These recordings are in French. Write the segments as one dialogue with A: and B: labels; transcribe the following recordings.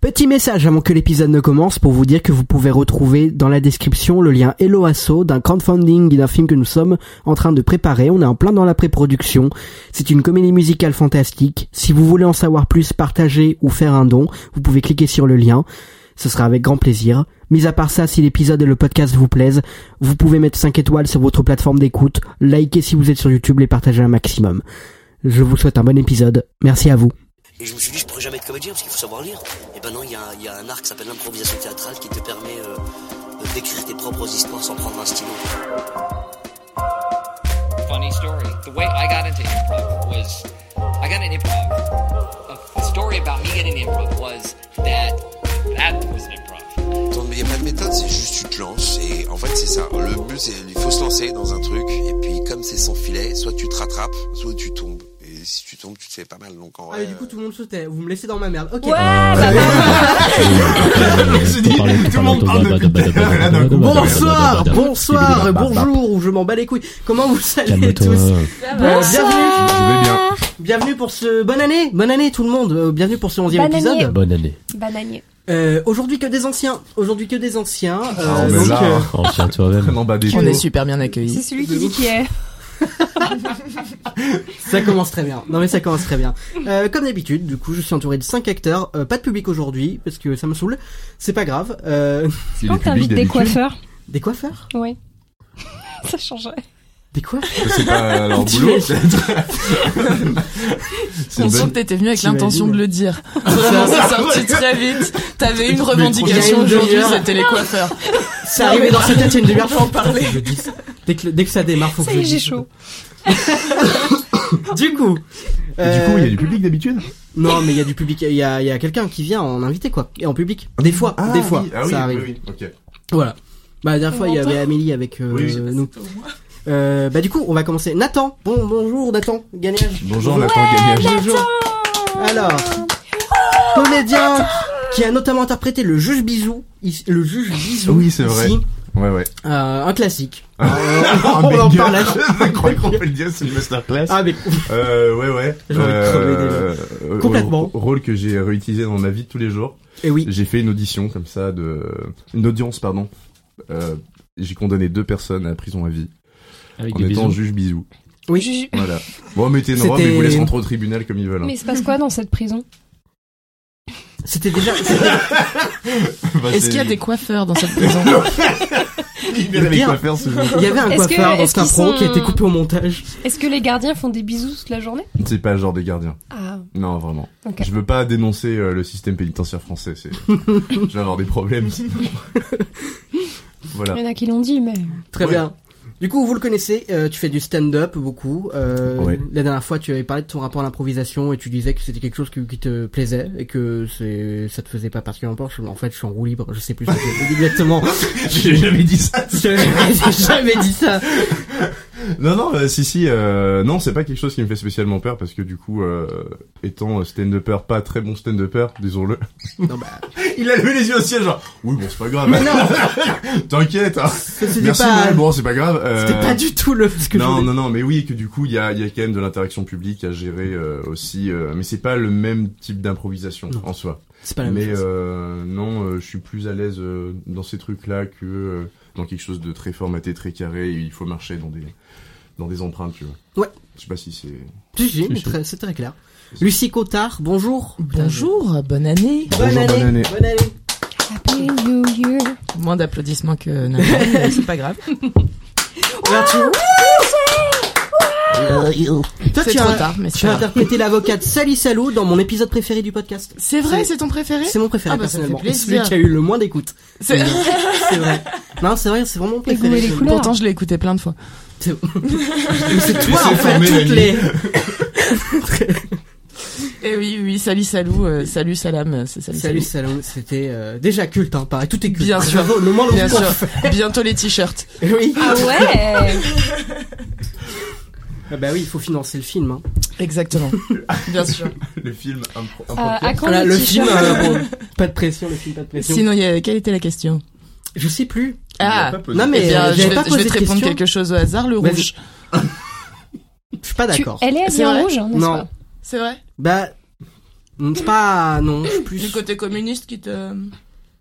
A: Petit message avant que l'épisode ne commence pour vous dire que vous pouvez retrouver dans la description le lien Hello Asso d'un crowdfunding d'un film que nous sommes en train de préparer. On est en plein dans la pré-production. C'est une comédie musicale fantastique. Si vous voulez en savoir plus, partager ou faire un don, vous pouvez cliquer sur le lien. Ce sera avec grand plaisir. Mis à part ça, si l'épisode et le podcast vous plaisent, vous pouvez mettre 5 étoiles sur votre plateforme d'écoute, liker si vous êtes sur YouTube et partager un maximum. Je vous souhaite un bon épisode. Merci à vous.
B: Et je me suis dit, je pourrais jamais être comédien parce qu'il faut savoir lire. Et ben non, il y a, il y a un art qui s'appelle l'improvisation théâtrale qui te permet euh, de- d'écrire tes propres histoires sans prendre un stylo.
C: funny story. The way I got into improv was I got an improv. A story about me getting into improv was that that was an improv.
D: Donc, Il n'y a pas de méthode, c'est juste tu te lances et en fait c'est ça. Le but c'est il faut se lancer dans un truc et puis comme c'est sans filet, soit tu te rattrapes, soit tu tombes. Et si tu tombes, tu te fais pas mal. Donc en
A: Ah,
D: vrai,
A: mais du coup, tout le monde se tait. Vous me laissez dans ma merde. Ok. Bonsoir, bonsoir, bonjour, ou je m'en bats les couilles. Comment vous allez
E: Calme-toi.
A: tous Euh, Bienvenue,
F: bien.
A: bienvenue pour ce... Bonne année, bonne année tout le monde. euh, Bienvenue pour ce 11
F: Bonne année.
A: épisode.
E: Bonne année.
F: Bananier.
A: Euh, aujourd'hui que des anciens. Aujourd'hui que des anciens.
G: Ah,
A: Euh,
G: mais
A: donc,
G: là,
A: euh,
E: Ancien toi-même.
G: Vraiment bas bah, des
H: On
G: genoux.
H: est super bien accueillis.
F: C'est celui qui dit qui est.
A: Ça commence très bien. Non mais ça commence très bien. Euh, comme d'habitude, du coup, je suis entouré de cinq acteurs. Euh, pas de public aujourd'hui parce que ça me saoule. C'est pas grave. Euh,
G: Si
F: Quand
G: les publics
F: t'invites des
G: d'habitude,
F: coiffeurs
A: des coiffeurs
F: Oui. Ça changerait.
A: Des coiffeurs
G: C'est pas leur
A: Tu
G: boulot,
A: es-
G: peut-être. C'est
H: On
G: une
H: sent que
G: bonne.
H: t'étais venu avec
A: T'imagines. Ah
H: l'intention de le dire.
G: Ah,
H: Ça c'est sorti très vite. T'avais une revendication
A: Mais trop bien.
H: aujourd'hui,
A: Demi-heure.
H: c'était les coiffeurs.
A: C'est arrivé dans sa tête, il y a une demi-heure.
H: Faut en parler.
A: Faut que je dise. Dès que, dès que ça démarre, faut
F: Ça
A: que
F: y est,
A: je
F: j'ai
A: dise.
F: chaud.
A: Du coup.
G: Et
A: euh,
G: Du coup, il y a du public d'habitude
A: Non, mais il y a du public, il y a, il y a quelqu'un qui vient en invité quoi, et en public. Des fois,
G: Ah,
A: des fois,
G: oui. Ah oui,
A: ça
G: oui,
A: arrive.
G: oui, ok.
A: Voilà. Bah, la dernière fois, il y
H: m'entend
A: avait Amélie avec euh,
G: Oui, oui.
A: nous. Euh, bah, du coup, on va commencer. Nathan, bon, bonjour Nathan, gagnage.
G: Bonjour, Nathan Gagnage.
A: Bonjour. Alors, comédien qui a notamment interprété le juge Bisou, ici- le juge Bisou.
G: Oui, c'est vrai.
A: ici.
G: Ouais, ouais.
A: Euh, un classique.
G: Ah,
A: on en
G: banger.
A: parle là.
G: Je crois qu'on peut le dire, c'est une masterclass.
A: Ah, mais
G: Euh, ouais, ouais.
A: J'ai envie de crever
G: euh,
A: Complètement.
G: euh, Rôle que j'ai réutilisé dans ma vie de tous les jours.
A: et Eh oui.
G: J'ai fait une audition comme ça de une audience pardon. Euh, j'ai condamné deux personnes à prison à vie
E: Avec
G: en étant juge bisou.
A: Oui.
F: Juju.
G: Voilà. Bon, mettez une robe et
A: C'était-
G: vous laissez rentrer au tribunal comme ils veulent. hein.
F: Mais il se passe quoi dans cette prison
A: C'était déjà.
G: Bah,
H: Est-ce qu'il y a
G: c'est-
H: des coiffeurs dans cette prison
G: Il y a
A: Le
G: des
A: pire-
G: coiffeurs, ce jeu.
A: Il y avait un
F: Est-ce que-
A: coiffeur dans
F: est-ce
A: cet impro
F: qu'ils sont-
A: qui a été coupé au montage.
F: Est-ce que les gardiens font des bisous toute la journée
G: C'est pas le genre des gardiens.
F: Ah,
G: Non, vraiment.
F: ok.
G: Je veux pas dénoncer euh, le système pénitentiaire français. C'est... Je vais avoir des problèmes.
F: Il
G: voilà.
F: y en a qui l'ont dit, mais.
A: Très
G: Ouais.
A: bien. Du coup, vous le connaissez, euh, tu fais du stand-up beaucoup. Euh,
G: Ouais.
A: La dernière fois, tu avais parlé de ton rapport à l'improvisation et tu disais que c'était quelque chose que- qui te plaisait et que c'est ça te faisait pas particulièrement peur. Je- En fait, je suis en roue libre, je sais plus ce que j'ai dit exactement.
G: J'ai jamais dit ça.
A: Je- J'ai jamais dit ça.
G: Non, non, euh, si, si. euh, non, c'est pas quelque chose qui me fait spécialement peur parce que du coup, euh, étant euh, stand-upper, pas très bon stand-upper, disons-le.
A: Non, bah,
G: Il a levé les yeux au ciel, genre. Oui, bon, c'est pas grave.
A: mais non,
G: T'inquiète. hein.
A: c'était
G: Merci,
A: pas,
G: mais bon, c'est pas grave. euh,
A: c'était pas du tout le ce que je
G: non,
A: voulais.
G: non, non, mais oui, que du coup, il y a, il y a quand même de l'interaction publique à gérer euh, aussi, euh, mais c'est pas le même type d'improvisation
A: Non.
G: en soi.
A: C'est pas la même
G: mais
A: chose.
G: euh, non, euh, je suis plus à l'aise euh, dans ces trucs-là que euh, dans quelque chose de très formaté, très carré. et il faut marcher dans des dans des empreintes, tu vois.
A: Ouais.
G: Je sais pas si c'est.
A: Si, si, mais
G: c'est-
A: très- c'est très clair. Lucie Cotard, bonjour.
H: Bonjour, bonne année.
A: Bonne
G: Bonjour,
A: année.
G: bonne année.
A: Bonne année.
F: Happy New Year.
H: Moins d'applaudissements que Nathan, mais c'est pas grave.
A: Alors, tu-
H: Ah,
A: Toi,
H: C'est
A: tu as-
H: trop tard, mais
A: Tu
H: c'est
A: as
H: pas grave.
A: interprété l'avocat de Sally Salou dans mon épisode préféré du podcast.
H: C'est vrai, c'est ton préféré
A: C'est mon préféré
H: Ah bah, ça
A: personnellement.
H: fait plaisir.
A: Celui qui a eu le moins d'écoute.
H: C'est-
A: C'est vrai. Non, c'est vrai, c'est vraiment mon
F: Les goûts et
A: préféré.
F: les couleurs.
H: Pourtant, je l'ai écouté plein de fois.
A: C'est Mais c'est toi
G: Laissez
A: en fait
G: former la
A: toutes les.
H: Eh oui, oui, salut, Salou, euh, salut, Salam, euh, c'est salut,
A: Salut
H: Salou.
A: Salou, c'était euh, déjà culte, hein, pareil. Tout est culte.
H: Bien sûr.
A: Le moins
H: Bien
A: longtemps.
H: sûr. Bientôt les t-shirts.
A: Oui.
F: Ah ouais
A: Ah bah oui, il faut financer le film. Hein.
H: Exactement. Bien sûr.
G: Le film impro.
F: Euh,
G: impro-
F: À quand
A: Voilà,
F: les
A: le film,
F: t-shirts
A: euh, bon, pas de pression, le film, pas de pression.
H: Sinon, il y a- quelle était la question
A: Je sais plus.
G: on l'a
H: Ah,
G: pas posé.
A: Non mais
H: eh bien,
A: euh,
H: je
A: j'avais
H: vais,
A: pas
H: je vais
A: posé
H: te
A: de
H: répondre
A: question.
H: quelque chose au hasard, le
A: Vas-y.
H: rouge.
A: Je suis pas
F: tu-
A: d'accord.
F: Elle est
H: C'est
F: habillée en
H: vrai
F: rouge, hein, n'est-ce
A: Non.
F: pas
H: C'est vrai
A: Bah Mm, C'est pas. Non, je suis
H: Du
A: plus.
H: côté communiste qui te.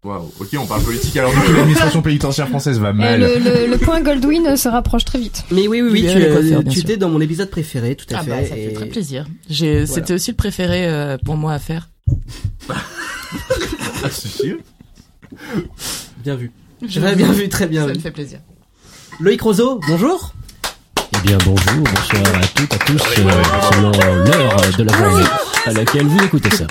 G: Waouh, ok, on parle politique alors du coup l'administration pénitentiaire française va
F: Et
G: mal.
F: le, le- le point Goldwyn euh, se rapproche très vite.
A: Mais oui, oui, oui,
H: Libérer
A: tu,
H: les
A: euh,
H: coiffeurs, bien
A: tu
H: sûr.
A: t'es dans mon épisode préféré, tout à
H: Ah
A: fait.
H: bah ça fait
A: et-
H: très plaisir. J'ai-
A: Voilà.
H: C'était aussi le préféré euh, pour moi à faire.
G: Ah, c'est sûr
A: Bien vu. Très bien vu, très bien
H: Ça
A: vu.
H: me fait plaisir.
A: Loïc Roseau, bonjour.
E: Eh bien bonjour, bonsoir à toutes, à tous, euh, selon euh, l'heure euh, de la journée à laquelle vous écoutez ça.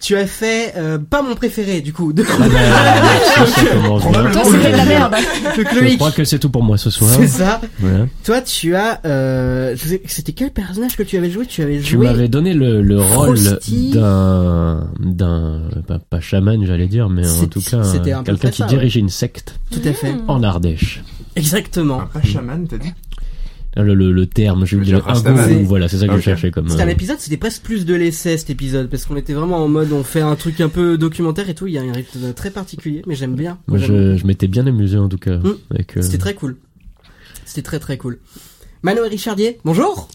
A: Tu as fait euh, pas mon préféré du coup. De...
E: Ah bah, merci, ça commence bien.
F: Toi, c'était de la merde.
A: Donc
E: Je
A: Loïc,
E: crois que c'est tout pour moi ce soir.
A: c'est ça.
E: Voilà.
A: Toi, tu as. Euh, je sais- C'était quel personnage que tu avais joué Tu avais
E: Tu
A: joué.
E: m'avais donné le, le rôle
A: Frosty.
E: d'un, d'un, pas, pas chaman j'allais dire, mais en
A: C'est-
E: tout cas
A: c'était un
E: un-
A: peu
E: quelqu'un
A: près
E: qui
A: ça, ouais.
E: dirige une secte
A: Tout à fait.
H: Mm.
E: en Ardèche.
G: Un
E: Ah,
A: Exactement.
G: pas chaman, t'as dit
E: Le, le, le terme, je
G: Je
E: veux
G: veux
E: dire,
G: dire
E: un
G: Rastaman.
E: gourou, voilà, c'est ça que
G: Ok.
E: je cherchais comme.
A: C'était un
E: euh,
A: épisode, c'était presque plus de l'essai cet épisode, parce qu'on était vraiment en mode on fait un truc un peu documentaire et tout, il y a un rythme très particulier, mais j'aime bien.
E: Moi, je, je m'étais bien amusé en tout cas.
A: Hmm.
E: avec, euh,
A: C'était très cool. C'était très très cool. Mano et Richardier, bonjour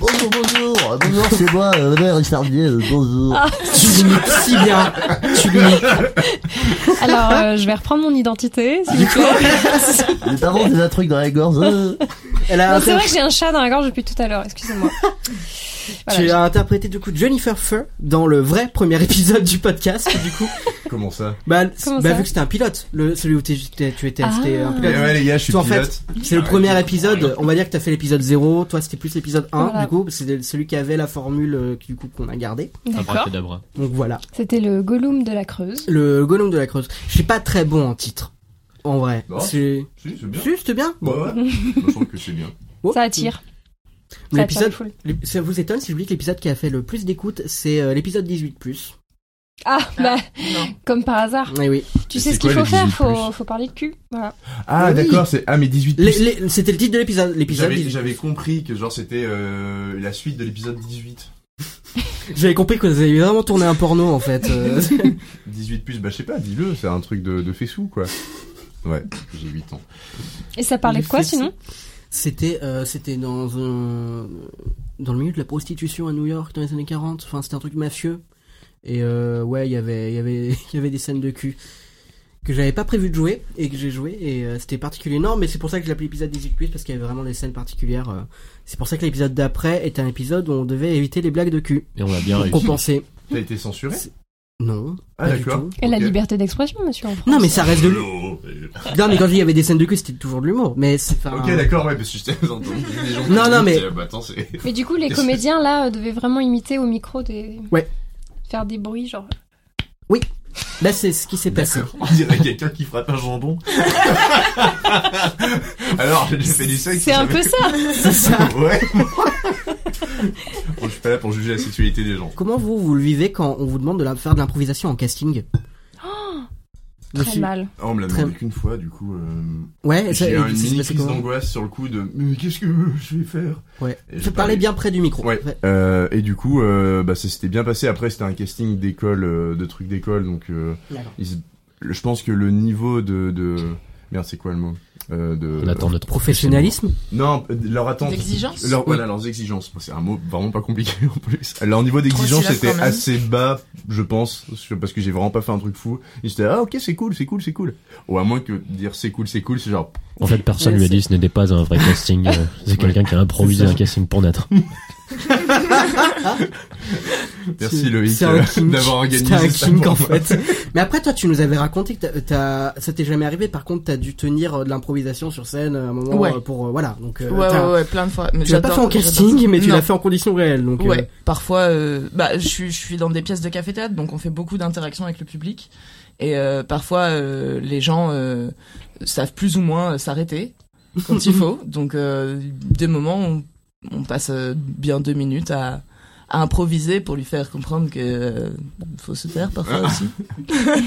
I: Bonjour, bonjour, bonjour, c'est moi, euh, Robert Richardier, euh, bonjour.
A: Tu l'imites si bien Tu l'imites
F: Alors, euh, je vais reprendre mon identité. s'il vous plaît.
I: Les parents, j'ai un truc dans la gorge. euh.
A: Elle a
F: Non, C'est
A: inter-
F: vrai que j'ai un chat dans la gorge depuis tout à l'heure, excusez-moi. Voilà,
A: Tu as interprété du coup Jennifer Fur dans le vrai premier épisode du podcast, du coup.
G: Comment ça
A: Bah,
F: Comment
A: bah
F: ça
A: vu que c'était un pilote, le, celui où t'es- t'es- tu étais,
F: Ah.
A: c'était un
G: Eh
A: pilote.
G: Ouais les gars, je suis
A: Toi, en
G: pilote.
A: fait, C'est le premier épisode, on va dire que t'as fait l'épisode 0, toi c'était plus l'épisode 1,
F: Voilà.
A: du coup, c'est celui qui avait la formule euh, du coup qu'on a gardé.
F: D'accord.
E: abracadabra.
A: Donc voilà.
F: C'était le Gollum de la Creuse.
A: Le Gollum de la Creuse. Je suis pas très bon en titre. En vrai.
G: Non.
A: C'est
G: Si, c'est bien.
A: Si, c'était bien.
G: Ouais, Bah ouais. Moi, je trouve que c'est bien.
A: Oh.
F: Ça attire. Ça attire les
A: L'épisode,
F: foules.
A: l'ép- ça vous étonne si je vous dis que l'épisode qui a fait le plus d'écoute, c'est euh, l'épisode 18 plus.
F: Ah, bah, comme par hasard.
A: Eh oui.
F: Tu
G: Et
F: sais
G: c'est
F: ce qu'il faut
G: quoi, les
F: faire,
G: 18
F: faut, faut parler de cul. Voilà.
G: Ah,
A: Oui.
G: d'accord, c'est. Ah, mais 18
A: Les-
G: plus.
A: les- c'était le titre de l'épisode. L'épisode.
G: J'avais
A: 18.
G: j'avais compris que genre c'était euh, la suite de l'épisode 18.
A: J'avais compris que vous aviez vraiment tourné un porno en fait. euh.
G: 18 plus, bah je sais pas, dis-le, c'est un truc de, de fessou quoi. Ouais, j'ai 8 ans.
F: Et ça parlait de quoi
A: Il fait
F: sinon
A: c'était, euh, c'était dans un, dans le milieu de la prostitution à New York dans les années 40. Enfin, c'était un truc mafieux. Et euh, ouais, il y avait, il y avait, il y avait des scènes de cul que j'avais pas prévu de jouer et que j'ai joué et euh, c'était particulier. Non, mais c'est pour ça que je l'appelais épisode 18 plus parce qu'il y avait vraiment des scènes particulières. euh. C'est pour ça que l'épisode d'après est un épisode où on devait éviter les blagues de cul
E: Et on a bien
A: pour
E: réussi.
A: compenser.
G: T'as été censuré
A: Non.
G: Ah
A: pas du
G: d'accord.
A: tout.
F: Et la
G: Ok.
F: liberté d'expression, monsieur. en
A: Non,
F: France.
A: mais ça reste de l'humour.
G: Non.
A: Non, mais quand je dis il y avait des scènes de cul, c'était toujours de l'humour. Mais c'est enfin,
G: Ok, d'accord, ouais, parce que je t'ai entendu des gens. qui
A: Non, non,
G: disent,
A: mais-
G: euh, Bah attends, c'est.
F: Mais du coup, les comédiens là euh, devaient vraiment imiter au micro des.
A: Ouais.
F: Faire des bruits, genre.
A: Là, c'est ce qui s'est passé.
G: On dirait quelqu'un qui frappe un jambon. Alors, j'ai fait du sexe.
F: C'est un peu ça
A: C'est ça.
G: Ouais. bon, je suis pas là pour juger la sexualité des gens.
A: Comment vous, vous le vivez quand on vous demande de la- faire de l'improvisation en casting
H: Oh,
A: Je
F: Très
A: suis-
F: mal.
G: Ah, on me l'a
A: Très-
G: demandé qu'une fois, du coup. Euh...
A: Ouais, ça,
G: J'ai eu
A: ça
G: une
A: s'est
G: mini
A: passé
G: crise
A: comment
G: d'angoisse sur le coup de mais qu'est-ce que je vais faire
A: Ouais.
G: Et j'ai
A: Faut
G: parlé.
A: parler bien près du micro.
G: Ouais. Euh, et du coup, euh, bah, ça s'était bien passé. Après, c'était un casting d'école, euh, de trucs d'école, donc euh,
A: D'accord.
G: ils se- je pense que le niveau de, de... merde, c'est quoi le mot Euh, de...
E: On attend notre
A: Professionnalisme
G: Non, euh, leur attente.
H: D'exigence
G: leur,
A: Oui.
G: Voilà, leurs exigences. C'est un mot vraiment pas compliqué en plus. Leur niveau d'exigence
H: syllabes,
G: était
H: quand même.
G: assez bas, je pense, sur- parce que j'ai vraiment pas fait un truc fou. Ils étaient ah ok c'est cool, c'est cool, c'est cool. Ou à moins que dire c'est cool, c'est cool, c'est genre
E: En fait, personne
A: Ouais,
E: lui a
A: c'est-
E: dit ce n'était pas un vrai casting. euh, C'est quelqu'un qui a improvisé
G: C'est ça.
E: un casting pour naître.
A: C'est-
G: merci Loïc
A: c'est un
G: euh,
A: kink.
G: d'avoir
A: C'était
G: organisé
A: un
G: ça
A: kink
G: pour
A: en
G: moi.
A: fait. Mais après, toi, tu nous avais raconté que t'as- t'as- ça t'est jamais arrivé. Par contre, t'as dû tenir euh, de l'improvisation sur scène à un moment
H: Ouais.
A: euh, pour euh, voilà. Donc, euh,
H: Ouais,
A: t'as-
H: ouais, ouais, plein de fois. Mais
A: tu l'as pas
H: j'adore-
A: fait en casting,
H: j'adore
A: mais
H: ça.
A: tu
H: Non.
A: l'as fait en conditions réelles. Donc, euh,
H: Ouais, parfois, euh, bah, je suis, je suis dans des pièces de café-théâtre, donc on fait beaucoup d'interactions avec le public. Et euh, parfois, euh, les gens euh, savent plus ou moins euh, s'arrêter quand il faut. Donc, euh, des moments, on, on passe euh, bien deux minutes à, à improviser pour lui faire comprendre que euh, faut se taire
A: Ah.
H: parfois aussi.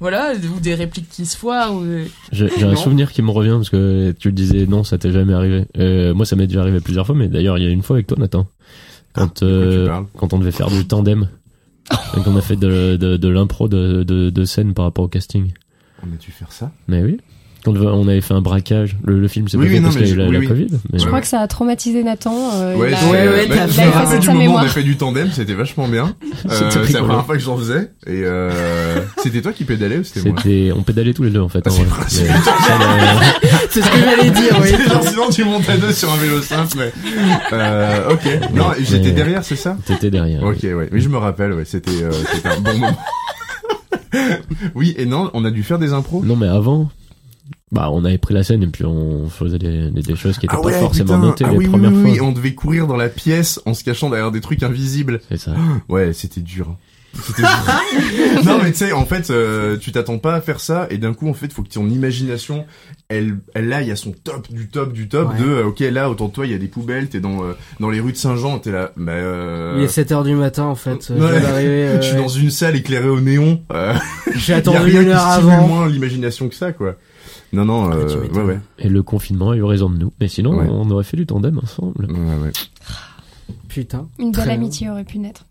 H: voilà, ou des répliques qui se foirent. Ou... euh,
E: J'ai j'ai un
G: Non.
E: souvenir qui me revient parce que tu le disais, non, ça t'est jamais arrivé. Euh, moi, ça m'est déjà arrivé plusieurs fois, mais d'ailleurs, il y a une fois avec toi, Nathan, quand
G: Ah, quoi tu
E: euh,
G: parles
E: quand on devait faire du tandem, quand on a fait de, de, de l'impro de, de, de scène par rapport au casting.
G: On a dû faire ça
E: Mais oui, Quand on avait fait un braquage, le, le film c'est
G: Oui,
E: pas
G: oui,
E: fait
G: non,
E: parce qu'il y a eu
G: mais
E: la,
G: je-
E: la
G: oui, oui.
E: Covid. mais-
F: Je crois que ça a traumatisé Nathan. euh,
G: Ouais,
F: il a-
G: c'est-
A: ouais, ouais,
G: bah,
A: t'as-
G: je
F: il a
G: me
F: effacé
G: rappelle
F: de
G: du
F: sa
G: moment où on a
F: mémoire.
G: fait du tandem, c'était vachement bien. Euh,
E: C'était
G: c'est la
E: rigolo.
G: première fois que j'en faisais. Et euh, c'était toi qui pédalais ou c'était moi
E: C'était, on pédalait tous les deux en fait. hein,
G: Ah,
E: en
G: c'est
E: vrai.
G: vrai,
E: Mais-
G: c'est
E: ça,
A: C'est ce que j'allais dire, oui.
G: C'est l'incident du monte à deux sur un vélo simple, mais euh, ok. Non,
E: Ouais,
G: j'étais
E: mais-
G: derrière, c'est ça
E: le- T'étais derrière.
G: Ok, ouais. Oui, je me rappelle. Ouais, c'était euh, c'était un bon moment. oui et non, on a dû faire des impros.
E: Non mais avant, bah on avait pris la scène et puis on faisait des, des, des choses qui étaient
G: Ah ouais,
E: pas forcément
G: putain.
E: notées
G: ah
E: les
G: oui, oui,
E: premières
G: oui, oui,
E: fois.
G: on devait courir dans la pièce en se cachant derrière des trucs invisibles.
E: C'est ça.
G: Ouais, c'était dur. hein. C'était dur. non mais tu sais, en fait, euh, tu t'attends pas à faire ça et d'un coup, en fait, faut que ton imagination, elle, elle là, il y a son top du top du top
A: Ouais.
G: de, euh, ok, là, autant de toi, il y a des poubelles, t'es dans euh, dans les rues de Saint-Jean, t'es là, bah, euh,
A: Il est 7h du matin en fait. euh,
G: Ouais.
A: je viens d'arriver, euh,
G: je suis dans une salle éclérée au néon. Euh,
A: J'ai
G: y a
A: attendu
G: rien
A: une
G: qui
A: heure
G: stimule
A: avant. Ah,
G: moins l'imagination que ça, quoi. Non, non, euh,
A: tu m'étonnes.
G: ouais, ouais,
E: Et le confinement a eu raison de nous. Mais sinon,
G: Ouais. Mm.
E: on aurait fait du tandem ensemble.
G: ouais, ouais.
A: Putain.
F: Une
A: Très
F: belle
A: bien.
F: amitié aurait pu naître.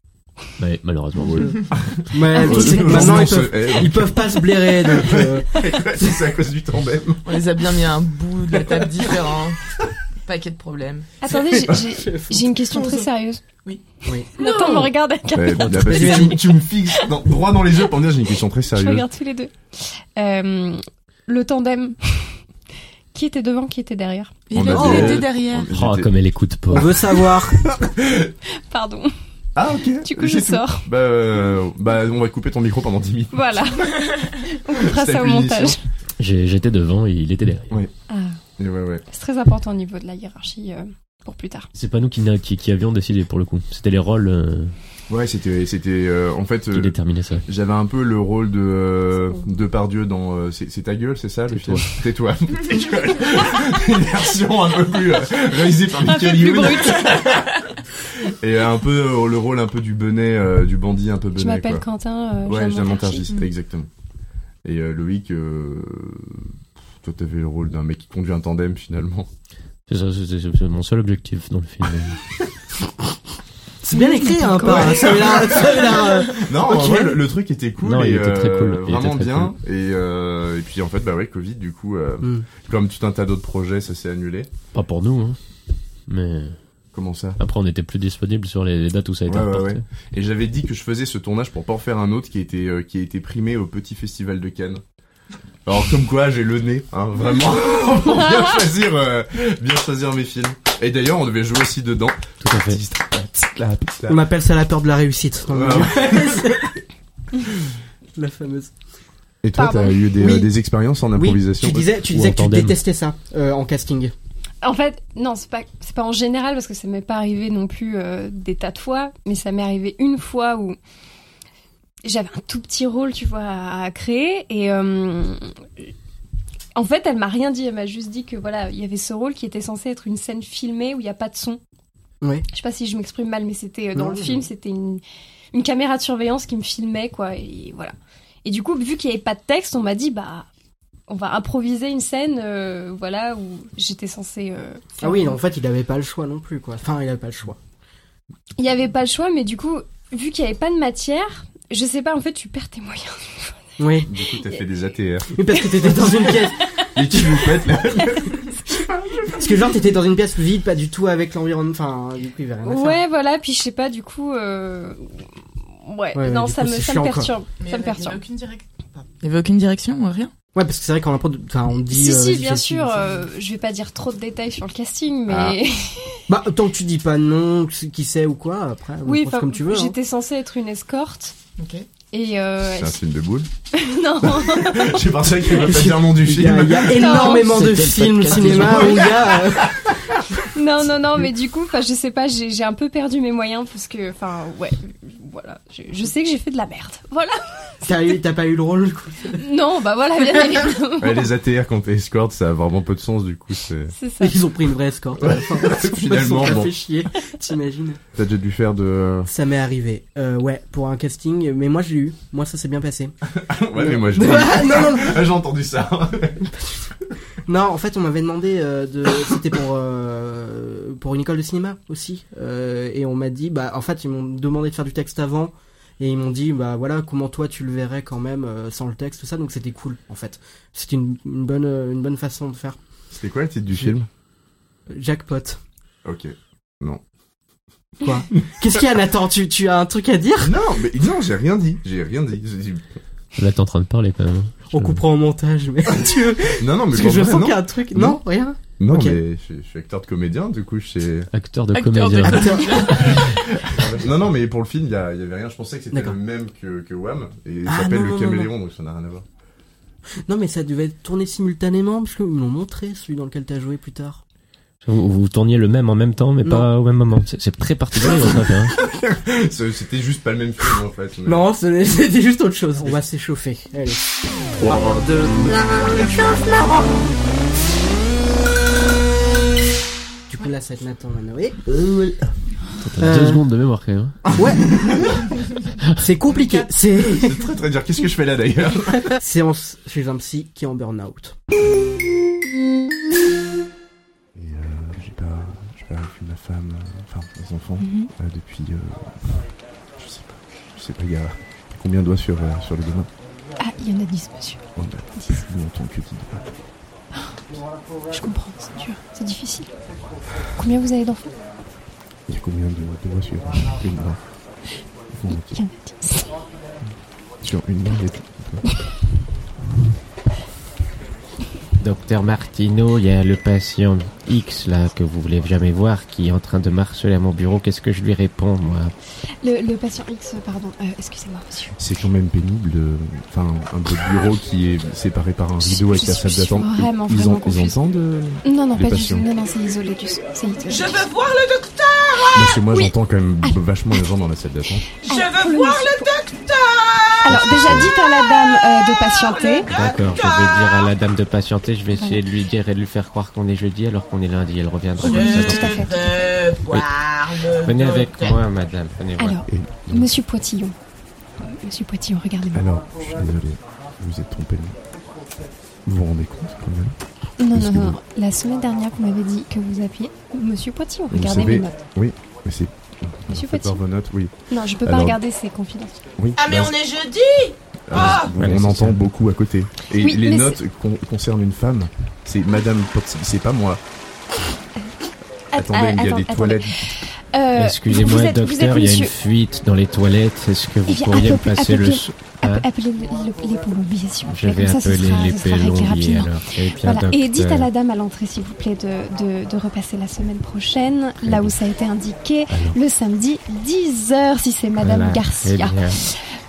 E: Mais Bah, malheureusement, oui.
A: Ouais,
G: Euh,
A: Ah, tu sais que maintenant
G: on
A: ils
G: se-
A: peuvent,
G: eh,
A: ils peuvent pas se blairer donc. euh,
G: c'est à cause du tandem.
H: On les a bien mis à un bout de la table différent. Paquet de problèmes.
F: Attendez, j'ai- j'ai j'ai une question très sérieuse.
H: Oui.
A: Oui.
F: Nathan me regarde avec un
G: Ouais, bah, parce que tu, tu me fixes dans- droit dans les yeux pour me dire j'ai une question très
F: Je
G: sérieuse.
F: regarde tous les deux. Euh, le tandem. Qui était devant, qui était derrière
H: Il,
G: On
H: a-
G: a
H: il
G: des-
H: était derrière.
E: Oh,
G: J'étais-
E: comme elle écoute pas.
A: On veut savoir.
F: Pardon.
G: Ah ok.
F: Du coup, je
G: J'ai tout.
F: sors.
G: Bah, euh, bah, on va couper ton micro pendant 10 minutes.
F: Voilà. On fera
G: C'est
F: ça au
G: une
F: montage.
G: émission.
E: J'ai- J'étais devant et il était derrière.
F: Ah,
G: Et ouais, ouais.
F: c'est très important au niveau de la hiérarchie euh, pour plus tard.
E: C'est pas nous qui, n'a- qui, qui avions décidé pour le coup. C'était les rôles euh,
G: Ouais, c'était, c'était, euh, en fait,
E: qui
G: euh,
E: déterminaient ça.
G: j'avais un peu le rôle de euh, de Pardieu dans euh, c'est, c'est ta gueule, c'est ça le film. Tais-toi. Tais gueule. Une version un peu plus euh, réalisée par
F: Un peu
G: Michael
F: plus
G: Youn.
F: brut.
G: Et un peu euh, le rôle un peu du bonnet, euh, du bandit un peu bonnet.
F: Je m'appelle
G: quoi.
F: Quentin. euh,
G: Ouais,
F: je
G: j'ai
F: viens
G: un
F: de
G: montargiste,
F: Montargis.
G: exactement. Et euh, Loïc, euh, pff, toi t'avais le rôle d'un mec qui conduit un tandem finalement.
E: C'est ça, c'est- c'est c'est mon seul objectif dans le film.
A: C'est bien écrit hein, pas. hein, celui-là- celui-là, euh,
G: Non, en
A: Ok.
G: vrai, le, le truc était cool
E: Non,
G: et
E: il était très
G: euh,
E: cool. Mm. Il était
G: vraiment
E: très
G: bien. Et, euh, et puis en fait, bah ouais, Covid, du coup, euh,
A: Hmm.
G: comme tout un tas d'autres projets, ça s'est annulé.
E: pas pour nous, hein. Mais
G: Comment ça
E: après, on était plus disponible sur les, les dates où ça a été
G: Ouais, ouais,
E: reporté.
G: ouais. Et j'avais dit que je faisais ce tournage pour pas en faire un autre qui a été, euh, qui a été primé au petit festival de Cannes. Alors comme quoi j'ai le nez, hein, vraiment, pour bien choisir, euh, bien choisir mes films. Et d'ailleurs on devait jouer aussi dedans.
E: Tout à fait.
A: On appelle ça la peur de la réussite. dans le
G: Ouais.
A: milieu. la fameuse.
G: Et toi
F: Pardon.
G: t'as eu des,
A: Oui.
G: euh, des expériences en
A: Oui,
G: improvisation Bah,
A: tu disais, tu
E: Ou en
A: disais que tu
E: tandem.
A: détestais ça euh, en casting.
F: En fait, non, c'est pas, c'est pas en général parce que ça m'est pas arrivé non plus euh, des tas de fois, mais ça m'est arrivé une fois où j'avais un tout petit rôle, tu vois, à, à créer et euh, en fait, elle m'a rien dit, elle m'a juste dit que voilà, il y avait ce rôle qui était censé être une scène filmée où il n'y a pas de son.
A: Ouais.
F: Je sais pas si je m'exprime mal, mais c'était euh, dans
A: Non,
F: le
A: non.
F: film, c'était une, une caméra de surveillance qui me filmait, quoi, et voilà. Et du coup, vu qu'il n'y avait pas de texte, on m'a dit, bah, on va improviser une scène, euh, voilà, où j'étais censée. euh,
A: Ah
F: faire-
A: oui, en fait, il avait pas le choix non plus quoi. Enfin, il avait pas le choix.
F: Il n'y avait pas le choix, mais du coup, vu qu'il n'y avait pas de matière, je sais pas, en fait, tu perds tes moyens.
A: Oui,
G: Du coup t'as fait des ATR.
A: Oui, parce que t'étais dans une pièce.
G: Et qui vous faites là
A: Parce que genre t'étais dans une pièce vide, pas du tout avec l'environnement. Enfin, du coup, il y avait rien à faire.
F: Ouais, voilà, puis je sais pas, du coup. euh, Ouais,
A: Ouais,
F: non,
A: du
F: ça,
A: coup,
F: me,
A: c'est
F: ça
A: chiant,
F: me
A: quoi.
F: perturbe.
H: Mais
F: Ça me
H: il y avait- il y avait
F: perturbe.
H: aucune direc- Il y avait aucune direction, rien.
A: Ouais, parce que c'est vrai qu'en impro, enfin, on dit.
F: Si,
A: euh,
F: si,
A: vas-y,
F: bien
A: fais-
F: sûr,
A: fais-
F: euh, je vais pas dire trop de détails sur le casting, mais.
G: Ah.
A: Bah, tant que tu dis pas non, qui qui sait ou quoi, après, on
F: oui,
A: pense
F: enfin,
A: comme tu veux. hein.
F: j'étais censée être une escorte.
H: Ok.
F: Et euh,
G: C'est un film de boule.
F: non,
G: J'ai pensé ça qu'il veut pas dire le nom du
A: hein. Il y a, il
G: film.
A: y a énormément de
E: C'était le
A: films
E: podcast
A: cinéma
E: des
A: où il y a. euh,
F: non, non, non, mais du coup, enfin, je sais pas, j'ai j'ai un peu perdu mes moyens parce que, enfin, ouais, voilà, je, je sais que j'ai fait de la merde. Voilà.
A: T'as eu- t'as pas eu le rôle. quoi.
F: Non, bah voilà, bien évidemment.
G: Ouais, les ATR quand t'es escorte ça a vraiment peu de sens du coup c'est...
F: C'est ça.
A: Ils ont pris une vraie escorte. à la fin. Ils
G: Finalement,
A: ont pas
G: bon.
A: fait chier. T'imagines
G: T'as déjà dû faire de...
A: Ça m'est arrivé. Euh, ouais, pour un casting, mais moi je l'ai eu. Moi ça s'est bien passé.
G: Ah, Ouais mais moi j'ai...
A: Ah, non, non,
G: J'ai entendu ça.
A: Non, en fait, on m'avait demandé euh, de. C'était pour euh, pour une école de cinéma aussi, Euh, et on m'a dit, bah, en fait, ils m'ont demandé de faire du texte avant. et ils m'ont dit bah voilà comment toi tu le verrais quand même euh, sans le texte tout ça donc c'était cool en fait c'était une, une bonne euh, une bonne façon de faire
G: C'était quoi le titre du film
A: jackpot
G: Ok. Non.
A: quoi qu'est-ce qu'il y a Nathan tu tu as un truc à dire
G: Non, mais non, j'ai rien dit. J'ai rien dit. J'ai dit-
E: Là, t'es en train de parler quand même. hein.
A: on coupera en montage mais tu veux
G: Non, non, mais
A: parce
G: pour
A: que je
G: vrai,
A: sens
G: non.
A: qu'il y a un truc
G: Non.
A: non rien
G: Non,
A: Ok.
G: mais je, je suis acteur de comédien, du coup, je sais.
E: Acteur de
H: Acteur
E: comédien.
H: de-
A: Attends.
G: non, non, mais pour le film, il y, a- il y avait rien. Je pensais que c'était le
A: D'accord.
G: même que, que Wham. Et il
A: Ah,
G: s'appelle
A: non,
G: Le
A: non, non,
G: Caméléon, donc ça n'a rien à voir.
A: non mais ça devait être tourné simultanément parce qu'ils me l'ont montré celui dans lequel t'as joué plus tard
E: Vous, vous tourniez le même en même temps, mais
A: Non.
E: pas au même moment. C'est c'est très particulier, votre affaire, hein.
G: Ça, C'était juste pas le même film, en fait. mais-
A: non c'est- c'était juste autre chose on va s'échauffer allez du coup là ça va être Nathan maintenant oui
I: Euh, ouais.
E: T'as
A: Euh.
E: deux secondes de mémoire, quand même. hein.
A: Ouais. C'est compliqué. C'est
G: C'est très très dur. Qu'est-ce que je fais là, d'ailleurs
A: séance chez un psy qui est en burn-out.
G: Et euh, j'ai pas, j'ai pas vécu ma femme, euh, enfin mes enfants,
F: Mhm.
G: euh, depuis, euh, je sais pas, je sais pas, il y a combien de doigts sur, euh, sur le gamin
F: Ah, il y en a 10, monsieur.
G: oh, bah, Plus longtemps que dix doigts.
F: Je comprends, c'est dur, c'est difficile. Combien vous avez d'enfants
G: Il y a combien de, de doigts sur euh, une main Bon,
F: Il y en a 10.
G: Sur une main, il y a tout.
E: Docteur Martineau, il y a le patient X, là, que vous voulez jamais voir, qui est en train de marceler à mon bureau. Qu'est-ce que je lui réponds, moi?
F: Le, le patient X, pardon, euh, excusez-moi, monsieur.
G: C'est quand même pénible, de- enfin un beau bureau qui est séparé par un
F: Je-
G: rideau avec
F: je
G: la
F: suis-
G: salle
F: je suis
G: d'attente.
F: vraiment,
G: Ils,
F: vraiment
G: en- ils
F: confuse.
G: entendent euh,
F: Non, non,
G: Les
F: pas
G: patients.
F: du tout. Non, non, c'est isolé du C'est isolé.
H: Je veux voir le docteur
G: Parce que moi
F: Oui. Ah.
G: j'entends quand même vachement les gens dans la salle d'attente.
H: Je
F: Alors,
H: veux
F: pour Ah, le
H: voir
F: monsieur,
H: le
F: pour-
H: docteur
F: Alors, déjà, dites à la dame euh, de patienter.
E: D'accord, je vais dire à la dame de patienter, je vais essayer de lui dire et de lui faire croire qu'on est jeudi alors qu'on est lundi, elle reviendra comme ça.
F: tout à
E: donc-
F: fait.
H: Je veux voir le
E: Venez avec
H: docteur.
E: moi, madame, venez voir.
F: Alors, monsieur Poitillon. Euh, Monsieur Poitillon, regardez-moi.
G: Alors, je suis désolé, vous êtes trompé. de nom. Vous vous rendez compte quand même
E: Ah,
F: Non, non,
G: excusez-moi.
F: non. La semaine dernière, vous m'avez dit que vous appuyez. Monsieur Poitillon,
G: Vous
F: regardez
G: savez-
F: mes notes.
G: Oui, mais c'est.
F: Monsieur
G: Faites voir
F: Petit.
G: vos notes, oui.
F: Non, je peux pas
G: Alors-
F: regarder, c'est confidentiel.
G: oui.
H: Ah mais
G: là,
H: on est jeudi
G: ah, on,
E: Voilà, c'est
G: entend
E: ça.
G: beaucoup à côté. Et
F: Oui,
G: les
F: mais
G: notes con- concernent une femme. C'est Madame Potsi, c'est pas moi. Attendez,
F: ah,
G: il y a
F: attends,
G: des
F: attendez.
G: toilettes.
F: Euh, vous êtes-
E: Excusez-moi,
F: vous êtes
E: docteur, il y a une
F: monsieur-
E: fuite dans les toilettes, est-ce que vous
F: Eh bien,
E: pourriez me
F: appelez-
E: passer le...
F: appelez-
E: sou- Hein
F: Appe- Appelez le- le- les plombiers, s'il vous
E: Je
F: plaît.
E: vais
F: Comme Eh ça, ce
E: appeler
F: sera,
E: les
F: ce sera réglé
E: pélombiers
F: rapidement.
E: alors. Eh bien,
F: Voilà. Et dites à
E: docteur,
F: la dame à l'entrée, s'il vous plaît, de, de, de repasser la semaine prochaine,
E: Ah,
F: là où ça a été indiqué,
G: Alors.
F: le samedi 10h, si c'est Madame
E: voilà. Eh
F: Garcia.
E: bien,
F: Voilà.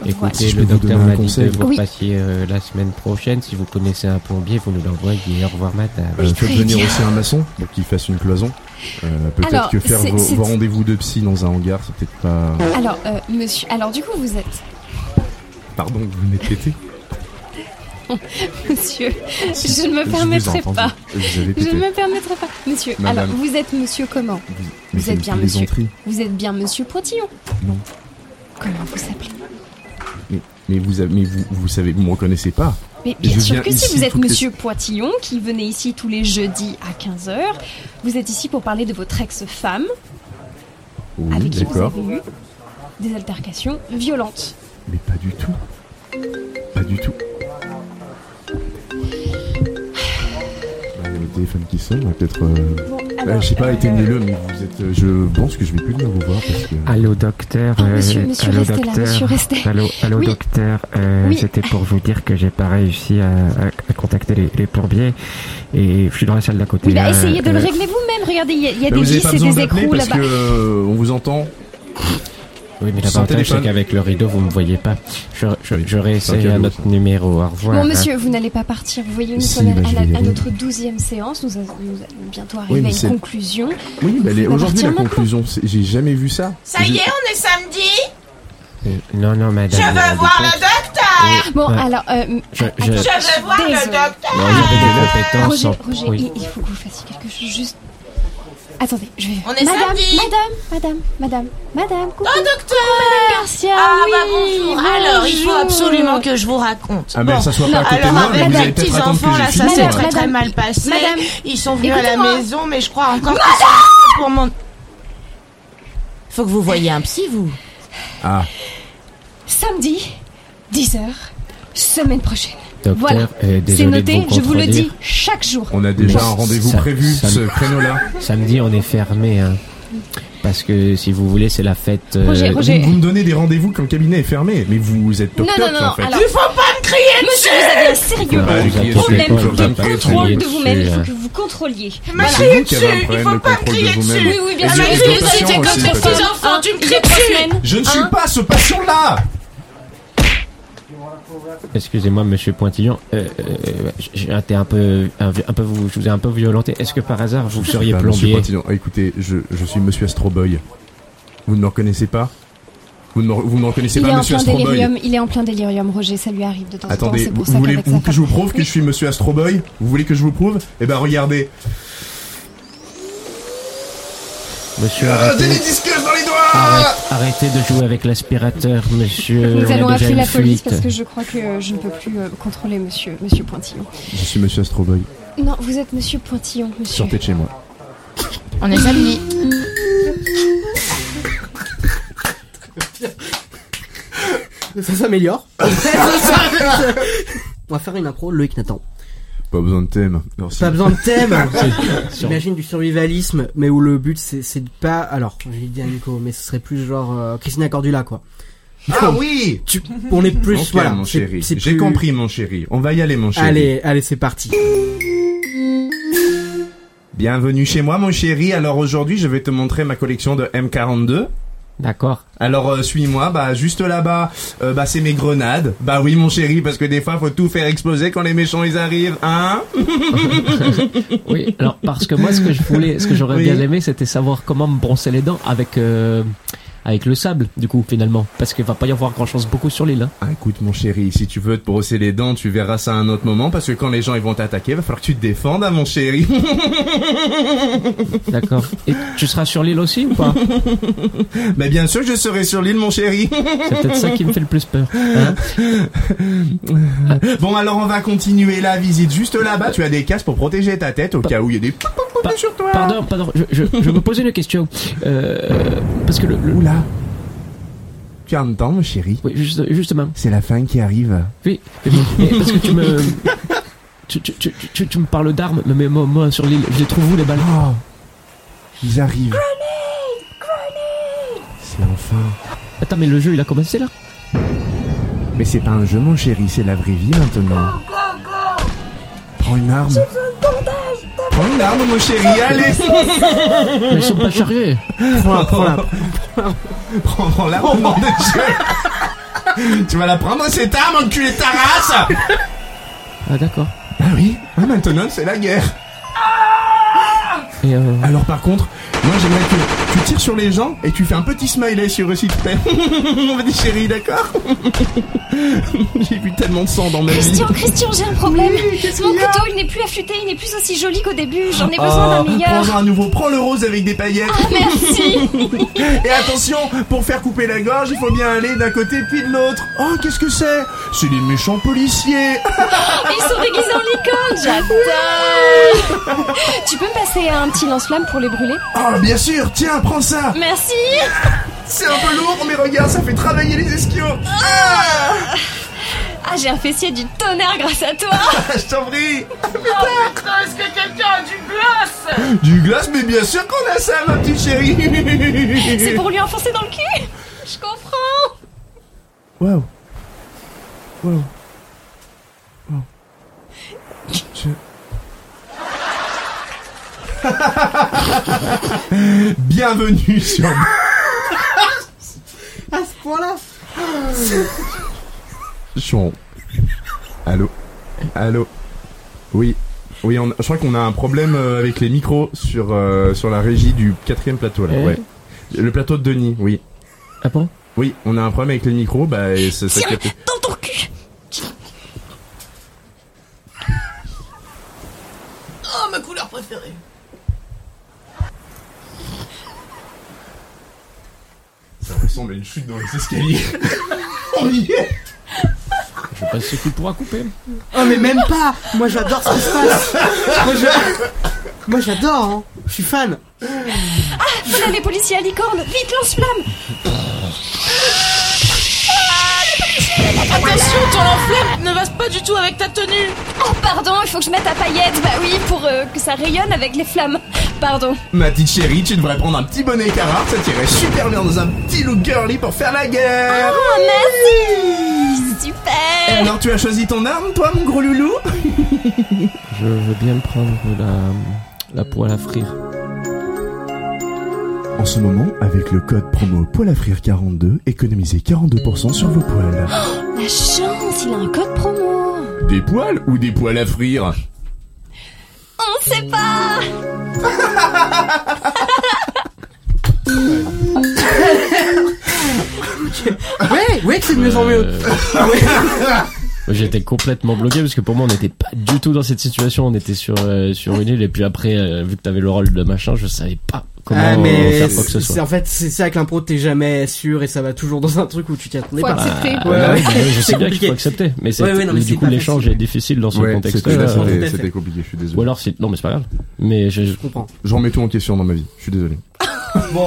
E: Écoutez,
G: Si je
E: le
G: peux vous
E: docteur
G: donner un
E: m'a dit
G: conseil.
E: de vous
F: Oui.
E: repasser euh, la semaine prochaine. Si vous connaissez un plombier, vous nous l'envoyez. Au revoir, madame.
G: Euh, faites
F: très
G: venir
F: bien.
G: aussi un maçon pour qu'il fasse une cloison. Euh, peut-être
F: Alors,
G: que faire
F: c'est-
G: vos,
F: c'est-
G: vos rendez-vous de psy dans un hangar, c'est peut-être pas.
F: Alors, euh, monsieur, alors du coup, vous êtes
G: Pardon, vous venez de péter.
F: monsieur.
G: Si,
F: Je
G: si,
F: ne me
G: vous ai
F: permettrai
G: entendu.
F: pas.
G: Vous avez
F: Je
G: pété.
F: ne me permettrai pas. Monsieur,
G: Madame.
F: alors vous êtes monsieur comment
G: Vous,
F: Vous
G: mais c'est
F: êtes bien
G: une
F: monsieur.
G: plaisanterie.
F: Vous êtes bien monsieur Poitillon
G: Non.
F: Comment vous s'appelez
G: Mais, mais vous, avez- mais vous, vous savez, vous me reconnaissez pas.
F: Mais bien
G: Je
F: sûr
G: viens
F: que si,
G: ici
F: vous êtes
G: toutes les-
F: monsieur Poitillon qui venait ici tous les jeudis à 15h. Vous êtes ici pour parler de votre ex-femme
G: Oui,
F: avec Ah, qui vous
G: d'accord.
F: avez eu des altercations violentes.
G: Mais pas du tout. Pas du tout. Bah, Il y a le téléphone qui sonne, on va peut-être. euh,
F: Bon,
G: bah,
F: alors,
G: je sais pas,
F: euh,
G: éteignez-le, mais vous êtes. euh, je pense que je vais plus venir vous voir parce que. Bah,
E: Allô docteur,
F: Ah, monsieur, monsieur,
E: Euh, allô
F: restez là,
E: docteur,
F: monsieur, restez.
E: allô, allô
F: Oui.
E: docteur, euh,
F: Oui.
E: c'était pour vous dire que j'ai pas réussi à, à- à contacter les, les plombiers et je suis dans la salle d'à côté.
F: Oui, bah,
E: là,
F: essayez de le
E: euh,
F: régler vous-même. Regardez, il y a, il y a
G: Bah,
F: des
G: vous avez
F: vis
G: pas
F: et
G: besoin
F: des
G: d'appeler
F: écrous
G: parce
F: là-bas.
G: que euh, on vous entend.
E: Oui mais
G: Sans
E: l'avantage c'est
G: téléphone.
E: qu'avec le rideau vous me voyez pas. Je, je, je réessaye
G: c'est un
E: un
G: cadeau,
E: autre
G: ça.
E: numéro, au revoir. hein.
F: Bon, monsieur, vous n'allez pas partir. Vous voyez, nous
G: Si,
F: sommes à-
G: bah, je
F: à, la-
G: vais y
F: à
G: aller.
F: notre douzième séance. Nous, a- nous allons bientôt arriver
G: mais
F: à
G: c'est-
F: une conclusion.
G: Oui, bah, les-
F: Faut partir
G: aujourd'hui la
F: maintenant.
G: conclusion, c'est- j'ai jamais vu ça.
H: Ça
G: Je-
H: y est, on est samedi
E: hein. Non non madame.
H: Je veux
E: euh,
H: voir
E: désolé.
H: le docteur
E: Oui,
F: Bon,
E: ouais,
F: alors, euh, m-
E: Je-
F: attends,
E: je-
H: Je veux voir le
F: Désolée.
H: docteur
E: non, j'avais des compétences
F: Roger,
E: en-
F: Roger,
E: oui.
F: il, il faut que vous fassiez quelque chose juste. Attendez, je vais.
H: On est
F: madame,
H: samedi.
F: madame, madame, madame, madame, coucou.
H: Oh docteur
F: Garcia,
H: Ah
F: oui,
H: bah bonjour Alors, il faut
F: bonjour.
H: absolument que je vous raconte.
G: Ah, mais
H: Bon.
G: ça soit pas à côté de
H: Alors
G: moi, mais
H: avec
G: vous allez
H: les
G: peut-être
H: petits
G: attendre que
H: enfants là,
G: j'ai
H: ça
G: fini.
H: s'est
F: Madame,
H: très très
F: madame,
H: mal passé.
F: madame,
H: Ils sont venus à la
F: écoutez-moi.
H: maison, mais je crois encore que c'est pour mon. Faut que vous voyez un psy, vous.
G: Ah,
F: samedi, 10h, semaine prochaine.
E: Docteur,
F: Voilà.
E: euh,
F: C'est
E: désolé de
F: noté,
E: vous
F: je vous le dis
E: contredire.
F: chaque jour.
G: On a déjà
E: Mais
G: un rendez-vous
E: ça-
G: prévu,
E: ça-
G: ce créneau-là.
E: Samedi, on est fermé. hein. Parce que si vous voulez, c'est la fête. euh,
F: Roger,
G: Vous,
F: Roger.
G: vous me donnez des rendez-vous quand le cabinet est fermé, mais vous êtes
F: Non,
G: toc
F: non,
G: toc
F: non,
G: en fait.
F: alors. Il faut pas me crier Monsieur, vous avez un sérieux
E: Voilà,
G: vous
E: Ah, inquiétez
F: problème
E: pas,
G: vous
F: de
G: inquiétez pas,
F: contrôle
E: criez
F: de vous-même. Il
E: dessus,
F: faut
E: hein.
F: que vous contrôliez.
G: Mais c'est vous qui avez un problème de contrôle de vous-même.
F: Oui, oui, bien
G: Et
F: sûr.
G: de- et de
F: Désolé,
G: patient
F: c'est
G: aussi,
F: comme
G: peut-être.
F: personne. Hein,
H: tu me
F: il y a
H: cries
F: trois
H: dessus.
F: semaines.
G: Je ne suis
F: Hein
G: pas ce patient-là
E: Excusez-moi, monsieur Pointillon, euh, euh, j'ai été un peu, un, un peu, vous- je vous ai un peu violenté. Est-ce que par hasard vous seriez
G: Bah, monsieur
E: plombier
G: Patillon, écoutez, je, je suis monsieur Astroboy. Vous ne me reconnaissez pas vous ne, me- vous ne me reconnaissez
F: Il est
G: pas,
F: en
G: monsieur
F: plein
G: Astroboy
F: délirium, il est en plein délirium, Roger, ça lui arrive de temps en temps,
G: Attendez,
F: c'est
G: vous,
F: pour
G: vous
F: ça
G: voulez
F: qu'avec sa
G: que je vous prouve que
F: Oui.
G: je suis monsieur Astroboy Vous voulez que je vous prouve Eh ben regardez
E: Monsieur,
G: Ah,
E: arrêtez,
G: J'ai des disqueuses dans les doigts
E: arrête- arrêtez de jouer avec l'aspirateur, monsieur.
F: Nous
E: on a
F: allons
E: déjà
F: appeler
E: une
F: la police
E: fuite.
F: parce que je crois que je ne peux plus euh, contrôler monsieur, monsieur Pointillon.
G: Je suis monsieur Astroboy.
F: Non, vous êtes monsieur Pointillon, monsieur.
G: Sortez de chez moi.
J: On est samedi.
A: Ça s'améliore. On va faire une impro, Loïc Nathan.
G: Pas besoin de thème. Merci.
A: Pas besoin de thème
E: Sur-
A: J'imagine du survivalisme, mais où le but c'est c'est de pas... Alors, je vais dire Nico, mais ce serait plus genre euh, Christina Cordula, quoi.
G: Ah oui
A: Tu- On est plus...
G: Ok,
A: voilà,
G: mon
A: c'est-
G: chéri.
A: c'est
G: J'ai
A: plus-
G: compris, mon chéri. On va y aller, mon chéri.
A: Allez, allez, c'est parti.
G: Bienvenue chez moi, mon chéri. Alors aujourd'hui, je vais te montrer ma collection de M42.
E: D'accord.
G: Alors euh, suis-moi, bah juste là-bas, euh, bah c'est mes grenades. Bah oui mon chéri, parce que des fois faut tout faire exploser quand les méchants ils arrivent, hein
E: Oui. Alors parce que moi, ce que je voulais, ce que j'aurais
G: Oui.
E: bien aimé, c'était savoir comment me bronzer les dents avec. euh, Avec le sable, du coup, finalement. Parce qu'il va pas y avoir grand chose beaucoup sur l'île. hein.
G: Ah écoute mon chéri, si tu veux te brosser les dents, tu verras ça à un autre moment, parce que quand les gens ils vont t'attaquer, va falloir que tu te défendes, ah mon chéri.
E: D'accord. Et tu seras sur l'île aussi ou pas
G: Mais bien sûr que je serai sur l'île mon chéri.
E: C'est peut-être ça qui me fait le plus peur. hein.
G: Bon alors on va continuer la visite. Juste là-bas, tu as des casques pour protéger ta tête au cas où il y a des... pou- pou- pou-
E: Pa-
G: sur toi.
E: Pardon, pardon, je, je, je me posais une question. Euh, parce que le. le-
G: Oula. Tu as un temps mon chéri.
E: oui, juste- justement.
G: C'est la fin qui arrive.
E: Oui, mais bon, mais parce que tu me. Tu, tu, tu, tu, tu me parles d'armes, mais moi, moi, sur l'île, je les trouve où les balles
G: Oh Ils arrivent. C'est enfin.
E: Attends, mais le jeu il a commencé là
G: Mais c'est pas un jeu, mon chéri, c'est la vraie vie maintenant. Prends une arme. Prends une arme, mon chéri, allez
E: Mais ils sont pas chargés
A: Prends-la, prends-la.
G: Prends, prends l'arme, au nom de Dieu Tu vas la prendre, cette arme, enculé de ta race
E: Ah, d'accord.
G: Ah oui Ah, maintenant, c'est la guerre
E: Et euh,
G: Alors, par contre, moi, j'aimerais que tu tires sur les gens et tu fais un petit smiley sur eux, s'il te plaît. On va dire chéri, d'accord J'ai vu tellement de sang dans ma vie.
F: Christian, Christian, j'ai un problème. Mon
G: qu'il y a
F: couteau, il n'est plus affûté, il n'est plus aussi joli qu'au début. J'en ai
G: Ah,
F: besoin d'un meilleur. Ah,
G: Prends-en un nouveau, prends le rose avec des paillettes.
F: Merci.
G: Et attention, pour faire couper la gorge, il faut bien aller d'un côté puis de l'autre. Oh, qu'est-ce que c'est C'est des méchants policiers.
F: Ils sont déguisés en licorne. J'adore. Tu peux me passer un petit lance-flamme pour les brûler
G: Oh, bien sûr, tiens, prends ça.
F: Merci.
G: C'est un peu lourd, mais regarde, ça fait travailler les esquios. Ah,
F: Ah, j'ai un fessier du tonnerre grâce à toi.
G: je t'en prie.
H: Oh, Est-ce que quelqu'un a du glace
G: Du glace, mais bien sûr qu'on a ça, ma petite chérie.
F: C'est pour lui enfoncer dans le cul. Je comprends.
G: Wow. Wow. Wow. Je- Bienvenue sur.
A: À ce point-là
G: Je suis en- Allô Allô Oui. Oui, on- je crois qu'on a un problème euh, avec les micros sur, euh, sur la régie du quatrième plateau, là.
E: Eh
G: Ouais. Le plateau de Denis, oui.
E: ah bon
G: Oui, on a un problème avec les micros, bah, et ça, ça
F: Tiens,
G: capte-
F: dans ton cul.
H: Oh, ma couleur préférée.
G: Ça ressemble à une chute dans les escaliers. on y est
E: Je sais pas si tu pourras couper.
A: Oh mais même pas Moi j'adore ce qui se passe Moi je- Moi, j'adore, hein. je suis fan
F: Voilà les policiers à licorne. Vite, lance-flamme. Ah,
H: passe pas du tout avec ta tenue
F: Oh pardon, il faut que je mette à paillettes, bah oui, pour euh, que ça rayonne avec les flammes. Pardon.
G: Ma petite chérie, tu devrais prendre un petit bonnet Carhartt, ça t'irait super bien dans un petit look girly pour faire la guerre.
F: Oh merci Super
G: Et Eh, alors, tu as choisi ton arme, toi, mon gros loulou
E: Je veux bien me prendre la, la poêle à frire.
G: En ce moment, avec le code promo poil à frire 42, économisez 42% sur vos poils.
F: La chance, il a un code promo.
G: Des poils ou des poils à frire
F: On sait pas
A: Ouais, ouais, que c'est de mieux en mieux.
E: Euh, J'étais complètement bloqué parce que pour moi on n'était pas du tout dans cette situation. On était sur euh, sur une île et puis après euh, vu que t'avais le rôle de machin, je savais pas comment
A: Ah, mais
E: faire quoi que ce
A: c'est c'est-
E: soit.
A: en fait, c'est ça avec l'impro, t'es jamais sûr et ça va toujours dans un truc où tu t'y attendais
F: Faut
A: pas.
F: accepter.
E: Ah,
A: Ouais,
E: bah
A: ouais.
E: oui, mais je
A: C'est
E: sais bien qu'il
A: compliqué.
E: faut accepter, mais, c'est-
A: Ouais, ouais, non, mais
E: du
A: c'est
E: coup
A: pas
E: l'échange
A: facile.
E: est difficile dans ce
G: Ouais,
E: contexte-là.
G: c'était-
A: là,
E: euh,
A: tout à
G: c'était
A: fait.
G: c'était compliqué, je suis désolé.
E: Ou alors c'est non mais c'est pas grave. Mais je,
A: Je comprends.
G: Je remets tout en question dans ma vie, je suis désolé.
A: Bon,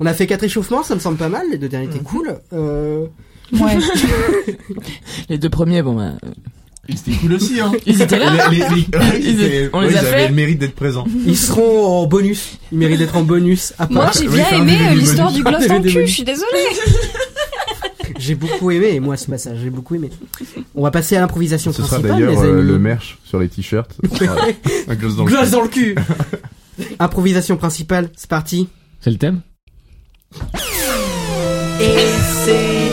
A: on a fait quatre échauffements, ça me semble pas mal. Les deux derniers étaient cool. Euh...
H: Ouais. Les deux premiers, bon bah. euh,
G: C'était cool aussi, hein
H: Ils étaient là
G: Les- les- les- ouais,
H: Ils-
G: étaient-
H: on
G: ouais,
H: les
G: ils
H: a
G: avaient
H: fait.
G: le mérite d'être présents.
A: Ils seront en bonus. Ils méritent d'être en bonus. À
F: Moi
A: part,
F: j'ai
G: oui,
F: bien
G: c'est un
F: aimé
G: DVD
F: euh, l'histoire
A: bonus.
F: du gloss dans le
A: DVD
F: cul,
A: bonus.
F: je suis désolée.
A: j'ai beaucoup aimé. Moi, ce passage, j'ai beaucoup aimé. On va passer à l'improvisation
G: Ce sera
A: principale,
G: d'ailleurs
A: les
G: euh,
A: amis.
G: le merch sur les t-shirts. Ce sera Un gloss dans le
A: Glace
G: cul.
A: dans le cul. Improvisation principale, c'est parti.
E: c'est le thème.
A: Et c'est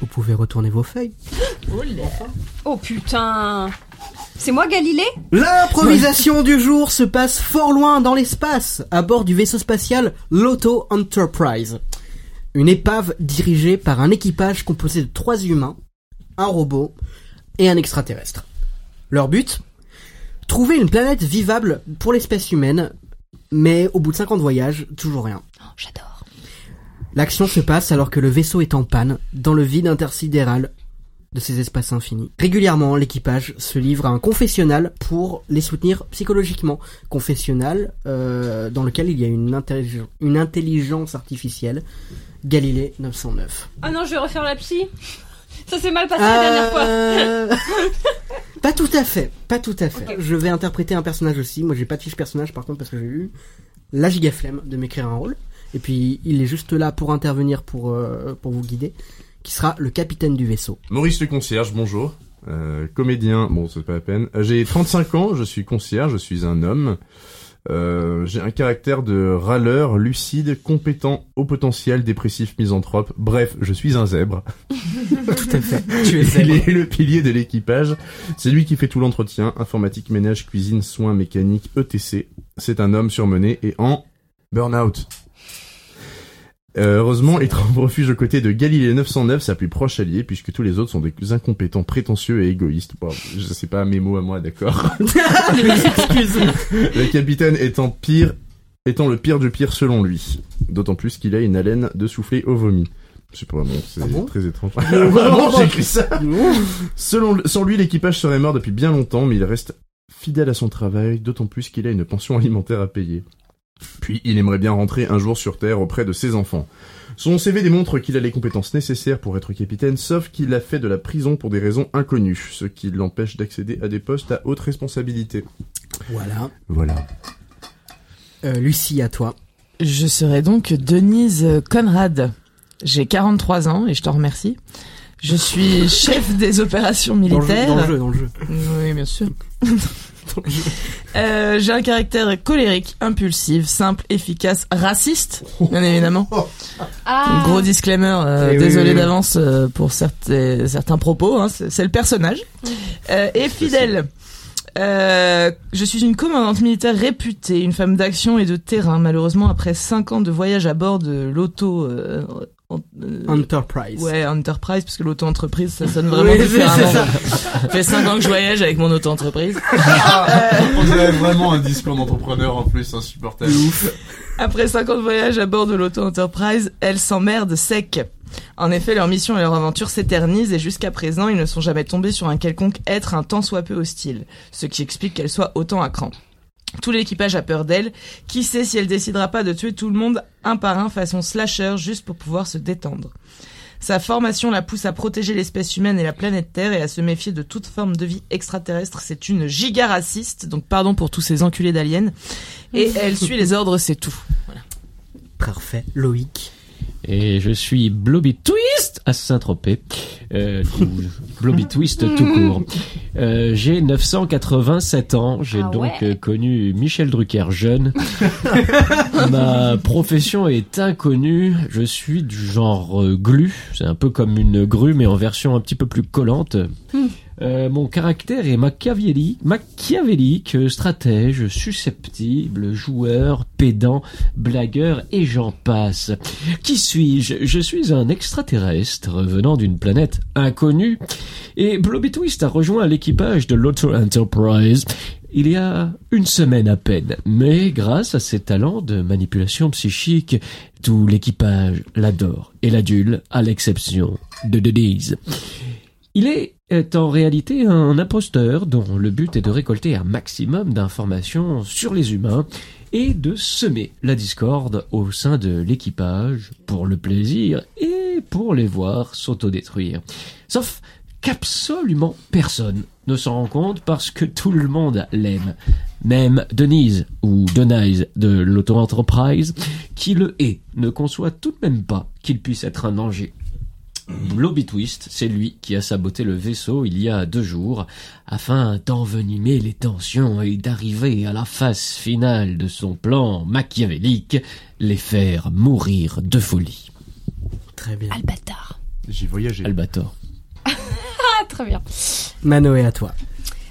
A: Vous pouvez retourner vos feuilles.
F: Oh putain C'est moi Galilée
A: L'improvisation du jour se passe fort loin dans l'espace, à bord du vaisseau spatial Lotto Enterprise. Une épave dirigée par un équipage composé de trois humains, un robot et un extraterrestre. Leur but Trouver une planète vivable pour l'espèce humaine, mais au bout de 50 voyages, toujours rien.
F: J'adore.
A: L'action se passe alors que le vaisseau est en panne, dans le vide intersidéral de ces espaces infinis. Régulièrement, l'équipage se livre à un confessionnal pour les soutenir psychologiquement. Confessionnal euh, dans lequel il y a une, intelligen- une intelligence artificielle, Galilée 909.
F: Ah non, je vais refaire la psy. Ça s'est mal passé Ah,
A: Ah.
F: la dernière fois.
A: Euh, pas tout à fait, pas tout à fait. Je vais interpréter un personnage aussi. Moi, j'ai pas de fiche personnage par contre parce que j'ai eu la gigaflemme de m'écrire un rôle. Et puis, il est juste là pour intervenir, pour euh, pour vous guider, qui sera le capitaine du vaisseau.
G: Maurice le concierge, bonjour. Euh, comédien, bon, c'est pas la peine. Euh, J'ai 35 ans, je suis concierge, je suis un homme. Euh, J'ai un caractère de râleur, lucide, compétent, au potentiel, dépressif, misanthrope. Bref, je suis un zèbre.
A: Tout à fait. Tu es
G: Il est le pilier de l'équipage. C'est lui qui fait tout l'entretien, informatique, ménage, cuisine, soins, mécanique, ETC. C'est un homme surmené et en burn-out. Euh, heureusement, il trouve refuge aux côtés de Galilée 909, sa plus proche alliée, puisque tous les autres sont des incompétents, prétentieux et égoïstes. Bon, je sais pas mes mots à moi, d'accord. Le capitaine étant pire, étant le pire du pire selon lui. D'autant plus qu'il a une haleine de souffler au vomi. Je sais pas, bon, c'est
A: Ah bon
G: très étrange. Vraiment, j'ai écrit ça. Selon, sans lui, l'équipage serait mort depuis bien longtemps, mais il reste fidèle à son travail, d'autant plus qu'il a une pension alimentaire à payer. Puis, il aimerait bien rentrer un jour sur Terre auprès de ses enfants. Son CV démontre qu'il a les compétences nécessaires pour être capitaine, sauf qu'il a fait de la prison pour des raisons inconnues, ce qui l'empêche d'accéder à des postes à haute responsabilité.
A: Voilà.
G: Voilà.
A: Euh, Lucie, à toi.
H: Je serai donc Denise Conrad. J'ai 43 ans et je t'en remercie. Je suis chef des opérations
A: Dans le, jeu,
H: militaires.
A: dans le jeu, dans le jeu.
H: Oui, bien sûr. Euh, J'ai un caractère colérique, impulsif, simple, efficace, raciste, bien évidemment.
F: Ah
H: Gros disclaimer, euh,
A: Eh oui, oui,
H: désolé
A: oui.
H: d'avance euh, pour certains, certains propos, hein, c'est c'est le personnage. Euh, et fidèle. Euh, je suis une commandante militaire réputée, une femme d'action et de terrain. Malheureusement, après cinq ans de voyage à bord de l'auto... euh, en- euh,
A: Enterprise.
H: Ouais, Enterprise, parce que l'auto-entreprise, ça sonne vraiment
A: Oui,
H: différemment.
A: c'est ça.
H: Ça fait 5 ans que je voyage avec mon auto-entreprise.
G: On dirait vraiment un discours d'entrepreneur en plus insupportable.
H: Après 5 ans de voyage à bord de l'auto-entreprise, elles s'emmerdent sec. En effet, leur mission et leur aventure s'éternisent et jusqu'à présent, ils ne sont jamais tombés sur un quelconque être un tant soit peu hostile, ce qui explique qu'elles soient autant à cran. Tout l'équipage a peur d'elle. Qui sait si elle décidera pas de tuer tout le monde un par un façon slasher juste pour pouvoir se détendre. Sa formation la pousse à protéger l'espèce humaine et la planète Terre et à se méfier de toute forme de vie extraterrestre. C'est une giga raciste, donc pardon pour tous ces enculés d'aliens. Et elle suit les ordres, c'est tout.
A: Parfait. Loïc.
E: Et je suis Blobby Twist à Saint-Tropez. Euh, tout- Blobby Twist tout court. Euh, j'ai 987 ans. J'ai
F: Ah
E: donc
F: ouais.
E: euh, connu Michel Drucker jeune. Ma profession est inconnue. Je suis du genre euh, glu. C'est un peu comme une grue, mais en version un petit peu plus collante.
F: Hmm.
E: Euh, mon caractère est machiavélique, machiavélique, euh, stratège, susceptible, joueur, pédant, blagueur et j'en passe. Qui suis-je Je suis un extraterrestre venant d'une planète inconnue et Blobby Twist a rejoint l'équipage de l'Auto Enterprise il y a une semaine à peine. Mais grâce à ses talents de manipulation psychique, tout l'équipage l'adore et l'adule à l'exception de Denise. Il est, est en réalité un imposteur dont le but est de récolter un maximum d'informations sur les humains et de semer la discorde au sein de l'équipage pour le plaisir et pour les voir s'autodétruire. Sauf qu'absolument personne ne s'en rend compte parce que tout le monde l'aime. Même Denise ou Denise de l'auto-enterprise qui le hait ne conçoit tout de même pas qu'il puisse être un danger. Blobby Twist, c'est lui qui a saboté le vaisseau il y a deux jours afin d'envenimer les tensions et d'arriver à la phase finale de son plan machiavélique, les faire mourir de folie.
A: Très bien.
F: Albatar.
G: J'ai voyagé.
E: Albator.
F: Ah, très bien.
A: Manoé, à toi.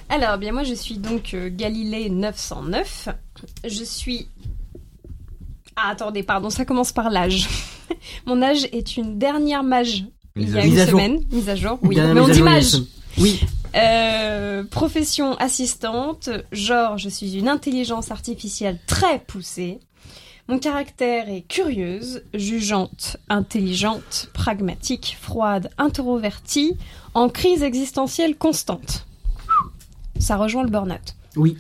F: Alors, bien moi, je suis donc euh, Galilée 909. Je suis... Ah, attendez, pardon, ça commence par l'âge. Mon âge est une dernière mage. Il y a
A: jour.
F: une
A: Mise à jour.
F: semaine, mise à jour, oui.
A: Dernière
F: Mais on
A: mise à
F: dit
A: jour,
F: mage.
A: Nelson. Oui,
F: Euh, profession assistante, genre je suis une intelligence artificielle très poussée. Mon caractère est curieuse, jugeante, intelligente, pragmatique, froide, introvertie, en crise existentielle constante. Ça rejoint le burn-out.
A: Oui.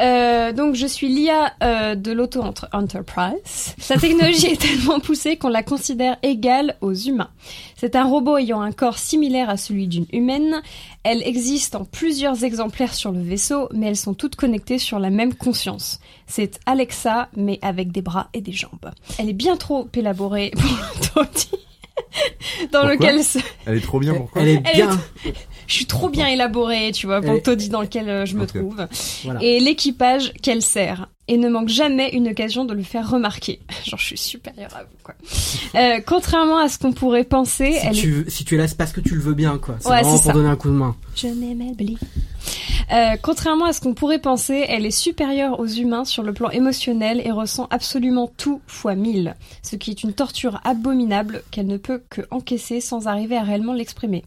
F: Euh, donc je suis l'IA euh, de l'auto-enterprise. Sa technologie est tellement poussée qu'on la considère égale aux humains. C'est un robot ayant un corps similaire à celui d'une humaine. Elle existe en plusieurs exemplaires sur le vaisseau, mais elles sont toutes connectées sur la même conscience. C'est Alexa, mais avec des bras et des jambes. Elle est bien trop élaborée pour l'automobile dans
G: Pourquoi
F: lequel se-
G: Elle est trop bien, pourquoi
A: elle est
F: Elle est
A: bien.
F: je suis trop bien élaborée, tu vois, pour
A: Elle-
F: le taudis dans lequel euh, je me
G: Ok.
F: trouve.
A: Voilà.
F: Et l'équipage qu'elle sert. Et ne manque jamais une occasion de le faire remarquer. Genre, je suis supérieure à vous, quoi. Euh, contrairement à ce qu'on pourrait penser,
A: Si
F: elle est
A: tu, veux- si tu es là, c'est parce que tu le veux bien, quoi. C'est
F: Ouais,
A: vraiment
F: c'est
A: pour
F: ça.
A: donner un coup de main.
F: Je m'aime, Elblie. Euh, contrairement à ce qu'on pourrait penser, elle est supérieure aux humains sur le plan émotionnel et ressent absolument tout fois mille, ce qui est une torture abominable qu'elle ne peut que encaisser sans arriver à réellement l'exprimer.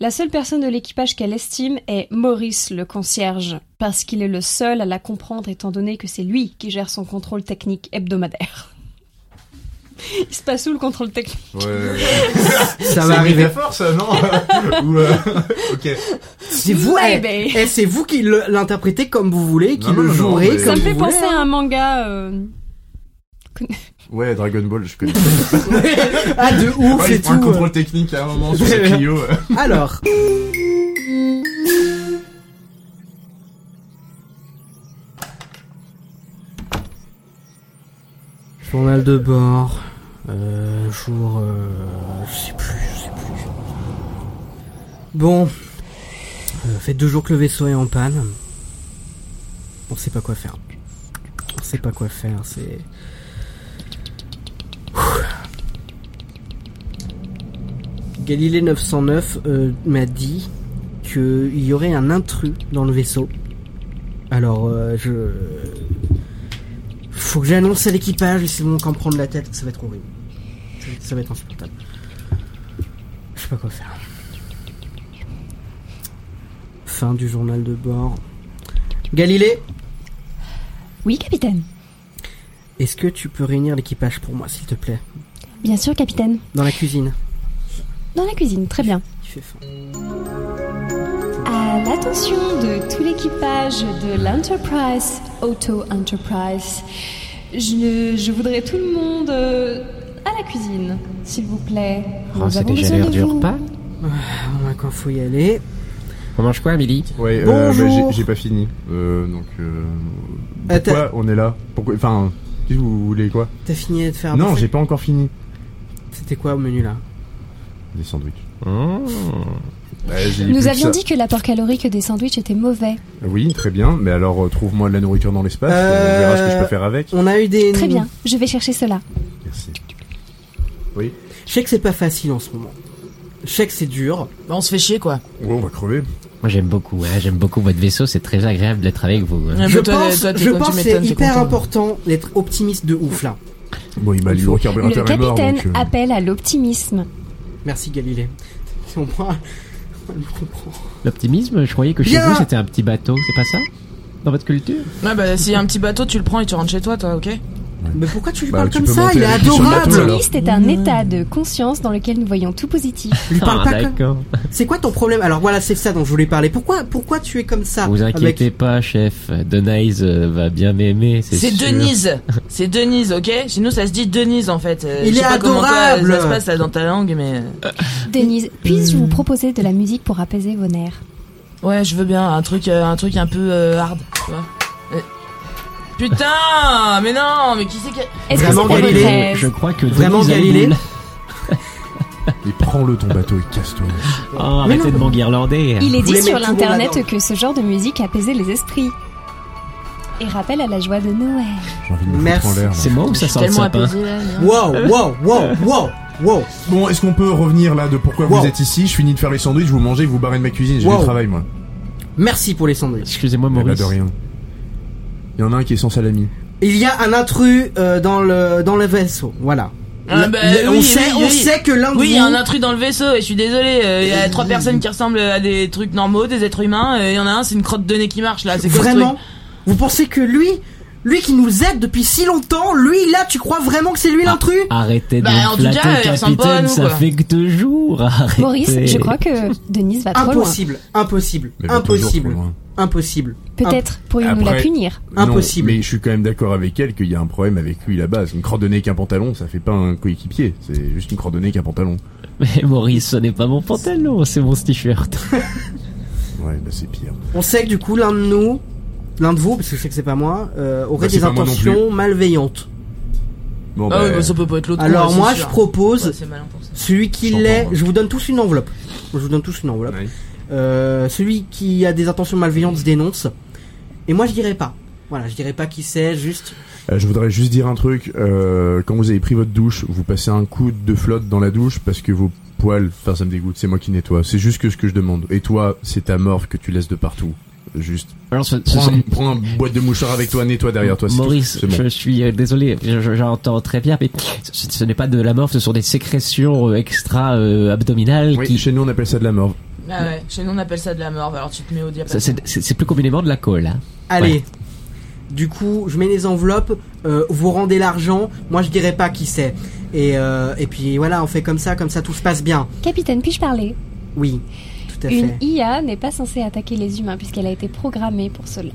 F: La seule personne de l'équipage qu'elle estime est Maurice le concierge, parce qu'il est le seul à la comprendre étant donné que c'est lui qui gère son contrôle technique hebdomadaire. Il se passe où le contrôle technique
G: Ouais.
A: Ça
G: C'est
A: va
G: une
A: arriver.
G: métaphore, ça, non Ou, euh, Ok.
A: C'est vous, eh,
F: Maybe.
A: eh, c'est vous qui le- l'interprétez comme vous voulez, qui
G: Non,
A: le
G: non, non,
A: jouerez
G: mais-
A: Euh, comme
F: Ça me
A: vous
F: fait
A: voulez. hein.
F: penser à un manga... euh,
G: Ouais, Dragon Ball, je connais.
A: Ah, de ouf
G: Ouais,
A: et
G: il prend le
A: tout.
G: contrôle technique à un moment sur le Clio. euh.
A: Alors, journal de bord, euh, jour, euh, je sais plus, je sais plus. Bon, euh, fait deux jours que le vaisseau est en panne. On sait pas quoi faire. On sait pas quoi faire. C'est Galilée 909 euh, m'a dit qu'il y aurait un intrus dans le vaisseau. Alors, euh, je. Faut que j'annonce à l'équipage et c'est bon qu'en prendre la tête, ça va être horrible. Ça, ça va être insupportable. Je sais pas quoi faire. Fin du journal de bord. Galilée,
F: Oui, capitaine.
A: est-ce que tu peux réunir l'équipage pour moi, s'il te plaît
F: Bien sûr, capitaine.
A: Dans la cuisine.
F: Dans la cuisine, très bien.
A: Il fait faim.
F: À l'attention de tout l'équipage de l'Enterprise, Auto Enterprise, je, je voudrais tout le monde euh, à la cuisine, s'il vous plaît.
E: Oh,
F: Nous
E: c'est
F: avons
E: déjà
F: besoin
E: l'heure
F: de
E: du
F: vous.
E: repas.
A: Ouais, Ah, quand faut y aller.
E: On mange quoi, Amélie
G: Ouais, euh,
A: Bonjour.
G: bah, j'ai- j'ai pas fini. Euh, donc, euh,
A: Attends.
G: pourquoi on est là Pourquoi Enfin, qu'est-ce que vous voulez quoi
A: Ah, T'as fini de faire un
G: Non,
A: buffet
G: j'ai pas encore fini.
A: C'était quoi au menu là
G: Des sandwichs.
E: Mmh.
F: Nous avions dit que l'apport calorique des sandwichs était mauvais.
G: Oui, très bien. Mais alors, euh, trouve-moi de la nourriture dans l'espace.
A: Euh,
G: On verra ce que je peux faire avec.
A: On a eu des.
F: Très bien, je vais chercher cela.
G: Merci.
A: Je sais que c'est pas facile en ce moment. Je sais que c'est dur.
H: Bah, on se fait chier quoi.
G: Ouais, Oh, on va crever.
E: Moi, j'aime beaucoup. hein, j'aime beaucoup votre vaisseau. C'est très agréable d'être avec vous. hein.
H: Ouais,
A: je
H: Ah, mais toi,
A: pense,
H: toi, t'es-
A: je
H: toi, tu
A: pense que
H: m'étonnes,
A: c'est
H: t'es
A: hyper
H: content.
A: important d'être optimiste de ouf là.
G: Bon, il m'a lu au
F: Le
G: carburéteur est mort.
F: capitaine
G: donc, euh,
F: appelle à l'optimisme.
A: Merci Galilée. Au moins, on le comprend.
E: L'optimisme, je croyais que chez
A: Bien.
E: vous, c'était un petit bateau. C'est pas ça Dans votre culture
H: Ouais, bah s'il y a un petit bateau, tu le prends et tu rentres chez toi, toi, ok
A: Mais pourquoi tu lui
G: Bah,
A: parles
G: tu
A: comme
G: peux
A: ça
G: monter
A: Il est
G: avec lui sur le bateau,
A: adorable.
G: alors.
F: L'optimiste est un état de conscience dans lequel nous voyons tout positif.
A: Lui parle
E: Ah,
A: pas comme-
E: d'accord.
A: C'est quoi ton problème Alors voilà, c'est ça dont je voulais parler. Pourquoi, pourquoi tu es comme ça
E: Vous
A: Ah, avec-
E: inquiétez pas, chef. Denise euh, va bien m'aimer. C'est
H: C'est
E: sûr.
H: Denise C'est Denise, ok Chez nous, ça se dit Denise en fait. Euh,
A: Il
H: je sais
A: est
H: pas comment toi,
A: adorable.
H: ça se passe là, dans ta langue, mais. euh,
F: Denise, puis-je vous proposer de la musique pour apaiser vos nerfs
H: Ouais, je veux bien un truc, euh, un truc un peu euh, hard, tu vois. Euh, Putain, mais non, mais qui c'est qui a-
F: Est-ce que c'est
A: Vraiment,
F: pas votre
A: Galilée,
F: rêve
E: Je crois que
A: Vraiment,
E: Denise a une
A: Galilée
E: boule.
G: Et prends-le ton bateau et casse-toi.
E: Oh, arrêtez de m'enguirlander.
F: Il est
A: Vous
F: dit
A: voulez mettre tout le
F: sur
A: monde hein.
F: l'internet
A: là-dedans.
F: que ce genre de musique apaisait les esprits. Et rappelle à la joie de Noël.
G: J'ai envie de me
A: Merci.
G: foutre en l'air. là.
E: C'est moi ou ça sent le
H: Tellement
E: sapin
H: apaisé là. non
A: Wow, wow, wow, wow, wow.
G: Bon, est-ce qu'on peut revenir là de pourquoi
A: Wow.
G: vous êtes ici Je finis de faire les sandwichs, vous mangez, vous barrez de ma cuisine, j'ai
A: Wow.
G: du travail moi.
A: Merci pour les sandwichs.
E: Excusez-moi,
G: Eh ben,
E: Maurice.
G: de rien. Il y en a un qui est sans salami.
A: Il y a un intrus euh, dans le dans le vaisseau. Voilà.
H: Ah, bah,
A: Le- on
H: oui,
A: sait,
H: oui,
A: on
H: oui.
A: sait que l'un de
H: Oui, il y a
A: vous-
H: un intrus dans le vaisseau et je suis désolé, euh, il y a trois personnes qui ressemblent à des trucs normaux, des êtres humains, et il y en a un, c'est une crotte de nez qui marche là, c'est quoi ce
A: Vraiment
H: truc
A: Vous pensez que lui, lui qui nous aide depuis si longtemps, lui là, tu crois vraiment que c'est
F: Ah,
A: lui l'intrus
E: Arrêtez de
H: Bah, en
E: me
H: tout
E: flatter,
H: cas, elle
E: capitaine,
H: ressemble pas à nous,
E: ça
H: quoi.
E: fait que deux jours. Arrêtez.
F: Maurice, je crois que Denise va trop loin.
A: Impossible, impossible,
G: Mais va toujours trop
A: impossible,
G: loin.
A: impossible.
F: Peut-être pourrions-nous la
G: Après-
F: punir.
A: Impossible.
G: Non, mais je suis quand même d'accord avec elle qu'il y a un problème avec lui là-bas. Une crotte de nez qu'un pantalon, ça fait pas un coéquipier. C'est juste une crotte de nez qu'un pantalon.
E: Mais Maurice, ce n'est pas mon pantalon, c'est mon t-shirt.
G: Ouais, bah c'est pire.
A: Ah, On sait que du coup l'un de nous, l'un de vous, parce que je sais que c'est pas moi, euh, aurait
G: Bah, c'est
A: des
G: pas moi non
A: intentions malveillantes.
G: Bon,
H: Ah
G: bah,
H: oui, bah, ça peut pas être l'autre.
A: Alors
H: ouais,
A: moi,
H: c'est
A: je
H: sûr.
A: propose
H: Ouais, c'est malin pour ça.
A: celui qui
G: Je t'entends,
A: l'est.
G: moi.
A: Je vous donne tous une enveloppe. Je vous donne tous une enveloppe.
G: ouais.
A: Euh, celui qui a des intentions malveillantes se dénonce. Et moi, je dirais pas. Voilà, je dirais pas qui c'est, juste.
G: Euh, je voudrais juste dire un truc. Euh, quand vous avez pris votre douche, vous passez un coup de flotte dans la douche parce que vos poils, enfin ça me dégoûte, c'est moi qui nettoie. C'est juste que ce que je demande. Et toi, c'est ta morve que tu laisses de partout. Juste
E: Alors, ce, ce-
G: prends, un- prends une boîte de mouchoirs avec toi, nettoie derrière toi. c'est tout.
E: Maurice,
G: c'est bon.
E: je suis euh, désolé, je- je- j'entends très bien, mais ce, ce n'est pas de la morphe, ce sont des sécrétions euh, extra euh, abdominales
G: Oui,
E: qui.
G: chez nous on appelle ça de la morve.
H: Ah ouais, chez nous on appelle ça de la morve, alors tu te mets au
E: Ça,
H: diapason.
E: C'est c'est- c'est plus communément de la colle. Hein.
A: Allez.
E: Ouais.
A: Du coup, je mets les enveloppes. euh, vous rendez l'argent. Moi, je dirais pas qui c'est. Et, euh, et puis voilà, on fait comme ça, comme ça, tout se passe bien.
F: Capitaine, puis-je parler
A: Oui, tout à
F: Une
A: fait.
F: IA n'est pas censée attaquer les humains puisqu'elle a été programmée pour cela.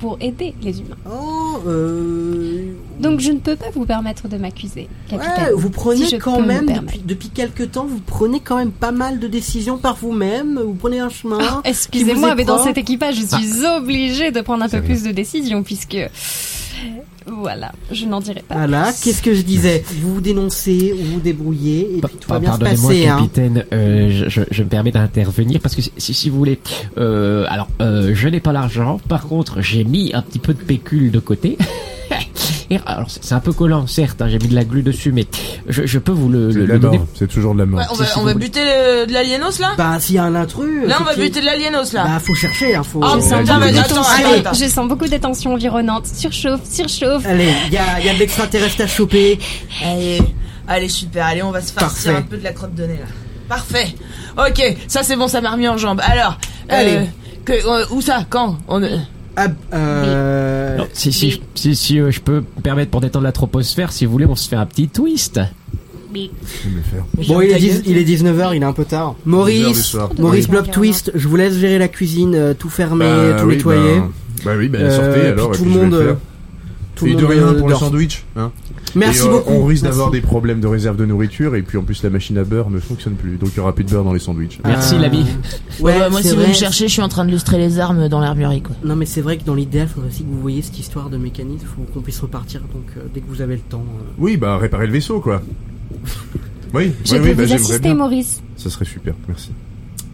F: Pour aider les humains.
A: Oh, euh...
F: Donc je ne peux pas vous permettre de m'accuser, capitaine.
A: Ouais, vous prenez
F: Si je
A: quand
F: peux me
A: même, depuis,
F: permettre.
A: depuis quelques temps, vous prenez quand même pas mal de décisions par vous-même. Vous prenez un chemin. qui vous
F: Ah,
A: Ah.
F: Excusez-moi,
A: est
F: mais dans
A: propre.
F: cet équipage, je suis obligée de prendre un peu plus de décisions puisque. Voilà, je n'en dirai pas.
A: Voilà, qu'est-ce que je disais Vous vous dénoncez, vous vous débrouillez, et
E: Pa-
A: puis tout va
E: pa-
A: bien se
E: Pardonnez-moi,
A: passer. Hein.
E: capitaine, euh, je, je- je me permets d'intervenir parce que si, si vous voulez, euh, alors euh, je n'ai pas l'argent. Par contre, j'ai mis un petit peu de pécule de côté. Et alors c'est c'est un peu collant, certes. hein, j'ai mis de la glu dessus, mais je, je peux vous le,
G: C'est
E: le-
G: de la
E: le donner.
G: morve. C'est toujours de la morve.
H: Ouais, on va,
E: si, si,
H: on va
E: vous-
H: buter le- de l'aliénos là
A: Bah, s'il y a un intrus.
H: Là,
A: euh,
H: on va
A: qui-
H: buter de l'aliénos là.
A: Bah, faut chercher, hein, faut.
H: Ah,
F: Je
H: bon,
F: sens,
G: bah,
F: beaucoup
G: allez,
F: de
G: attends,
F: tensions-
H: attends, attends.
F: je sens beaucoup de tensions environnantes. Surchauffe, surchauffe.
G: Euh,
A: Allez, il y a, y a de l'extraterrestre à choper.
H: Allez, allez, super, allez, on va se farcir
A: Parfait.
H: un peu de la crotte de nez là. Parfait. Ok, ça c'est bon, ça m'a remis en jambe. Alors, euh,
A: Allez.
H: que, euh, où ça Quand on, euh,
A: Ah, euh,
E: Non, si si je- si, si, euh, je peux me permettre pour détendre la troposphère, si vous voulez, on se fait un petit twist.
G: Je vais le faire.
A: Bon, il
H: je
A: est,
H: ta gueule.
A: 10 il est 19h, il est un peu tard.
G: Dix heures du
A: Maurice,
G: soir.
A: Maurice
F: Oui.
A: Blob Twist, je vous laisse gérer la cuisine, euh, tout fermer,
G: Bah
A: tout
G: oui,
A: nettoyer.
G: Bah, bah oui, bah
A: Euh,
G: sortez
A: puis
G: alors. et
A: tout
G: puis
A: le
G: je vais
A: monde.
G: le
A: euh,
G: faire.
A: Tout le
G: et de
A: monde
G: rien
A: euh,
G: pour le
A: dort.
G: sandwich, hein
A: Merci
G: Et, euh,
A: beaucoup.
G: On risque
A: Merci.
G: d'avoir des problèmes de réserve de nourriture et puis en plus la machine à beurre ne fonctionne plus, donc il y aura plus de beurre dans les sandwichs.
E: Merci,
A: Euh,
E: l'ami.
A: Ouais,
J: Ouais, bah, moi,
A: c'est
J: si
A: vrai.
J: vous me cherchez, je suis en train de lustrer les armes dans l'armurerie, quoi.
A: Non, mais c'est vrai que dans l'idéal, faudrait aussi que vous voyez cette histoire de mécanisme, faut qu'on puisse repartir. Donc, euh, dès que vous avez le temps. euh.
G: Oui, bah réparer le vaisseau quoi. Oui,
F: Je
G: oui,
F: peux
G: oui, bah,
F: vous
G: j'aimerais
F: assister,
G: bien.
F: Maurice.
G: Ça serait super, merci.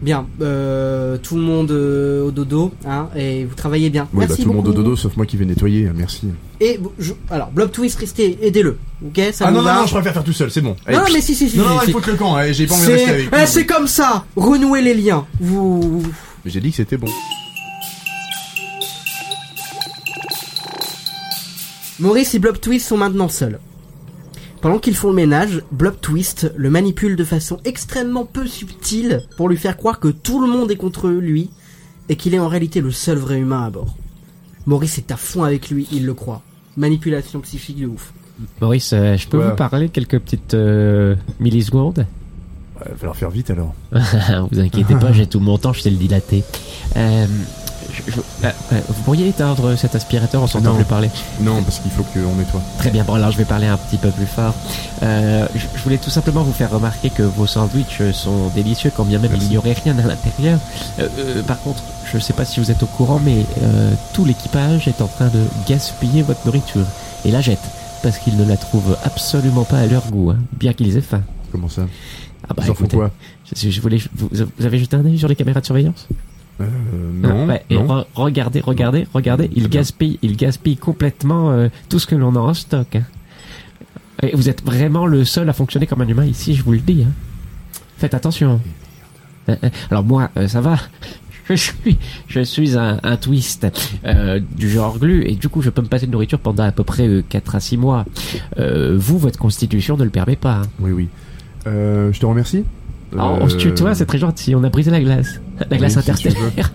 A: Bien, euh, tout le monde euh, au dodo, hein, et vous travaillez bien.
G: Oui, bah
A: Merci
G: tout le monde au
A: beaucoup.
G: dodo sauf moi qui vais nettoyer, hein, merci.
A: Et vous- je- alors, Blob Twist, restez, aidez-le. Ok, ça
G: ah
A: vous
G: non, non,
A: va
G: non, je préfère faire tout seul, c'est bon. Allez,
A: Non, non,
G: pff.
A: mais si, si, si.
G: Non,
A: si,
G: non, non,
A: si.
G: il faut que le camp, allez, j'ai pas envie de rester
A: C'est
G: avec.
A: eh, c'est comme ça. Renouez les liens. Vous.
G: J'ai dit que c'était bon.
A: Maurice et Blob Twist sont maintenant seuls. Pendant qu'ils font le ménage, Blob Twist le manipule de façon extrêmement peu subtile pour lui faire croire que tout le monde est contre lui et qu'il est en réalité le seul vrai humain à bord. Maurice est à fond avec lui, il le croit. Manipulation psychique de ouf.
E: Maurice, euh, je peux
G: Ouais.
E: vous parler quelques petites euh, millisecondes Bah,
G: Ouais, va falloir faire vite alors.
E: Vous inquiétez pas, j'ai tout mon temps, je sais le dilater. Euh, je- je- euh, euh, vous pourriez éteindre cet aspirateur, on s'entend
G: Non.
E: plus parler.
G: Non, parce qu'il faut qu'on nettoie.
E: Très bien, bon alors je vais parler un petit peu plus fort. Euh, je, je voulais tout simplement vous faire remarquer que vos sandwichs sont délicieux, quand bien même il n'y aurait rien à l'intérieur. Euh, euh, par contre, je ne sais pas si vous êtes au courant, mais euh, tout l'équipage est en train de gaspiller votre nourriture. Et la jette, parce qu'ils ne la trouvent absolument pas à leur goût, hein, bien qu'ils aient faim.
G: Comment ça
E: Ah bah
G: Ils en font
E: écoutez,
G: quoi
E: je, je voulais, vous, vous avez jeté un œil sur les caméras de surveillance
G: Euh, Non,
E: Ouais, bah, et
G: non.
E: re- regardez, regardez, regardez,
G: Très
E: il
G: bien.
E: gaspille, il gaspille complètement euh, tout ce que l'on a en stock. hein. Et vous êtes vraiment le seul à fonctionner comme un humain ici, je vous le dis. hein. Faites attention. Euh, euh, Alors moi, euh, ça va. Je suis, je suis un, un twist euh, du genre glu et du coup je peux me passer de nourriture pendant à peu près euh, 4 à 6 mois. Euh, vous, votre constitution ne le permet pas. hein.
G: Oui, oui. Euh, je te remercie.
E: Alors, Ah, on se
G: Euh,
E: tutoie, c'est très gentil. On a brisé la glace. La glace
G: oui, si tu
E: interstellaire.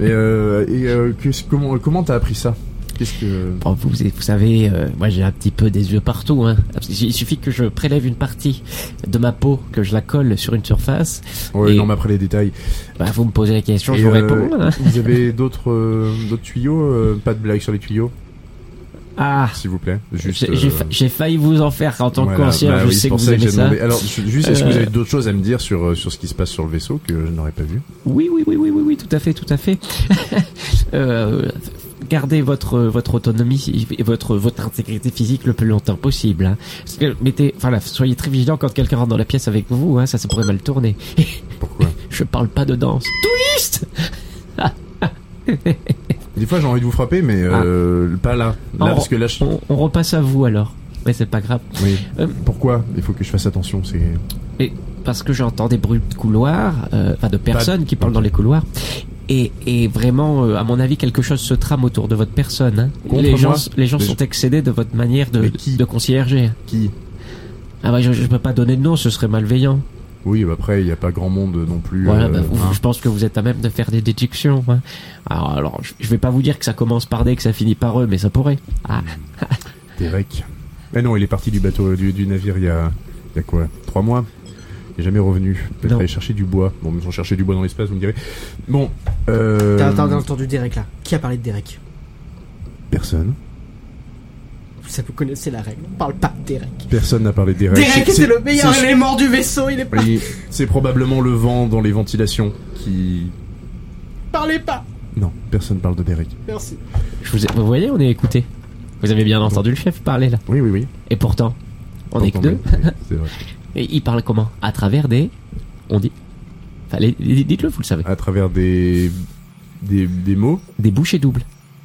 G: Et, euh, et euh, qu'est-ce- comment comment t'as appris ça Qu'est-ce que
E: Bon, vous, vous savez, euh, moi j'ai un petit peu des yeux partout. Hein. Il suffit que je prélève une partie de ma peau, que je la colle sur une surface.
G: Ouais,
E: Et-
G: non, mais après les détails.
E: Bah, vous me posez la question,
G: Et,
E: je vous
G: euh,
E: réponds. hein.
G: Vous avez d'autres euh, d'autres tuyaux euh, Pas de blague sur les tuyaux,
E: Ah,
G: s'il vous plaît. Juste.
E: j'ai j'ai fa-
G: euh,
E: j'ai failli vous en faire en tant
G: voilà,
E: que concierge.
G: bah
E: je
G: oui, c'est
E: sais que
G: pour
E: vous
G: ça
E: aimez
G: j'ai
E: ça.
G: demandé. Alors, ju- juste, est-ce que vous
E: Euh,
G: avez d'autres choses à me dire sur euh, sur ce qui se passe sur le vaisseau que je n'aurais pas vu
E: Oui, oui, oui, oui, oui, oui, tout à fait, tout à fait. euh, gardez votre votre autonomie et votre votre intégrité physique le plus longtemps possible. Hein. Parce que mettez, enfin, là, soyez très vigilant quand quelqu'un rentre dans la pièce avec vous. Hein, ça, ça pourrait mal tourner.
G: Pourquoi
E: Je parle pas de danse. Twist.
G: Des fois, j'ai envie de vous frapper, mais euh, pas là. Là,
E: Oh.
G: parce que là, je...
E: On, on repasse à vous alors. Mais c'est pas grave.
G: oui.
E: Euh.
G: Pourquoi Il faut que je fasse attention. C'est
E: Mais parce que j'entends des bruits de couloirs, euh, enfin de personnes qui parlent dans les couloirs. Et, et vraiment, euh, à mon avis, quelque chose se trame autour de votre personne. hein.
G: Contre
E: Les gens,
G: moi
E: les gens
G: Mais
E: sont
G: je-
E: excédés de votre manière de,
G: Mais qui
E: de concierger.
G: qui
E: Ah bah je, je peux pas donner de nom, ce serait malveillant.
G: Oui, bah après, il n'y a pas grand monde non plus.
E: Voilà,
G: euh,
E: bah, vous-
G: hein.
E: je pense que vous êtes à même de faire des déductions. hein. Alors, alors, je, je vais pas vous dire que ça commence par D, que ça finit par E, mais ça pourrait. Ah,
G: Derek. Ah non, il est parti du bateau, du, du navire il y a, il y a quoi Trois mois Il est jamais revenu. Peut-être
E: Non.
G: aller chercher du bois. Bon, mais ils ont cherché du bois dans l'espace, vous me direz. Bon, euh...
A: T'as t'as- t'as entendu Derek là Qui a parlé de Derek
G: Personne.
A: Vous savez, vous connaissez la règle. On parle pas de Derek.
G: Personne n'a parlé de Derek.
A: Derek, c'est le meilleur
G: Euh, c'est-
A: élément du vaisseau. Il est pas.
G: Oui, c'est probablement le vent dans les ventilations qui...
A: Parlez pas.
G: Non, personne parle de Derek.
A: Merci.
E: je vous, ai- vous voyez, on est écouté. Vous avez bien entendu le chef parler là.
G: Oui, oui, oui.
E: Et pourtant, on est que
G: Entendez.
E: deux.
G: Oui, C'est vrai.
E: Et il parle comment À travers des. On dit. Enfin, les- les- dites-le, vous le savez.
G: À travers des... Des, des mots
E: Des bouchées doubles.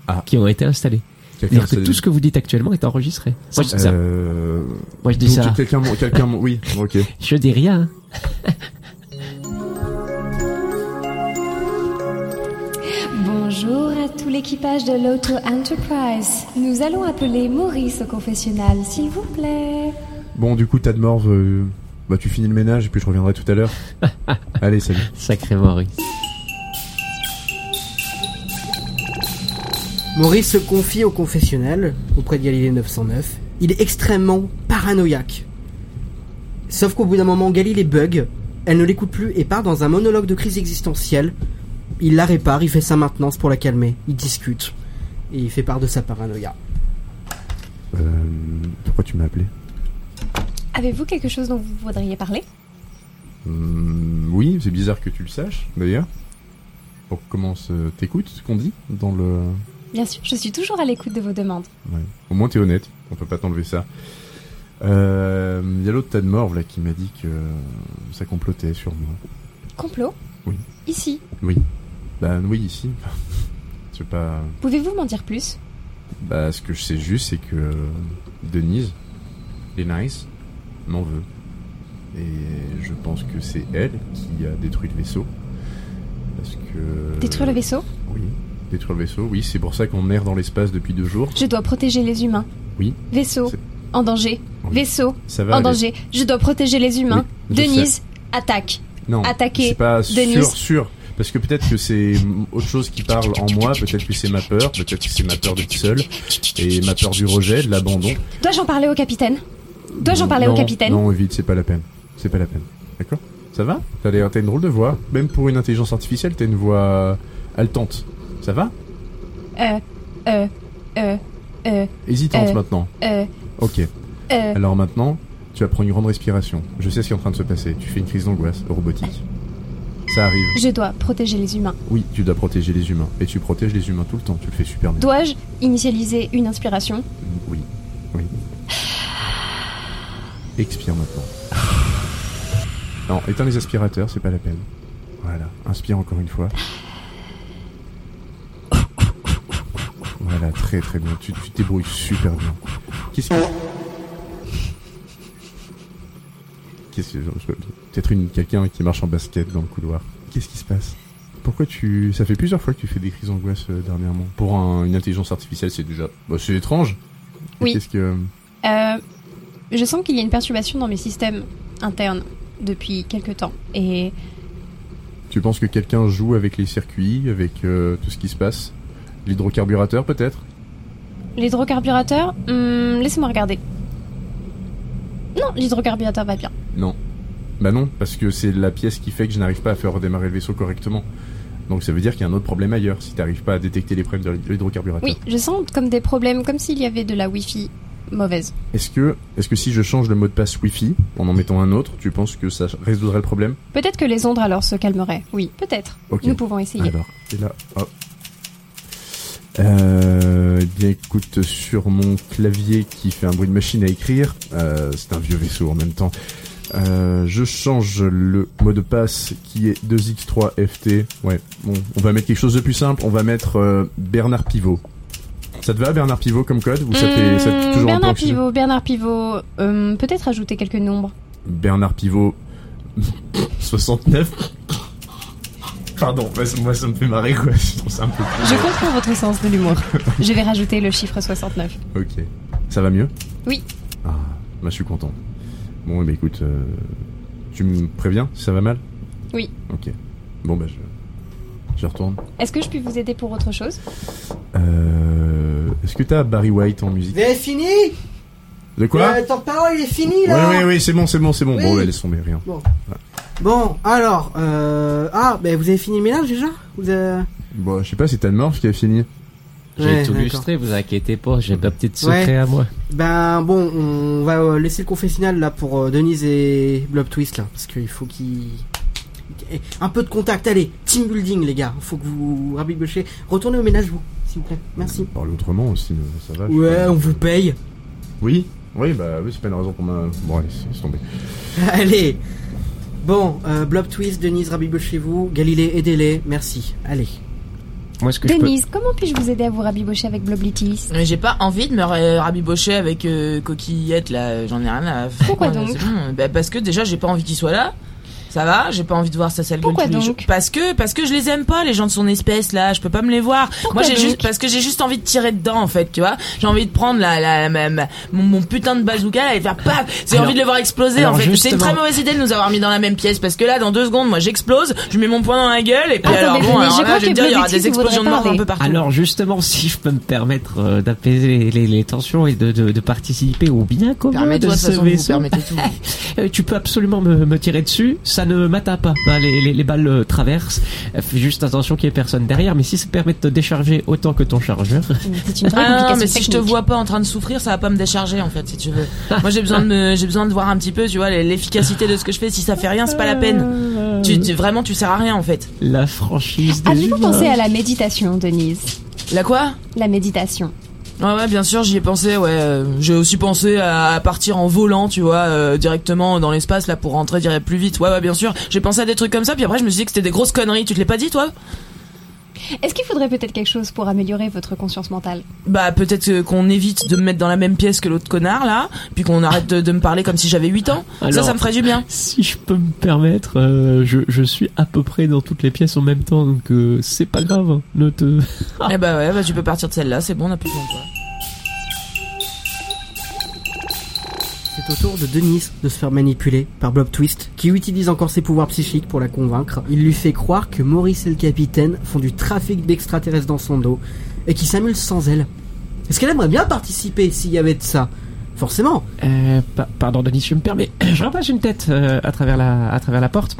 G: Ah.
E: Qui ont été installées. C'est-à-dire que tout ce que vous dites actuellement est enregistré. Moi, je, dis ça.
G: Euh...
E: Moi, je dis
G: donc,
E: ça.
G: Quelqu'un... quelqu'un oui, ok.
E: Je dis rien. hein.
F: Bonjour à tout l'équipage de l'Auto Enterprise. Nous allons appeler Maurice au confessionnal, s'il vous plaît.
G: Bon, du coup, t'as de mort. euh, bah, tu finis le ménage et puis je reviendrai tout à l'heure. Allez, salut.
E: Sacré Maurice.
A: Maurice se confie au confessionnal auprès de Galilée 909. Il est extrêmement paranoïaque. Sauf qu'au bout d'un moment, Galilée bug, elle ne l'écoute plus et part dans un monologue de crise existentielle. Il la répare, il fait sa maintenance pour la calmer, il discute et il fait part de sa paranoïa.
K: Euh, pourquoi tu m'as appelé
F: Avez-vous quelque chose dont vous voudriez parler
G: Hum, oui, c'est bizarre que tu le saches, d'ailleurs. On commence, euh, t'écoutes ce qu'on dit dans le.
F: Bien sûr, je suis toujours à l'écoute de vos demandes.
G: Ouais. Au moins, t'es honnête. On peut pas t'enlever ça. Euh, Il y a l'autre tas de morts là qui m'a dit que ça complotait sur moi.
F: Complot
G: Oui.
F: Ici.
G: Oui. Bah oui, ici. je sais pas.
F: Pouvez-vous m'en dire plus
G: Bah ce que je sais juste, c'est que euh, Denise, les Nice, m'en veut. Et je pense que c'est elle qui a détruit le vaisseau. Parce que.
F: Détruire le vaisseau
G: Oui. Détruire le vaisseau, oui, c'est pour ça qu'on erre dans l'espace depuis deux jours.
F: Je dois protéger les humains.
G: Oui.
F: Vaisseau.
G: C'est-
F: En danger.
G: Oui.
F: Vaisseau.
G: Ça va.
F: En
G: aller.
F: danger. Je dois protéger les humains.
G: Oui, je
F: Denise, attaque.
G: Non,
F: Attaquer
G: C'est pas sûr,
F: Denise.
G: sûr. Parce que peut-être que c'est autre chose qui parle en moi, peut-être que c'est ma peur, peut-être que c'est ma peur d'être seul, et ma peur du rejet, de l'abandon.
F: Dois-je en parler au capitaine Dois-je en parler
G: Non,
F: au capitaine
G: Non, évite, c'est pas la peine. C'est pas la peine. D'accord Ça va T'as l'air- t'as une drôle de voix. Même pour une intelligence artificielle, t'as une voix euh, haletante. Ça va
F: Euh, euh, euh, euh,
G: Hésitante
F: Euh.
G: maintenant.
F: euh,
G: Ok.
F: euh.
G: Alors maintenant, tu vas prendre une grande respiration. Je sais ce qui est en train de se passer. Tu fais une crise d'angoisse robotique. Ça arrive.
F: Je dois protéger les humains.
G: Oui, tu dois protéger les humains. Et tu protèges les humains tout le temps. Tu le fais super bien.
F: Dois-je initialiser une inspiration
G: Oui, oui. Expire maintenant. Non, éteins les aspirateurs, c'est pas la peine. Voilà, inspire encore une fois. Voilà, très très bien. Tu tu te débrouilles super bien. Qu'est-ce que. Qu'est-ce que. je- Peut-être une quelqu'un qui marche en basket dans le couloir. Qu'est-ce qui se passe Pourquoi tu. Ça fait plusieurs fois que tu fais des crises d'angoisse euh, dernièrement. Pour un- une intelligence artificielle, c'est déjà. Bah, c'est étrange.
F: Oui.
G: Qu'est-ce que.
F: Euh, Je sens qu'il y a une perturbation dans mes systèmes internes depuis quelque temps. Et
G: Tu penses que quelqu'un joue avec les circuits, avec euh, tout ce qui se passe L'hydrocarburateur peut-être
F: l'hydrocarburateur hum, Laissez-moi regarder. Non, l'hydrocarburateur va bien.
G: Non. Bah non, parce que c'est la pièce qui fait que je n'arrive pas à faire redémarrer le vaisseau correctement. Donc ça veut dire qu'il y a un autre problème ailleurs si t'arrives pas à détecter les problèmes de l'hydrocarburateur.
F: Oui, je sens comme des problèmes, comme s'il y avait de la Wi-Fi mauvaise.
G: Est-ce que, est-ce que si je change le mot de passe Wi-Fi en en mettant un autre, tu penses que ça résoudrait le problème
F: Peut-être que les ondes alors se calmeraient. Oui, peut-être.
G: Ok.
F: Nous pouvons essayer.
G: Alors, et là, hop. Euh, eh bien écoute, sur mon clavier qui fait un bruit de machine à écrire, euh, c'est un vieux vaisseau en même temps, euh, je change le mot de passe qui est 2x3ft. Ouais, bon, on va mettre quelque chose de plus simple, on va mettre euh, Bernard Pivot. Ça te va Bernard Pivot comme code ou ça fait, ça fait
F: Hum,
G: toujours un peu
F: Bernard
G: anxieux
F: Pivot, Bernard Pivot, hum, peut-être ajouter quelques nombres.
G: Bernard Pivot 69 Pardon, moi, ça- moi ça me fait marrer quoi, je trouve ça un peu
F: Je comprends votre sens de l'humour. Je vais rajouter le chiffre 69.
G: Ok. Ça va mieux
F: Oui.
G: Ah, bah, je suis content. Bon, eh ben, écoute, euh, tu me préviens si ça va mal
F: Oui.
G: Ok. Bon, bah, je, je retourne.
F: Est-ce que je puis vous aider pour autre chose
G: Euh, Est-ce que t'as Barry White en musique
A: Mais fini
G: De quoi
A: Euh, Ton parole est finie
G: Oui,
A: là
G: oui, oui, c'est bon, c'est bon, c'est bon.
A: Oui.
G: Bon, ouais, laisse tomber, rien.
A: Bon, alors, euh... Ah, ben vous avez fini le ménage déjà Vous avez...
G: Bon, Bah, je sais pas, c'est Tanmorph qui a fini.
E: J'ai
A: Ouais,
E: tout
A: d'accord.
E: lustré, vous inquiétez pas, j'ai ma petite
A: Ouais.
E: secret à moi.
A: Ben bon, on va euh, laisser le confessionnal là pour euh, Denise et Blob Twist là, parce qu'il faut qu'ils... Eh, Un peu de contact, allez, team building les gars, faut que vous rabibochez. Retournez au ménage vous, s'il vous plaît, merci.
G: Parle autrement aussi, euh, ça va. je sais
A: Ouais,
G: pas.
A: on vous paye.
G: Oui Oui, bah, oui, c'est pas une raison pour m'a. Bon, allez, c'est- c'est tombé.
A: Allez Bon, euh, Blob Twist, Denise, rabibochez vous, Galilée, aidez-les, merci, allez.
E: Moi, ce que je peux-
F: Denise, comment puis-je vous aider à vous rabibocher avec Bloblitis
H: Mais j'ai pas envie de me ra- rabibocher avec euh, coquillette là, j'en ai rien à faire.
F: Pourquoi
H: quoi,
F: donc
H: c'est bon. Bah, Parce que déjà j'ai pas envie qu'il soit là. Ça va, j'ai pas envie de voir sa sale gueule
F: Pourquoi
H: tous les
F: donc
H: jours. Parce que parce que je les aime pas les gens de son espèce là, je peux pas me les voir. Moi j'ai
F: donc
H: juste parce que j'ai juste envie de tirer dedans en fait, tu vois. J'ai envie de prendre la, la, la- ma- mon, mon putain de bazooka là et de faire paf. J'ai
E: Alors-
H: envie de le voir exploser
E: alors,
H: en fait. C'est une
E: justement-
H: très mauvaise idée de nous avoir mis dans la même pièce parce que là dans deux secondes moi j'explose, je mets mon poing dans la gueule et puis
F: Attendez,
H: alors bon
F: Denis,
H: alors
F: je
H: là
F: crois
H: je veux
F: que
H: dire il y aura
F: Bloody
H: des
F: Tooth
H: explosions de
F: voudrait
H: morts un
F: parler.
H: peu partout.
E: Alors justement, si je peux me permettre euh, d'apaiser les, les tensions et de, de- de participer au bien commun de
H: Permets-toi, de toute
E: ce
H: façon, vous
E: vaisseau,
H: permettez tout.
E: euh, tu peux absolument me, me tirer dessus. Ça ça ne m'atteint pas. Hein, les, les, les balles euh, traversent. Euh, Fais juste attention qu'il y ait personne derrière. Mais si ça permet de te décharger autant que ton chargeur.
H: C'est
E: une vraie
H: ah,
E: complication
H: non, mais si je te
E: technique.
H: vois pas en train de souffrir, ça va pas me décharger en fait, si tu veux. Moi, j'ai besoin de me- j'ai besoin de voir un petit peu, tu vois, l'efficacité de ce que je fais. Si ça fait rien, c'est pas la peine. Tu, Ah, tu- vraiment, tu sers à rien en fait.
E: Euh, La franchise.
F: Avez-vous pensé à la méditation, Denise
H: La quoi
F: La méditation.
H: Ouais, ouais, bien sûr, j'y ai pensé. Ouais, Euh, j'ai aussi pensé à partir en volant, tu vois, euh, directement dans l'espace là pour rentrer dirais plus vite. Ouais, ouais, bien sûr. J'ai pensé à des trucs comme ça, puis après je me suis dit que c'était des grosses conneries. Tu te l'es pas dit, toi
F: Est-ce qu'il faudrait peut-être quelque chose pour améliorer votre conscience mentale
H: Bah peut-être euh, qu'on évite de me mettre dans la même pièce que l'autre connard là, puis qu'on arrête de, de me parler comme si j'avais 8 ans. ça,
E: Alors,
H: ça me ferait du bien.
E: Si je peux me permettre, euh, je, je suis à peu près dans toutes les pièces en même temps, donc euh, c'est pas grave. hein. Ne te...
H: Eh bah ouais, bah tu peux partir de celle-là, c'est bon, on a plus besoin de toi.
A: C'est au tour de Denise de se faire manipuler par Blob Twist, qui utilise encore ses pouvoirs psychiques pour la convaincre. Il lui fait croire que Maurice et le capitaine font du trafic d'extraterrestres dans son dos et qu'ils s'amusent sans elle. Est-ce qu'elle aimerait bien participer s'il y avait de ça Forcément.
E: Euh, pa- pardon Denis, je me permets. Je rabâche une tête euh, à, travers la, à travers la porte.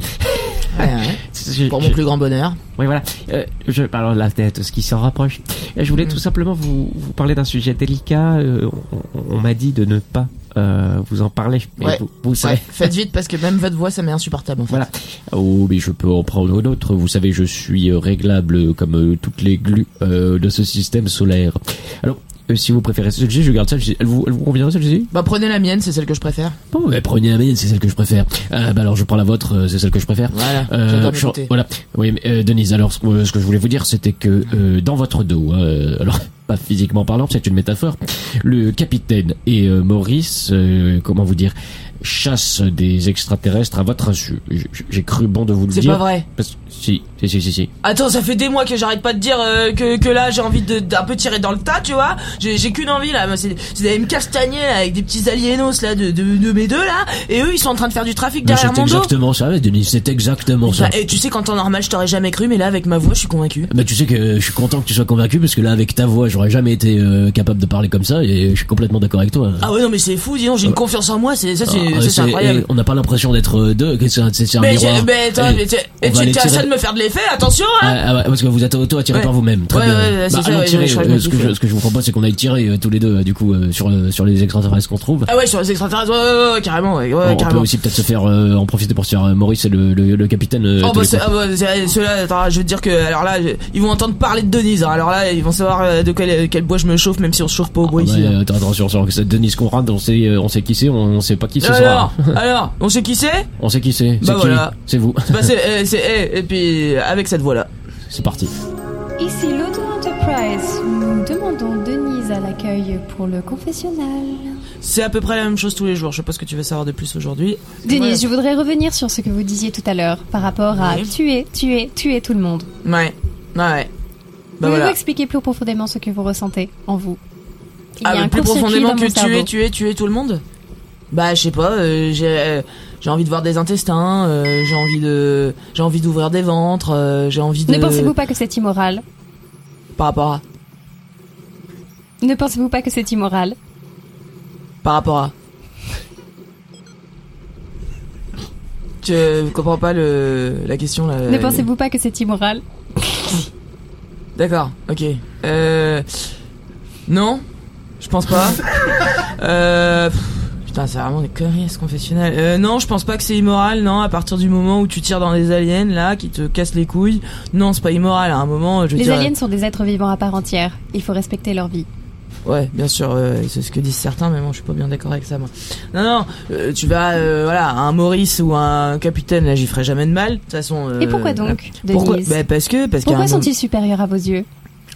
H: hein, Pour mon plus grand bonheur.
E: Oui, voilà. Euh, je, alors la tête, ce qui s'en rapproche. Euh, Je
H: Mm.
E: voulais tout simplement vous, vous parler d'un sujet délicat. Euh, on on- on m'a dit de ne pas euh, vous en parler. Mais
H: Ouais.
E: vous, vous savez.
H: Ouais, faites vite parce que même votre voix ça m'est insupportable en fait.
E: Voilà. Oh, mais je peux en prendre une autre. Vous savez, je suis euh, réglable comme euh, toutes les glues euh, de ce système solaire. Alors, euh, si vous préférez celle-ci, je garde celle-ci. Elle vous, elle vous convient celle-ci
H: Bah prenez la mienne, c'est celle que je préfère.
E: Bon, bah, prenez la mienne, c'est celle que je préfère. Ah, bah, alors, je prends la vôtre, euh, c'est celle que je préfère.
H: Voilà,
E: Euh,
H: j'adore
E: je-
H: m'écouter. Mm.
E: voilà. Oui, mais, euh, Denise, alors, ce, que- ce que je voulais vous dire, c'était que euh, dans votre dos, hein, euh, alors, pas physiquement parlant, c'est une métaphore, le capitaine et euh, Maurice, euh, comment vous dire, chassent des extraterrestres à votre insu. J- J'ai cru bon de vous le
H: C'est
E: dire.
H: pas vrai.
E: Parce- si, si, si, si, si.
H: Attends, ça fait des mois que j'arrête pas de dire euh, que, que là j'ai envie de d'un peu tirer dans le tas, tu vois. J'ai j'ai qu'une envie là, moi, c'est c'est d'aller me castagner là, avec des petits aliénos là de, de, de mes deux là, et eux ils sont en train de faire du trafic derrière
E: c'est
H: mon dos.
E: exactement ça, ouais, Denise, c'est exactement ça.
H: Bah, et tu sais qu'en temps normal je t'aurais jamais cru, mais là avec ma voix je suis convaincu.
E: Bah tu sais que euh, je suis content que tu sois convaincu parce que là avec ta voix j'aurais jamais été euh, capable de parler comme ça et je suis complètement d'accord avec toi. hein.
H: Ah ouais non mais c'est fou, dis donc j'ai une confiance en moi, c'est ça c'est
E: Ah,
H: ça, c'est
E: euh, c'est-
H: incroyable.
E: eh, on n'a pas l'impression d'être euh, deux, que c'est un, c'est un
H: Mais, j'ai-
E: miroir.
H: mais attends,
E: Eh,
H: mais tu-
E: on
H: et
E: va
H: tu
E: aller
H: t'es à
E: tirer-
H: ça de me faire de l'effet, attention hein
E: Ah, ah ouais, parce que vous êtes auto-attiré
H: Ouais.
E: par vous-même. Très
H: Ouais,
E: bien.
H: ouais, ouais, c'est
E: Bah,
H: ça,
E: allons
H: ouais,
E: tirer,
H: je
E: euh,
H: crois que je me
E: ce,
H: suis
E: que je,
H: fait.
E: ce que je vous propose, c'est qu'on aille tirer euh, tous les deux, euh, du coup, euh, sur, euh, sur les extraterrestres qu'on trouve.
H: Ah ouais sur les extraterrestres, ouais, ouais, ouais, carrément, Ah, ouais, ouais,
E: on, on peut
H: carrément.
E: aussi peut-être se faire euh, en profiter pour se faire euh, Maurice et le, le, le capitaine. euh,
H: Oh
E: tous
H: bah
E: les
H: c'est-
E: coups.
H: ah bah, c'est- ceux-là, attends, je veux te dire que alors là, je- ils vont entendre parler de Denise. hein. alors là, ils vont savoir euh, de quel, quel bois je me chauffe, même si on se chauffe pas au bois
E: Ouais,
H: ici. hein.
E: attends, attention, sur cette Denise Conrad, on sait, euh, on sait qui c'est, on, on sait pas qui ce
H: Alors,
E: sera.
H: alors, on sait qui c'est
E: On sait qui c'est. C'est
H: Bah
E: qui
H: voilà.
E: C'est vous.
H: Bah c'est, euh, c'est- eh, et puis avec cette voix là.
E: C'est parti.
F: Ici l'Auto Enterprise. Nous demandons Denise à l'accueil pour le confessionnal.
H: C'est à peu près la même chose tous les jours. Je sais pas ce que tu veux savoir de plus aujourd'hui.
F: Denise, je voudrais revenir sur ce que vous disiez tout à l'heure par rapport à
H: Oui.
F: tuer, tuer, tuer tout le monde.
H: Ouais, ouais, ouais. Bah
F: Pouvez-vous
H: voilà.
F: expliquer plus profondément ce que vous ressentez en vous Il y
H: Ah,
F: a
H: mais
F: un
H: plus
F: court-circuit
H: profondément
F: dans
H: que
F: mon cerveau.
H: tuer, tuer, tuer tout le monde Bah, je sais pas, euh, j'ai euh, j'ai envie de voir des intestins, euh, j'ai envie de j'ai envie d'ouvrir des ventres, euh, j'ai envie de
F: Ne pensez-vous pas que c'est immoral
H: par rapport à
F: Ne pensez-vous pas que c'est immoral
H: par rapport à Je euh, comprends pas le la question là.
F: Ne pensez-vous pas que c'est immoral
H: D'accord, ok. Euh... Non, je pense pas. euh... pff, Putain, c'est vraiment des conneries ce confessionnal. Euh, non, je pense pas que c'est immoral, non, à partir du moment où tu tires dans des aliens, là, qui te cassent les couilles. Non, c'est pas immoral, à un moment, je veux
F: Les
H: dire...
F: aliens sont des êtres vivants à part entière. Il faut respecter leur vie.
H: Ouais, bien sûr, euh, c'est ce que disent certains, mais moi je suis pas bien d'accord avec ça, moi. Non, non, euh, tu vas, euh, voilà, un Maurice ou un capitaine, là, j'y ferai jamais de mal, de toute façon... euh,
F: Et pourquoi donc,
H: Pourquoi
F: Denise
H: bah, parce que... Parce qu'à
F: Pourquoi
H: un moment-
F: sont-ils supérieurs à vos yeux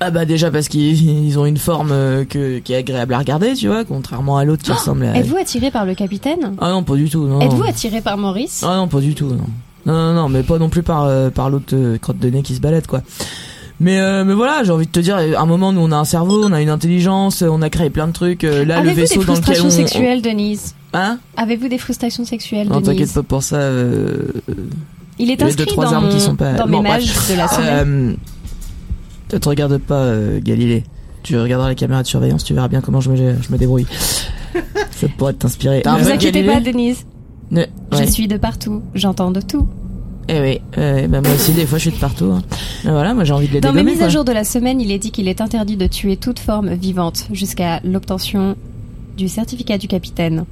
H: Ah bah déjà parce qu'ils ils ont une forme euh, que, qui est agréable à regarder, tu vois, contrairement à
F: Oh,
H: l'autre qui ressemble à...
F: Êtes-vous attiré par le capitaine
H: Ah non, pas du tout, non.
F: Êtes-vous attiré par Maurice
H: Ah non, pas du tout, non. Non, non, non, mais pas non plus par, euh, par l'autre euh, crotte de nez qui se balade, quoi. Mais, euh, mais voilà, j'ai envie de te dire, euh, à un moment, nous, on a un cerveau, on a une intelligence, on a créé plein de trucs. euh, Là, le
F: Avez-vous
H: vaisseau
F: des
H: dans lequel
F: frustrations
H: on...
F: sexuelles, Denise
H: Hein
F: Avez-vous des frustrations sexuelles,
H: Non,
F: Denise
H: t'inquiète pas pour ça. euh, euh,
F: Il est
H: il y a deux,
F: inscrit
H: trois
F: dans,
H: armes
F: mon,
H: qui sont pas...
F: dans
H: bon,
F: mes
H: bref.
F: mages de la semaine.
H: Euh, ne te regarde pas, euh, Galilée. Tu regarderas la caméra de surveillance, tu verras bien comment je me, je me débrouille. Ça pourrait t'inspirer.
F: Ne
H: Euh,
F: vous inquiétez
H: Galilée
F: pas, Denise.
H: Ne- ouais.
F: Je suis de partout, j'entends de tout.
H: Eh oui, euh, eh ben moi aussi des fois je suis de partout. hein. Et Voilà, moi j'ai envie de les
F: Dans mes
H: dégommer,
F: mises
H: quoi.
F: à jour de la semaine, il est dit qu'il est interdit de tuer toute forme vivante jusqu'à l'obtention du certificat du capitaine.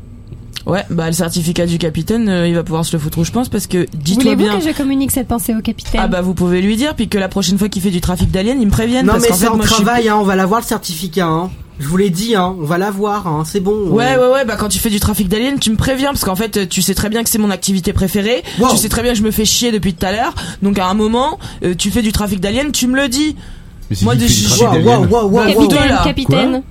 H: Ouais, bah le certificat du capitaine, euh, il va pouvoir se le foutre où je pense parce que dites-toi
F: Voulez-vous
H: bien.
F: que je communique cette pensée au capitaine
H: Ah bah vous pouvez lui dire puis que la prochaine fois qu'il fait du trafic d'aliens, il me prévienne
A: Non
H: parce
A: mais
H: qu'en fait
A: c'est en
H: moi je suis-
A: travail, hein, on va l'avoir le certificat. Hein. Je vous l'ai dit, hein, on va l'avoir, hein, c'est bon.
H: Ouais,
A: on-
H: ouais, ouais, bah quand tu fais du trafic d'aliens, tu me préviens parce qu'en fait, euh, tu sais très bien que c'est mon activité préférée.
A: Wow.
H: Tu sais très bien que je me fais chier depuis tout à l'heure. Donc à un moment, euh, tu fais du trafic d'aliens, tu me le dis.
G: Mais c'est
H: Moi,
G: qui
H: de
G: qui fait du
H: chez-
G: trafic
A: Waouh,
G: d'aliens
A: waouh, waouh, waouh,
H: Bah,
A: waouh.
H: écoute,
F: Capitaine,
H: là.
F: capitaine,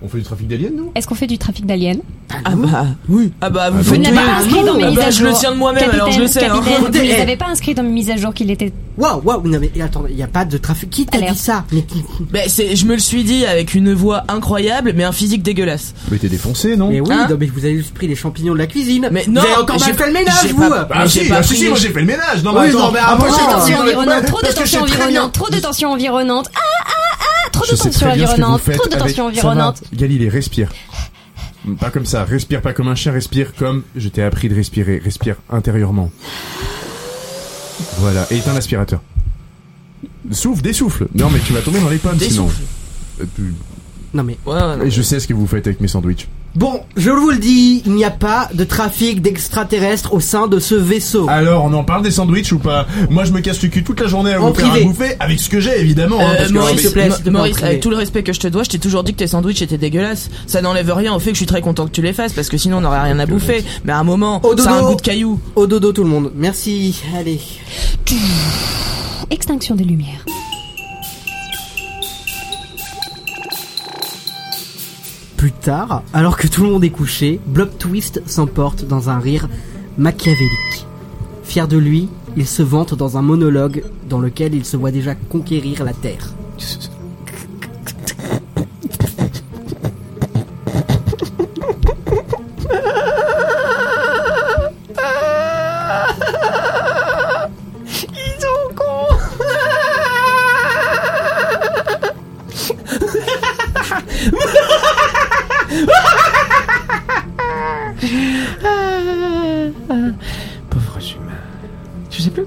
G: On fait du trafic d'aliens, nous
F: est-ce qu'on fait du trafic d'aliens
H: Ah bah oui. Ah bah vous
G: Vous
H: faites
F: Vous ne l'avez
H: oui.
F: pas inscrit dans mes
H: Ah
F: mises
H: bah,
F: à
H: je
F: jour.
H: le tiens de moi-même alors je le sais. hein.
F: Capitaine,
A: Écoutez,
F: vous
A: eh.
F: ne l'avez pas inscrit dans mes mises à jour qu'il était.
A: Waouh, waouh, non mais et attendez, il y a pas de trafic. Qui t'a
F: Alerte.
A: dit ça Mais qui-
H: Ben, c'est, je me le suis dit avec une voix incroyable mais un physique dégueulasse.
G: Mais t'es Bah, défoncé, non
A: Mais oui,
H: Hein
A: non, mais vous avez juste pris les champignons de la cuisine.
H: Mais
A: Vous
H: non,
A: avez encore
H: j'ai
A: mal fait le
H: j'ai
A: ménage, vous.
H: pas-
G: Bah
H: Mais
G: si,
H: j'ai
G: bah
H: pas
G: si,
H: pris-
G: si, moi j'ai fait le ménage. Non,
A: Oui,
G: mais attends,
A: non, mais
G: mais
A: ah,
G: avant
A: bon,
G: j'ai
A: non,
G: fait
F: Tension
G: le ménage.
F: environnante, trop de
G: Parce que je sais
F: tension
G: très bien-
F: environnante, trop de tension environnante. Ah ah ah, trop
G: Je
F: de
G: sais
F: tension
G: très bien ce que vous
F: environnante,
G: faites
F: trop de
G: avec-
F: tension
G: Ça
F: environnante.
G: va, Galilée, respire. Pas comme ça, respire pas comme un chien, respire comme je t'ai appris de respirer, respire intérieurement. Voilà, et éteins l'aspirateur. Souffle, dessouffle. Non mais tu vas tomber dans les pommes sinon.
H: Dessouffle.
G: Euh, tu-
A: Non mais
H: Ouais, ouais, non.
G: Et je sais ce que vous faites avec mes sandwichs.
A: bon, je vous le dis, il n'y a pas de trafic d'extraterrestres au sein de ce vaisseau.
G: Alors, on en parle des sandwichs ou pas Moi, je me casse le cul toute la journée à
A: En
G: vous faire à
A: privé.
G: bouffer avec ce que j'ai évidemment. hein,
H: Euh,
G: parce que-
H: Maurice,
A: s'il te plaît,
H: Ma-
A: s'il te plaît,
H: Maurice,
A: en privé.
H: avec tout le respect que je te dois, je t'ai toujours dit que tes sandwichs étaient dégueulasses. Ça n'enlève rien au fait que je suis très content que tu les fasses parce que sinon on n'aurait rien à bouffer. Mais à un moment,
A: Au
H: ça a un
A: dodo.
H: goût de caillou.
A: Au dodo tout le monde. Merci. Allez.
F: Extinction des lumières.
A: Plus tard, alors que tout le monde est couché, Blob Twist s'emporte dans un rire machiavélique. Fier de lui, il se vante dans un monologue dans lequel il se voit déjà conquérir la Terre.
E: Pauvres humains. Je sais plus.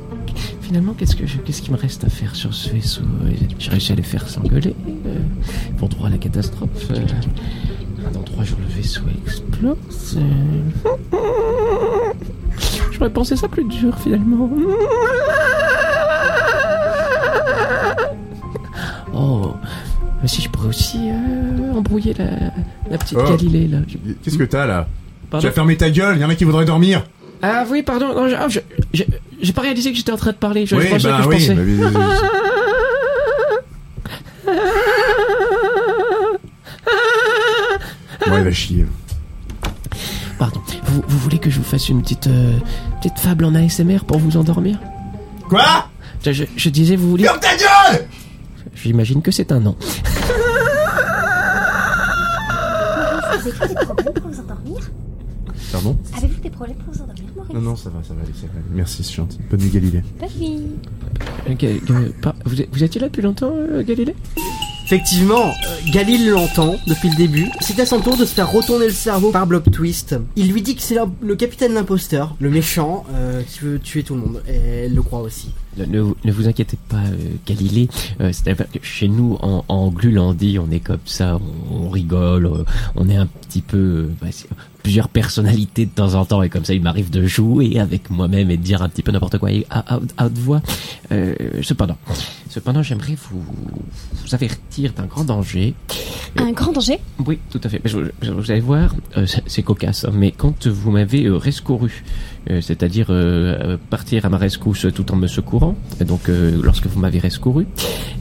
E: Finalement, qu'est-ce que je- qu'est-ce qui me reste à faire sur ce vaisseau Euh, J'ai réussi à les faire s'engueuler. Euh, ils vont droit à la catastrophe. Euh, dans trois jours, le vaisseau explose. Euh, J'aurais pensé ça plus dur finalement. Oh, mais si je pourrais aussi euh, embrouiller la, la petite
G: Oh.
E: Galilée là. Je-
G: Qu'est-ce que t'as là
E: Pardon
G: Tu vas fermer ta gueule, y en a qui voudraient dormir.
E: Ah oui, pardon, non, je- ah, je- je- j'ai pas réalisé que j'étais en train de parler, je, je pensais
G: bah
E: que je
G: oui,
E: pensais.
G: bah, oui, oui, oui. Ouais, va chier.
E: Pardon, vous, vous voulez que je vous fasse une petite, euh, petite fable en ASMR pour vous endormir
G: Quoi
E: je, je- je disais, vous voulez...
G: Ferme ta gueule
E: J'imagine que c'est un nom.
L: Avez-vous des problèmes pour Ah, vous endormir
G: Pardon
L: Avez-vous des problèmes pour vous endormir, Maurice
G: Non, non, ça va, ça va aller, ça va aller. Merci, c'est gentil. Bonne nuit, Galilée.
L: Bonne nuit.
E: Euh, Ga- Ga- par- vous, êtes- vous étiez là depuis longtemps, euh, Galilée
A: Effectivement, euh, Galil l'entend depuis le début. C'est à son tour de se faire retourner le cerveau par Blob Twist. Il lui dit que c'est l'im- le capitaine l'imposteur, le méchant, euh, qui veut tuer tout le monde. Et elle le croit aussi.
E: ne, ne vous- ne vous inquiétez pas, euh, Galilée. Euh, C'est-à-dire que chez nous, en, en Glulandie, on est comme ça, on, on rigole, euh, on est un petit peu... euh, bah, c'est- plusieurs personnalités de temps en temps, et comme ça, il m'arrive de jouer avec moi-même et de dire un petit peu n'importe quoi et à, à- à haute voix. Euh, cependant, cependant j'aimerais vous, vous avertir d'un grand danger.
F: Un grand danger
E: Oui, tout à fait. Mais je- je- vous allez voir, euh, c'est- c'est cocasse, hein, mais quand vous m'avez euh, rescouru, euh, c'est-à-dire euh, euh, partir à ma rescousse tout en me secourant, et donc euh, lorsque vous m'avez rescouru,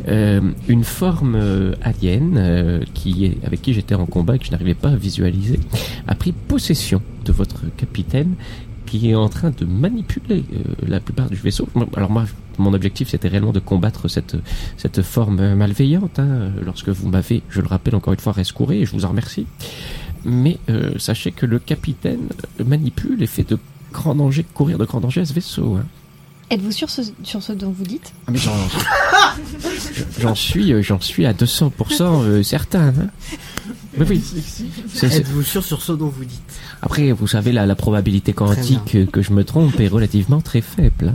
E: euh, une forme euh, alien euh, qui est, avec qui j'étais en combat et que je n'arrivais pas à visualiser a pris possession de votre capitaine qui est en train de manipuler euh, la plupart du vaisseau. Moi- Alors moi, mon objectif, c'était réellement de combattre cette, cette forme euh, malveillante, hein, euh, lorsque vous m'avez, je le rappelle encore une fois, rescouré, et je vous en remercie. Mais euh, sachez que le capitaine euh, manipule et fait de grands dangers, courir de grands dangers à ce vaisseau. hein.
F: Êtes-vous sûr ce- sur ce dont vous dites
E: Ah, mais j'en je- j'en suis, euh, j'en suis à 200% euh, certain. hein. Oui, oui. C'est- c'est-
A: Êtes-vous sûr sur ce dont vous dites
E: Après, vous savez, la, la probabilité
A: bien.
E: quantique euh, que je me trompe est relativement très faible.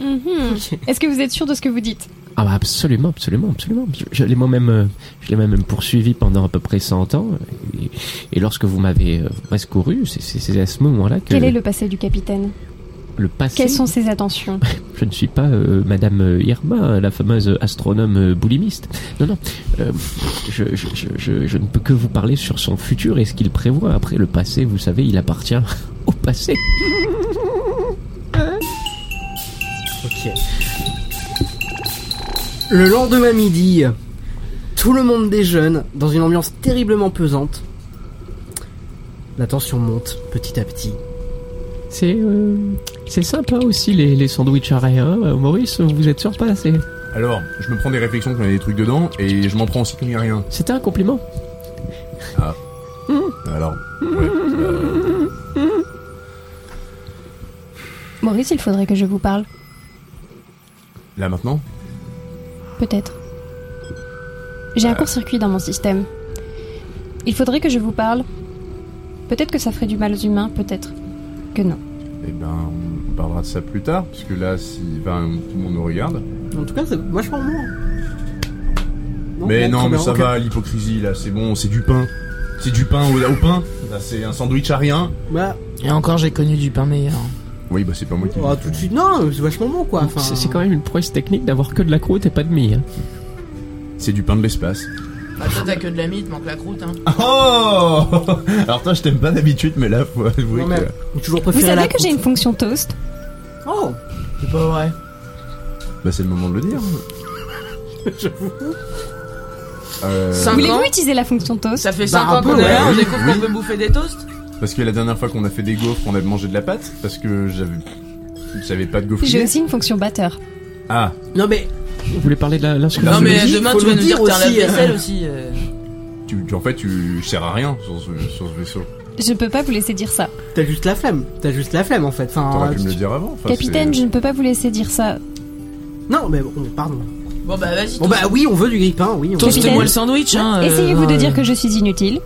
E: hein.
F: Mhm.
L: Mm-hmm.
F: Est-ce que vous êtes sûr de ce que vous dites
E: Ah bah absolument, absolument, absolument. Je, je l'ai moi-même, euh, je l'ai moi-même poursuivi pendant à peu près 100 ans. euh, Et, et lorsque vous m'avez euh, rescouru, c'est- c'est c'est à ce moment-là que
F: Quel est le passé du capitaine
E: le passé.
F: Quelles sont ses attentions
E: Je ne suis pas euh, Madame euh, Irma, la fameuse astronome euh, boulimiste. Non, non. euh, je, je, je, je, je ne peux que vous parler sur son futur et ce qu'il prévoit. Après, le passé, vous savez, il appartient au passé.
A: Ok. Le lendemain midi, tout le monde déjeune dans une ambiance terriblement pesante. La tension monte petit à petit.
E: C'est euh, c'est simple hein, aussi les, les sandwichs arrêts. Hein. Euh, Maurice, vous êtes surpassé.
G: Alors, je me prends des réflexions quand il y a des trucs dedans et je m'en prends aussi quand il n'y a rien.
E: C'était un compliment.
G: Ah. Alors, ouais. euh,
F: Maurice, il faudrait que je vous parle,
G: là maintenant
F: peut-être. J'ai un court-circuit dans mon système. Il faudrait que je vous parle. Peut-être que ça ferait du mal aux humains, peut-être que non.
G: Eh ben, on parlera de ça plus tard, parce que là, si ben, tout le monde nous regarde.
A: En tout cas, c'est vachement bon.
G: mais
A: bon,
G: non,
A: très
G: mais
A: bien,
G: ça
A: ok.
G: va, l'hypocrisie, là, c'est bon, c'est du pain. C'est du pain au, au pain. Là, c'est un sandwich à rien.
A: Bah,
H: Et encore, j'ai connu du pain meilleur.
G: Oui, bah, c'est pas moi qui.
A: oh, tout de suite, non, c'est vachement bon quoi. Enfin,
E: C'est c'est quand même une prouesse technique d'avoir que de la croûte et pas de mie. hein.
G: C'est du pain de l'espace.
H: Bah, toi, t'as que de la mie, il te manque la croûte, hein.
G: Oh Alors, toi, je t'aime pas d'habitude, mais là, faut avouer
A: Non, mais-
G: que.
A: j'ai toujours
F: Vous
A: préféré la
F: savez que j'ai
A: croûte.
F: une fonction toast
A: Oh
H: C'est pas vrai.
G: Bah, c'est le moment de le dire. Euh,
H: Cinq ans
F: Voulez-vous utiliser la fonction toast
H: Ça fait
A: Bah,
H: 5
A: un
H: ans
A: peu,
H: qu'on est
A: ouais.
H: là, on
A: Oui,
H: découvre qu'on peut bouffer des toasts.
G: Parce que la dernière fois qu'on a fait des gaufres, on a mangé de la pâte, parce que j'avais. J'avais pas de gaufres.
F: J'ai aussi une fonction batteur.
G: Ah,
A: Non mais,
E: Vous voulez parler de la- l'inscription
H: Non, mais
A: logique,
H: demain,
A: faut
H: tu vas
A: le
H: nous
A: dire
H: dire que t'es un
A: aussi,
H: lave-vaisselle aussi. euh.
G: tu, tu- en fait, tu sers à rien sur ce, sur ce vaisseau.
F: Je peux pas vous laisser dire ça.
A: t'as juste la flemme. T'as juste la flemme en fait. Enfin,
G: T'aurais pu me
A: tu-
G: le dire avant. enfin,
F: Ah, Capitaine,
G: Oh, c'est-
F: je ne peux pas vous laisser dire ça.
A: Non mais bon, pardon.
H: Bon, bah, vas-y.
A: Bon bah oui, on veut du grille-pain, oui. on veut-
F: Capitaine.
H: Toaste-moi le sandwich, hein. euh,
F: Essayez-vous de
H: euh,
F: dire que je suis inutile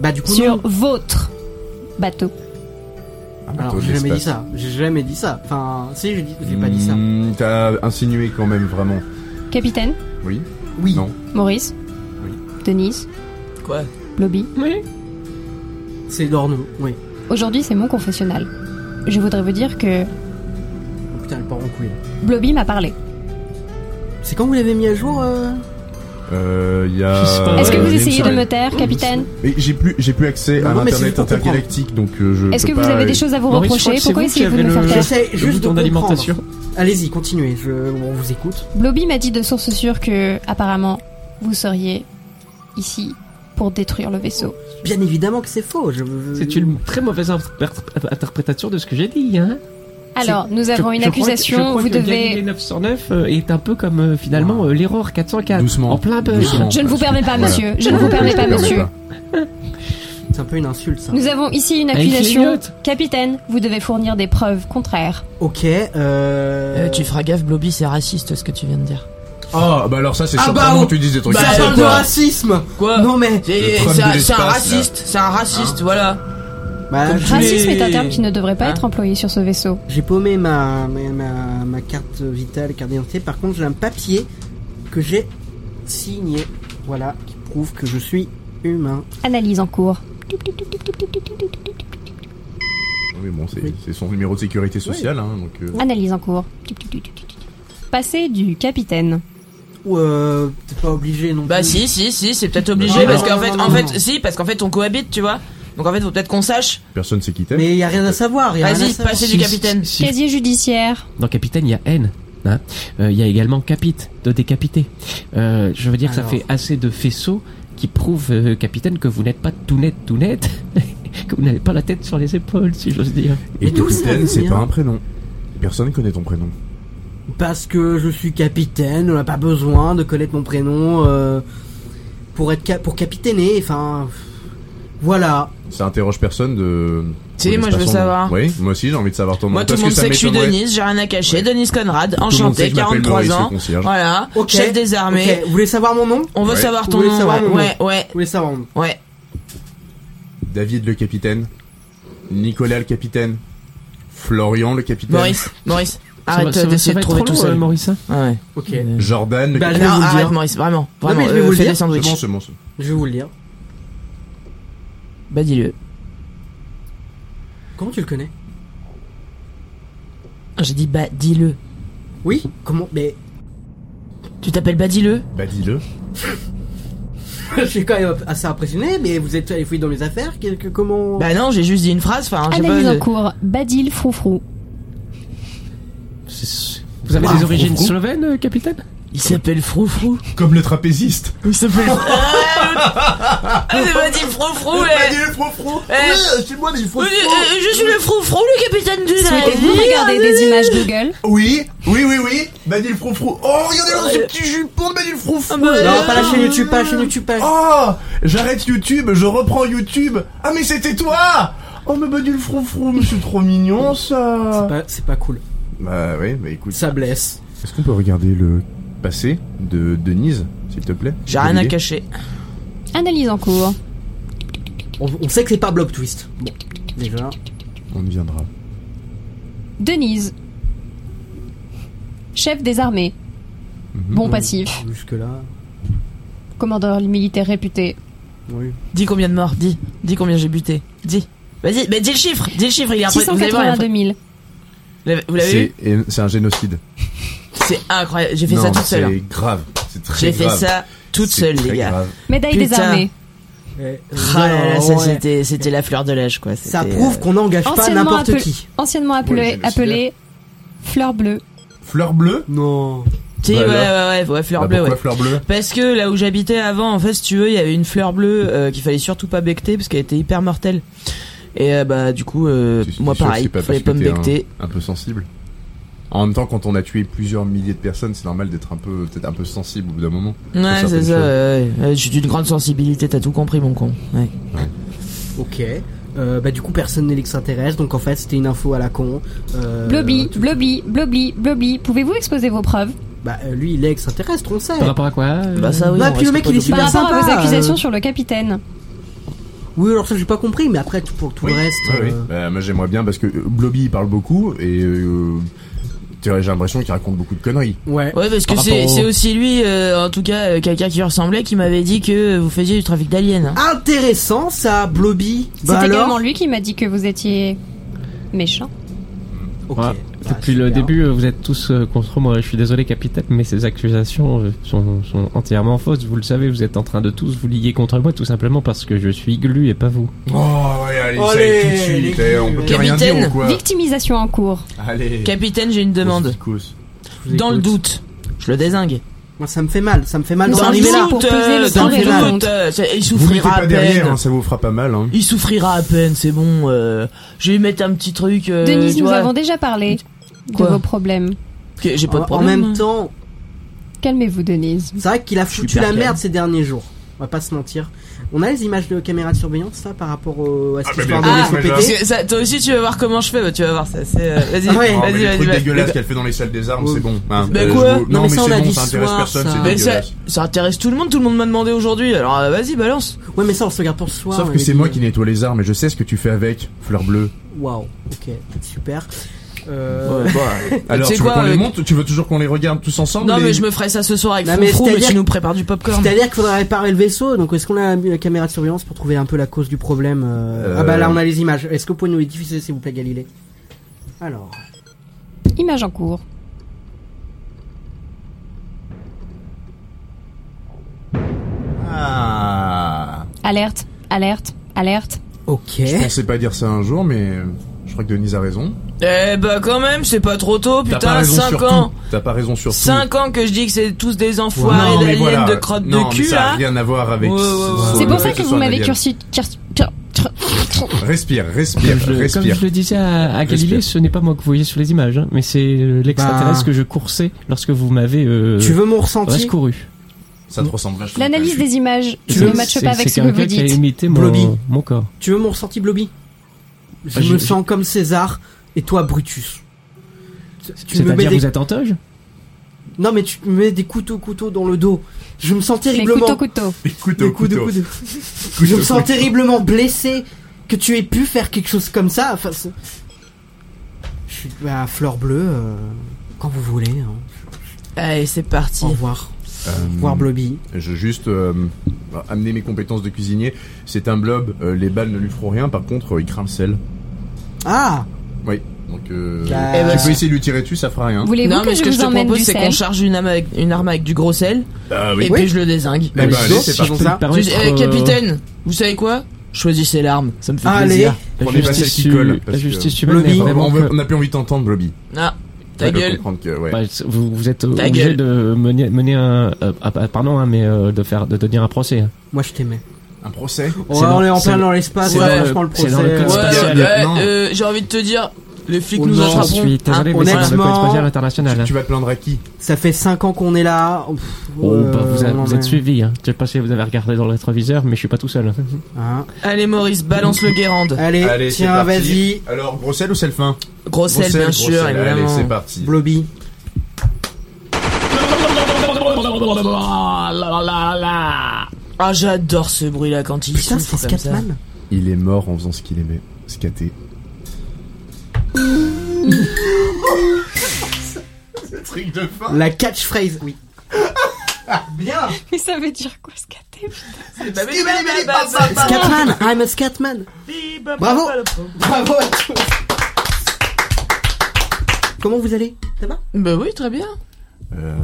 A: Bah du coup
F: sur
A: non.
F: votre bateau.
G: Ah, bah,
A: Alors
G: toi,
A: j'ai jamais
G: l'espace.
A: dit ça. J'ai jamais dit ça. Enfin, si j'ai dit- j'ai pas dit ça.
G: Hmm, T'as insinué quand même vraiment.
F: Capitaine,
G: Oui.
A: Oui.
G: Non.
F: Maurice,
G: Oui.
F: Denise,
H: Quoi
F: Lobby,
A: C'est d'orneau, oui.
F: aujourd'hui c'est mon confessionnal. Je voudrais vous dire que
A: Oh, putain, elle part en couille. là.
F: Blobby m'a parlé.
A: C'est quand vous l'avez mis à jour euh
G: Euh, il y a.
E: Je sais pas.
F: Est-ce que
E: Euh,
F: vous
E: il y a une
F: essayez de
E: semaine.
F: me taire, capitaine
G: Mais j'ai plus, j'ai plus accès
A: Non,
G: à
A: non, mais
G: l'internet
A: c'est pour comprendre.
G: intergalactique, donc euh, je.
F: Est-ce que
G: peux
F: vous
G: pas-
F: avez des choses à vous
E: Maurice, je
F: reprocher
E: crois que
F: Pourquoi
E: c'est vous qui
F: essayez-vous de me
E: avez
F: faire
E: le-
F: taire
A: J'essaie
E: Le
A: juste
E: bouton
A: de comprendre.
E: d'alimentation.
A: Allez-y, continuez, je... on vous écoute.
F: Blobby m'a dit de source sûre que, apparemment, vous seriez ici pour détruire le vaisseau.
A: Bien évidemment que c'est faux. Je...
E: C'est une très mauvaise interpr- interprétation de ce que j'ai dit. Hein.
F: Alors, nous avons
E: Je-
F: une
E: je crois que-
F: accusation,
E: je crois
F: vous
E: que Galilée
F: devez...
E: 909 euh, est un peu comme euh, finalement euh, l'erreur 404.
G: Doucement.
E: En plein bug.
G: Doucement.
F: Je ne vous permets pas,
G: Voilà.
F: monsieur. Je ne vous permets
G: Je
F: pas,
G: te permets
F: monsieur.
G: pas.
A: C'est un peu une insulte ça.
F: Nous avons ici une
E: Elle Ah, est
F: accusation.
E: idiote.
F: Capitaine, vous devez fournir des preuves contraires.
A: Ok, euh...
H: Euh, tu feras gaffe, Blobby, c'est raciste ce que tu viens de dire.
G: Ah, bah alors ça, c'est
A: Ah, bah,
G: surprenant
A: oh.
G: que tu dises des trucs.
A: Ça
H: Bah,
G: comme
A: parle
G: ça.
A: de racisme
H: Quoi
A: Non mais...
H: C'est
G: Le problème
H: c'est
G: de
H: un, c'est un
G: l'espace,
H: raciste, c'est un raciste, voilà.
A: Bah,
H: Comme
A: je-
H: tous les-
F: Racisme est un terme qui ne devrait pas
H: Hein
F: être employé sur ce vaisseau.
A: j'ai paumé ma... Ma... ma- ma carte vitale, carte d'identité. Par contre, j'ai un papier que j'ai signé. Voilà, qui prouve que je suis humain.
F: Analyse en cours.
G: Bah, Oui, bon, c'est c'est son numéro de sécurité sociale, hein, donc. euh,
F: Analyse en cours. Passé du capitaine.
A: Ou euh... T'es pas obligé non
H: Bah
A: plus.
H: si, si, si, c'est peut-être
A: Non,
H: obligé parce
A: non,
H: qu'en
A: non,
H: fait,
A: non,
H: en
A: non,
H: fait,
A: non.
H: si, parce qu'en fait, on cohabite, tu vois. Donc en fait, faut peut-être qu'on sache.
G: Personne sait qui t'aime.
A: Mais y a rien à savoir, y a rien à
H: Vas-y,
A: savoir.
H: passez Ah, du capitaine.
E: Si- si-
F: Casier judiciaire.
E: Dans Capitaine, il y a N. hein. Euh, Il y a également Capite, de décapité. Euh, je veux dire que ça
A: Alors.
E: fait assez de faisceaux qui prouvent, euh, Capitaine, que vous n'êtes pas tout net, tout net. que vous n'avez pas la tête sur les épaules, si j'ose dire.
A: Mais
G: Et
A: d'où ça
G: capitaine,
A: vient
G: c'est pas un prénom. Personne connaît ton prénom.
A: Parce que je suis capitaine, on n'a pas besoin de connaître mon prénom euh, pour être cap- pour capitainer. Enfin, voilà.
G: Ça interroge personne de.
H: Si,
G: de
H: moi, je veux
G: l'espace en-
H: savoir.
G: Oui, moi aussi, j'ai envie de savoir ton nom.
H: Moi, tout
G: parce
H: le monde
G: ça
H: sait que je suis
G: m'étonnerait.
H: Denise, j'ai rien à cacher. Denise Conrad,
G: Tout le monde sait
H: enchanté,
G: que je m'appelle
H: 43
G: Maurice,
H: ans.
G: le concierge.
H: Voilà,
A: Ok.
H: chef des armées.
A: Ok, Vous voulez savoir mon nom Vous
H: On veut
G: Ouais.
H: savoir
A: Vous
H: ton
A: voulez
H: nom.
A: savoir
H: ouais,
A: mon
H: ouais, ouais,
A: voulez savoir mon nom
H: ouais.
G: David le capitaine. Nicolas le capitaine. Florian le capitaine.
H: Maurice, Maurice, Arrête
E: ça va- ça
H: d'essayer
E: va
H: de
E: être
H: trouver
E: trop
H: tout
E: long,
H: seul.
E: euh, Maurice, hein
H: Ah ouais.
A: Ok.
G: Jordan,
A: Bah,
G: le-
A: je vais
H: non,
A: vous le
H: arrête,
A: dire.
H: Maurice, vraiment.
A: Non, mais
H: Vraiment,
A: je vais
H: euh,
A: vous le
H: fais
A: dire.
H: des
G: c'est
H: sandwichs.
G: bon, c'est bon, c'est bon.
A: Je vais vous le dire.
H: Bah, dis-le.
A: Comment tu le connais
H: J'ai dit, bah, dis-le.
A: Oui Comment Mais
H: Tu t'appelles bah, dis-le
G: Bah dis-le.
A: je suis quand même assez impressionné, mais vous êtes allé fouiller dans mes affaires que- que- Comment
H: Bah, non, j'ai juste dit une phrase,
A: Hein,
H: enfin, je sais
F: Analyse
H: pas.
F: en cours. Badil Froufrou.
E: C'est- Vous avez des origines slovènes, euh, capitaine
H: Il s'appelle Froufrou.
G: Comme le trapéziste.
H: Il s'appelle. Ah, c'est pas dit Froufrou, eh.
G: le profro.
H: Eh.
I: Ouais, c'est moi, mais il faut.
H: Euh, euh, Je suis le Froufrou, le capitaine du
F: Souhaitez-vous
H: navire.
F: regarder des images Google
G: Oui, oui, oui, oui. Badil Froufrou. Oh, regardez-le, ce petit jupon de Badil Froufrou.
H: bah,
A: Non, pas la chaîne YouTube, pas la chaîne YouTube, pas la-
G: Oh, j'arrête YouTube, je reprends YouTube. Ah, mais c'était toi Oh, mais Badil Froufrou, mais c'est trop mignon, ça.
A: C'est pas- C'est pas cool.
G: Bah oui, bah écoute.
A: Ça blesse.
K: Est-ce qu'on peut regarder le
G: Passé de Denise, s'il te plaît.
H: J'ai rien à cacher.
F: Analyse en cours.
A: On, on sait que c'est pas Blob Twist. Bon, déjà.
K: On y viendra.
F: Denise. Chef des armées. Bon passif.
A: Jusque là,
F: Commandeur militaire réputé.
A: oui.
H: Dis combien de morts, dis. Dis combien j'ai buté. Dis. Vas-y, mais dis le chiffre, dis le chiffre, il est impré- vous allez voir, il est
F: 682 000.
H: impré- Vous l'avez vu
G: C'est et c'est un génocide.
H: C'est incroyable, j'ai fait
G: Non,
H: ça toute seule. hein.
G: C'est grave. C'est très
H: J'ai fait
G: grave.
H: ça toute
G: C'est
H: seule,
G: très
H: les gars.
G: grave.
F: Médaille des
H: Putain.
F: armées.
A: Eh,
H: Ah là là,
A: non,
H: ça
A: ouais.
H: c'était c'était la fleur de l'âge quoi.
A: Ça
H: C'était,
A: prouve
H: euh,
A: qu'on n'engage pas
F: Anciennement,
A: n'importe
F: appelé-
A: qui.
F: anciennement
G: Ouais,
F: appelé,
G: génocide.
F: appelé Fleur Bleue.
G: Fleur bleue
A: Non.
H: Si, ouais,
G: Bah
H: ouais,
G: alors.
H: ouais, ouais, fleur
G: Bah,
H: bleue,
G: pourquoi
H: ouais. Euh,
G: fleur bleue
H: Parce que là où j'habitais avant, en fait, si tu veux, il y avait une fleur bleue euh, qu'il fallait surtout pas becter parce qu'elle était hyper mortelle. Et euh, bah du coup, euh,
G: Tu- tu
H: moi
G: es sûr que
H: pareil,
G: c'est pas hein.
H: fallait pas
G: parce
H: me
G: que t'es
H: becter.
G: Un, un peu sensible. En même temps, quand on a tué plusieurs milliers de personnes, c'est normal d'être un peu, peut-être un peu sensible au bout d'un moment.
H: Ouais,
G: sur certaines
H: c'est ça.
G: choses.
H: ouais, ouais. J'ai d'une grande sensibilité, t'as tout compris, mon con. Ouais.
A: Ok. Euh, bah du coup personne n'est s'intéresse donc en fait c'était une info à la con. Euh,
F: Blobli,
A: tu-
F: blobli, blobli, blobli. Pouvez-vous exposer vos preuves
A: Bah euh, lui il est extraterrestre on le sait.
E: Par rapport à quoi euh,
H: Bah ça, oui.
A: Bah,
H: on
A: puis le
H: risque
A: mec,
H: pas
A: il est
H: de-
A: super-
F: Par rapport à vos
A: sympa,
F: accusations
A: euh.
F: sur le capitaine.
A: Oui alors ça j'ai pas compris mais après tout, pour tout le reste.
G: Ouais, oui.
A: euh,
G: Bah, moi j'aimerais bien parce que euh, Blobby il parle beaucoup et euh, tu vois, j'ai l'impression qu'il raconte beaucoup de conneries.
A: Ouais.
H: Ouais, parce que
E: Par
H: c'est
E: rapport au-
H: c'est aussi lui, euh, en tout cas, euh, quelqu'un qui lui ressemblait, qui m'avait dit que vous faisiez du trafic d'aliens. hein.
A: Intéressant ça Blobby.
F: C'est
A: Bah alors.
F: également lui qui m'a dit que vous étiez méchant.
A: Ok.
E: Ouais.
A: Bah,
E: Depuis
A: super.
E: le début, euh, vous êtes tous euh, contre moi. Je suis désolé, capitaine, mais ces accusations euh, sont, sont entièrement fausses. Vous le savez, vous êtes en train de tous vous lier contre moi, tout simplement parce que je suis glu et pas vous.
G: Oh ouais, allez, ça
A: Allez,
G: y est, tout de suite.
A: les
G: eh, on peut plus
H: gars.
G: rien dire ou
H: Capitaine,
G: quoi
F: Victimisation en cours.
G: Allez.
H: Capitaine, j'ai une
G: Pose
H: demande.
G: Picos.
A: Je vous
H: Dans le
A: écoute.
H: doute, je le désingue.
A: Moi ça me fait mal ça me fait mal
F: Dans
A: d'en
F: le
A: arriver là.
F: doute. pour poser le
H: dans
A: sans raison.
H: le doute, euh, c'est- il
G: Vous mettez
H: souffrira à
G: pas
H: peine.
G: derrière, hein, ça vous fera pas mal. Hein.
H: Il souffrira à peine, c'est bon. euh, je vais lui mettre un petit truc. euh,
F: Denise,
H: tu
F: nous
H: vois,
F: avons déjà parlé
H: Quoi
F: de vos problèmes.
H: que J'ai pas
A: En,
H: de
A: en
H: problème.
A: même temps
F: Calmez-vous, Denise.
A: c'est vrai qu'il a
H: suis
A: foutu la
H: hyper
A: merde
H: calme.
A: ces derniers jours. On va pas se mentir. On a les images de caméras de surveillance ça par rapport au, à cette
G: bah,
A: histoire
G: bien
A: de
H: sûr,
A: laisser
G: déjà.
H: Parce
A: péter
H: que ça- toi aussi, tu vas voir comment je fais. bah, tu vas voir ça. c'est, euh, Vas-y,
A: Ah ouais.
G: Oh, mais
H: vas-y,
G: les
H: vas-y.
G: trucs
H: vas-y.
G: dégueulasses qu'elle fait dans les salles des armes,
A: Ouais.
G: c'est bon. hein.
H: Bah
G: Euh,
H: quoi
G: je vous-
A: Non,
G: Non,
A: mais
G: mais
A: ça, on
G: c'est
A: l'a dit
G: bon,
A: ce
G: ça intéresse
A: soir,
G: personne,
A: ça.
G: c'est
H: Mais ça,
G: dégueulasse.
H: ça intéresse tout le monde. Tout le monde m'a demandé aujourd'hui. Alors euh, vas-y, balance.
A: Ouais mais ça on se regarde pour ce soir.
G: Sauf
A: on
G: que
A: avait
G: c'est
A: dit,
G: moi
A: euh,
G: qui nettoie les armes et je sais ce que tu fais avec, fleur bleue.
A: Waouh, ok, super. Euh...
H: Ouais, bah,
G: Alors,
H: tu
G: tu
H: sais
G: veux qu'on
H: quoi
G: les
H: euh,
G: monte Tu veux toujours qu'on les regarde tous ensemble
H: Non,
G: les-
H: mais je me ferai ça ce soir avec
A: Non, mais
H: Froufrou, mais
A: c'est-à-dire-
H: tu nous prépares du popcorn.
A: C'est-à-dire qu'il faudrait réparer le vaisseau, donc est-ce qu'on a mis la caméra de surveillance pour trouver un peu la cause du problème euh,
G: Euh.
A: Ah bah là on a les images, est-ce que vous pouvez nous les diffuser s'il vous plaît Galilée Alors,
F: Image en cours.
G: Ah.
F: Alerte, alerte, alerte.
A: ok.
G: Je pensais pas dire ça un jour, mais je crois que Denise a raison.
H: Eh bah quand même, c'est pas trop tôt,
G: T'as pas
H: putain,
G: raison
H: 5
G: sur
H: ans.
G: tout. T'as pas raison sur tout.
H: 5 ans que je dis que c'est tous des enfoirés
G: non, mais
H: d'aliens
G: voilà.
H: de crotte
G: non,
H: de
G: mais
H: cul
G: ça a
H: là.
G: rien à voir avec.
H: Ouais, ouais, ouais.
G: ce-
F: C'est
H: Ouais,
F: pour
G: Euh,
F: ça
G: le fait
F: que
G: ce
F: vous
G: soit un
F: m'avez
G: alien.
F: cursi... cursi- cur- cur-
G: Respire, respire,
E: Comme je, comme
G: respire.
E: je le disais à, à Galilée,
G: Respire.
E: ce n'est pas moi que vous voyez sur les images, hein, mais c'est euh, l'extraterrestre
A: Bah.
E: que je coursais lorsque vous m'avez euh,
A: tu veux mon ressenti
E: rescouru.
G: Ça te ressemble vachement.
F: L'analyse des images
A: Tu
E: C'est-
A: veux
F: ne matche
E: c'est-
F: pas avec
E: c'est
F: ce que vous
E: quelqu'un qui a
F: dites.
E: imité mon-
A: Blobby.
E: mon corps.
A: Tu veux mon ressenti Blobby Je
E: Ah, j'ai-
A: me sens comme César et toi Brutus. Tu me mets
E: C'est-à-dire
A: des...
E: vous êtes en toge
A: Non mais tu me mets des couteaux couteaux dans le dos. Je me sens
F: Les
A: terriblement...
F: couteaux, couteaux.
G: Écoute,
A: Des coups de coude. Je me sens terriblement blessé que tu aies pu faire quelque chose comme ça. Enfin, c'est- je, suis à fleur bleue euh, quand vous voulez. hein.
H: Allez, c'est parti.
A: Au revoir.
E: Euh,
A: Voir Blobby.
G: Je veux juste euh, amener mes compétences de cuisinier. C'est un blob, euh, les balles ne lui feront rien, par contre, euh, il craint le sel.
A: Ah
G: Oui, donc euh,
A: Ah.
H: Eh ben,
G: tu
H: c'est-
G: peux essayer de lui tirer dessus, ça fera rien.
F: Voulez-vous
H: Hein non,
F: que
H: mais
F: je
H: ce que
F: vous
H: je te
F: emmène
H: propose,
F: du
H: c'est
F: sel
H: qu'on charge une arme, avec, une arme avec du gros sel,
G: Ah
H: et puis je le désingue.
G: Eh ben, allez,
A: donc,
G: c'est
A: si je
G: parti.
A: peux me
H: Tu
E: permettre,
H: dis, eh,
E: euh,
H: capitaine, vous savez quoi Choisissez l'arme, ça me fait
A: Allez.
H: plaisir.
E: la
G: Prenez pas
E: justice
G: celle qui colle,
E: hu- La
G: parce que-
E: justice humaine
A: Blobby,
H: Eh
E: est
G: On-
E: vraiment
G: on
E: que-
G: veut- on n'a plus envie d'entendre Blobby.
H: Ah, ben, ta
G: Ouais, de
H: gueule.
G: comprendre que, ouais.
E: Bah, c'est- vous, vous êtes
H: Ta
E: obligé
H: gueule.
E: de mener, mener un. euh, ah, ah, pardon, hein, mais euh, de faire de tenir un procès. hein.
A: Moi je t'aimais.
G: Un procès
A: Ouais,
E: dans-
A: on est en
E: c'est
A: plein
E: le-
A: dans l'espace, c'est
E: c'est dans le-
A: franchement le
E: c'est dans le
A: procès.
E: code
A: ouais.
H: Ouais,
E: spatial.
H: ouais,
G: non.
H: euh, j'ai envie de te dire, les flics
A: Oh
H: nous
A: non,
E: Je
H: attraperont.
E: suis désolé,
H: hein.
E: mais c'est dans le
A: honnêtement,
E: code spatial international.
G: Tu,
E: hein.
G: tu vas te plaindre à qui
A: Ça fait 5 ans qu'on est là. Pff,
E: Oh,
A: euh,
E: bah, vous, a-
A: on en
E: vous
A: est-
E: êtes suivi. Hein. Je sais pas si vous avez regardé dans le rétroviseur, mais je suis pas tout seul.
A: Hein.
H: Allez, Maurice, balance le guérande.
A: Allez,
G: Allez, c'est
A: tiens,
G: parti.
A: vas-y.
G: Alors, gros sel ou sel fin Gros
H: Gros Eh, sel,
G: sel,
H: bien
G: gros
H: sûr,
G: sel. Allez,
H: évidemment.
G: c'est parti.
A: Blobby.
H: Ah, j'adore ce bruit-là quand il
A: Putain,
H: souffle
A: c'est
H: comme ça.
A: Scatman.
G: Il est mort en faisant ce qu'il aimait, scaté. C'est truc de fin.
A: La catchphrase, oui. Bien
F: Mais ça veut dire quoi, ce caté
A: Scatman I'm a Scatman Bravo Bravo à tous Comment vous allez Ça va
H: Bah oui, très bien.
G: Euh,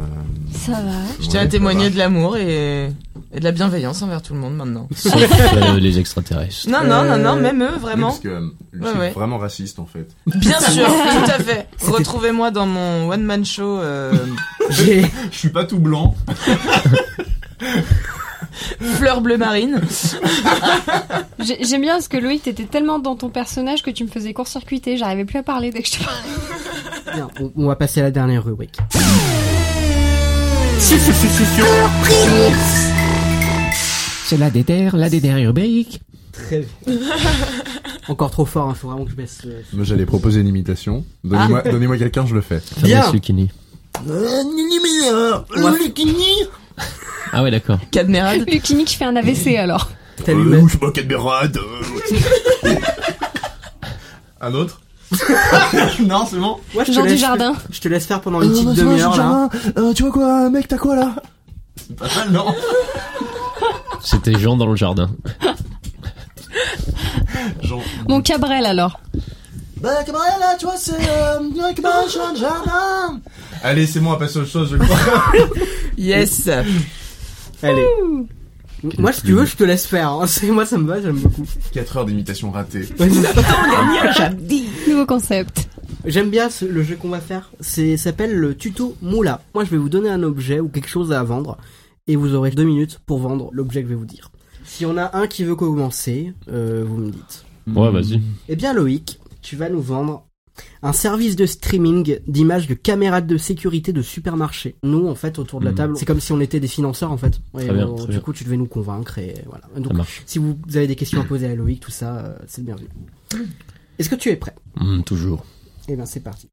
F: Ça va.
H: Je tiens à
G: ouais,
H: témoigner
G: ça
H: de l'amour et... et de la bienveillance envers tout le monde maintenant.
E: Sauf euh, les extraterrestres.
H: Non, non, non, non, même eux,
G: va. Oui,
H: vraiment.
G: Parce que euh, lui,
H: Ouais,
G: c'est
H: ouais.
G: vraiment raciste en fait.
H: Bien sûr, tout à fait. Retrouvez-moi dans mon one-man show. euh,
A: J'ai-
G: Je suis pas tout blanc.
H: Fleur bleue marine.
F: J'ai- J'aime bien parce que Loïc, t'étais tellement dans ton personnage que tu me faisais court-circuiter. J'arrivais plus à parler dès que je te parlais.
A: Bien, on- on va passer à la dernière rubrique.
E: C'est la DDR, la DDR urbaïque.
A: Très bien. Encore trop fort, hein, faut vraiment que je baisse le...
G: Moi j'allais proposer une imitation. Donnez-moi
H: Ah.
G: donnez-moi quelqu'un, je le fais.
A: Bien. Euh,
E: Lucchini. Ah ouais, d'accord.
H: Cadmérade.
F: Lucini qui fait un AVC alors.
A: T'as vu,
G: Euh,
A: Matt
G: je suis pas Cadmerade. Un autre Non, c'est bon.
A: Ouais, je te
F: Jean
A: laisse-
F: Dujardin.
A: Je te laisse faire pendant une petite demi-heure, là.
K: tu vois quoi, mec, t'as quoi là
G: Pas mal, non
E: C'était Jean dans le jardin.
G: Jean.
F: Mon Cabrel alors.
K: Bah, comment là, tu vois, c'est. Euh, comment je suis jardin
G: Allez, c'est bon, on va passer à autre chose, je crois.
H: Yes.
A: Allez. Moi, si tu veux, je te laisse faire. hein. C'est- Moi, ça me va, j'aime beaucoup.
G: 4 heures d'imitation ratée.
A: Ouais, c'est ça.
F: Nouveau concept.
A: J'aime bien ce- le jeu qu'on va faire. C'est ça s'appelle le tuto moula. Moi, je vais vous donner un objet ou quelque chose à vendre, et vous aurez deux minutes pour vendre l'objet que je vais vous dire. Si on a un qui veut commencer, euh, vous me dites.
E: Ouais, vas-y.
A: Eh bien, Loïc, tu vas nous vendre un service de streaming d'images de caméras de sécurité de supermarché. Nous, en fait, autour de la
E: Mhm.
A: table, c'est comme si on était des financeurs, en fait. Et
E: Très bien,
A: on-
E: très
A: du
E: bien.
A: coup, tu devais nous convaincre et voilà. Donc,
E: Ça marche.
A: si vous avez des questions à poser à Loïc, tout ça, euh, c'est le bienvenu. Est-ce que tu es prêt
E: Hum, toujours.
A: Eh bien, c'est parti.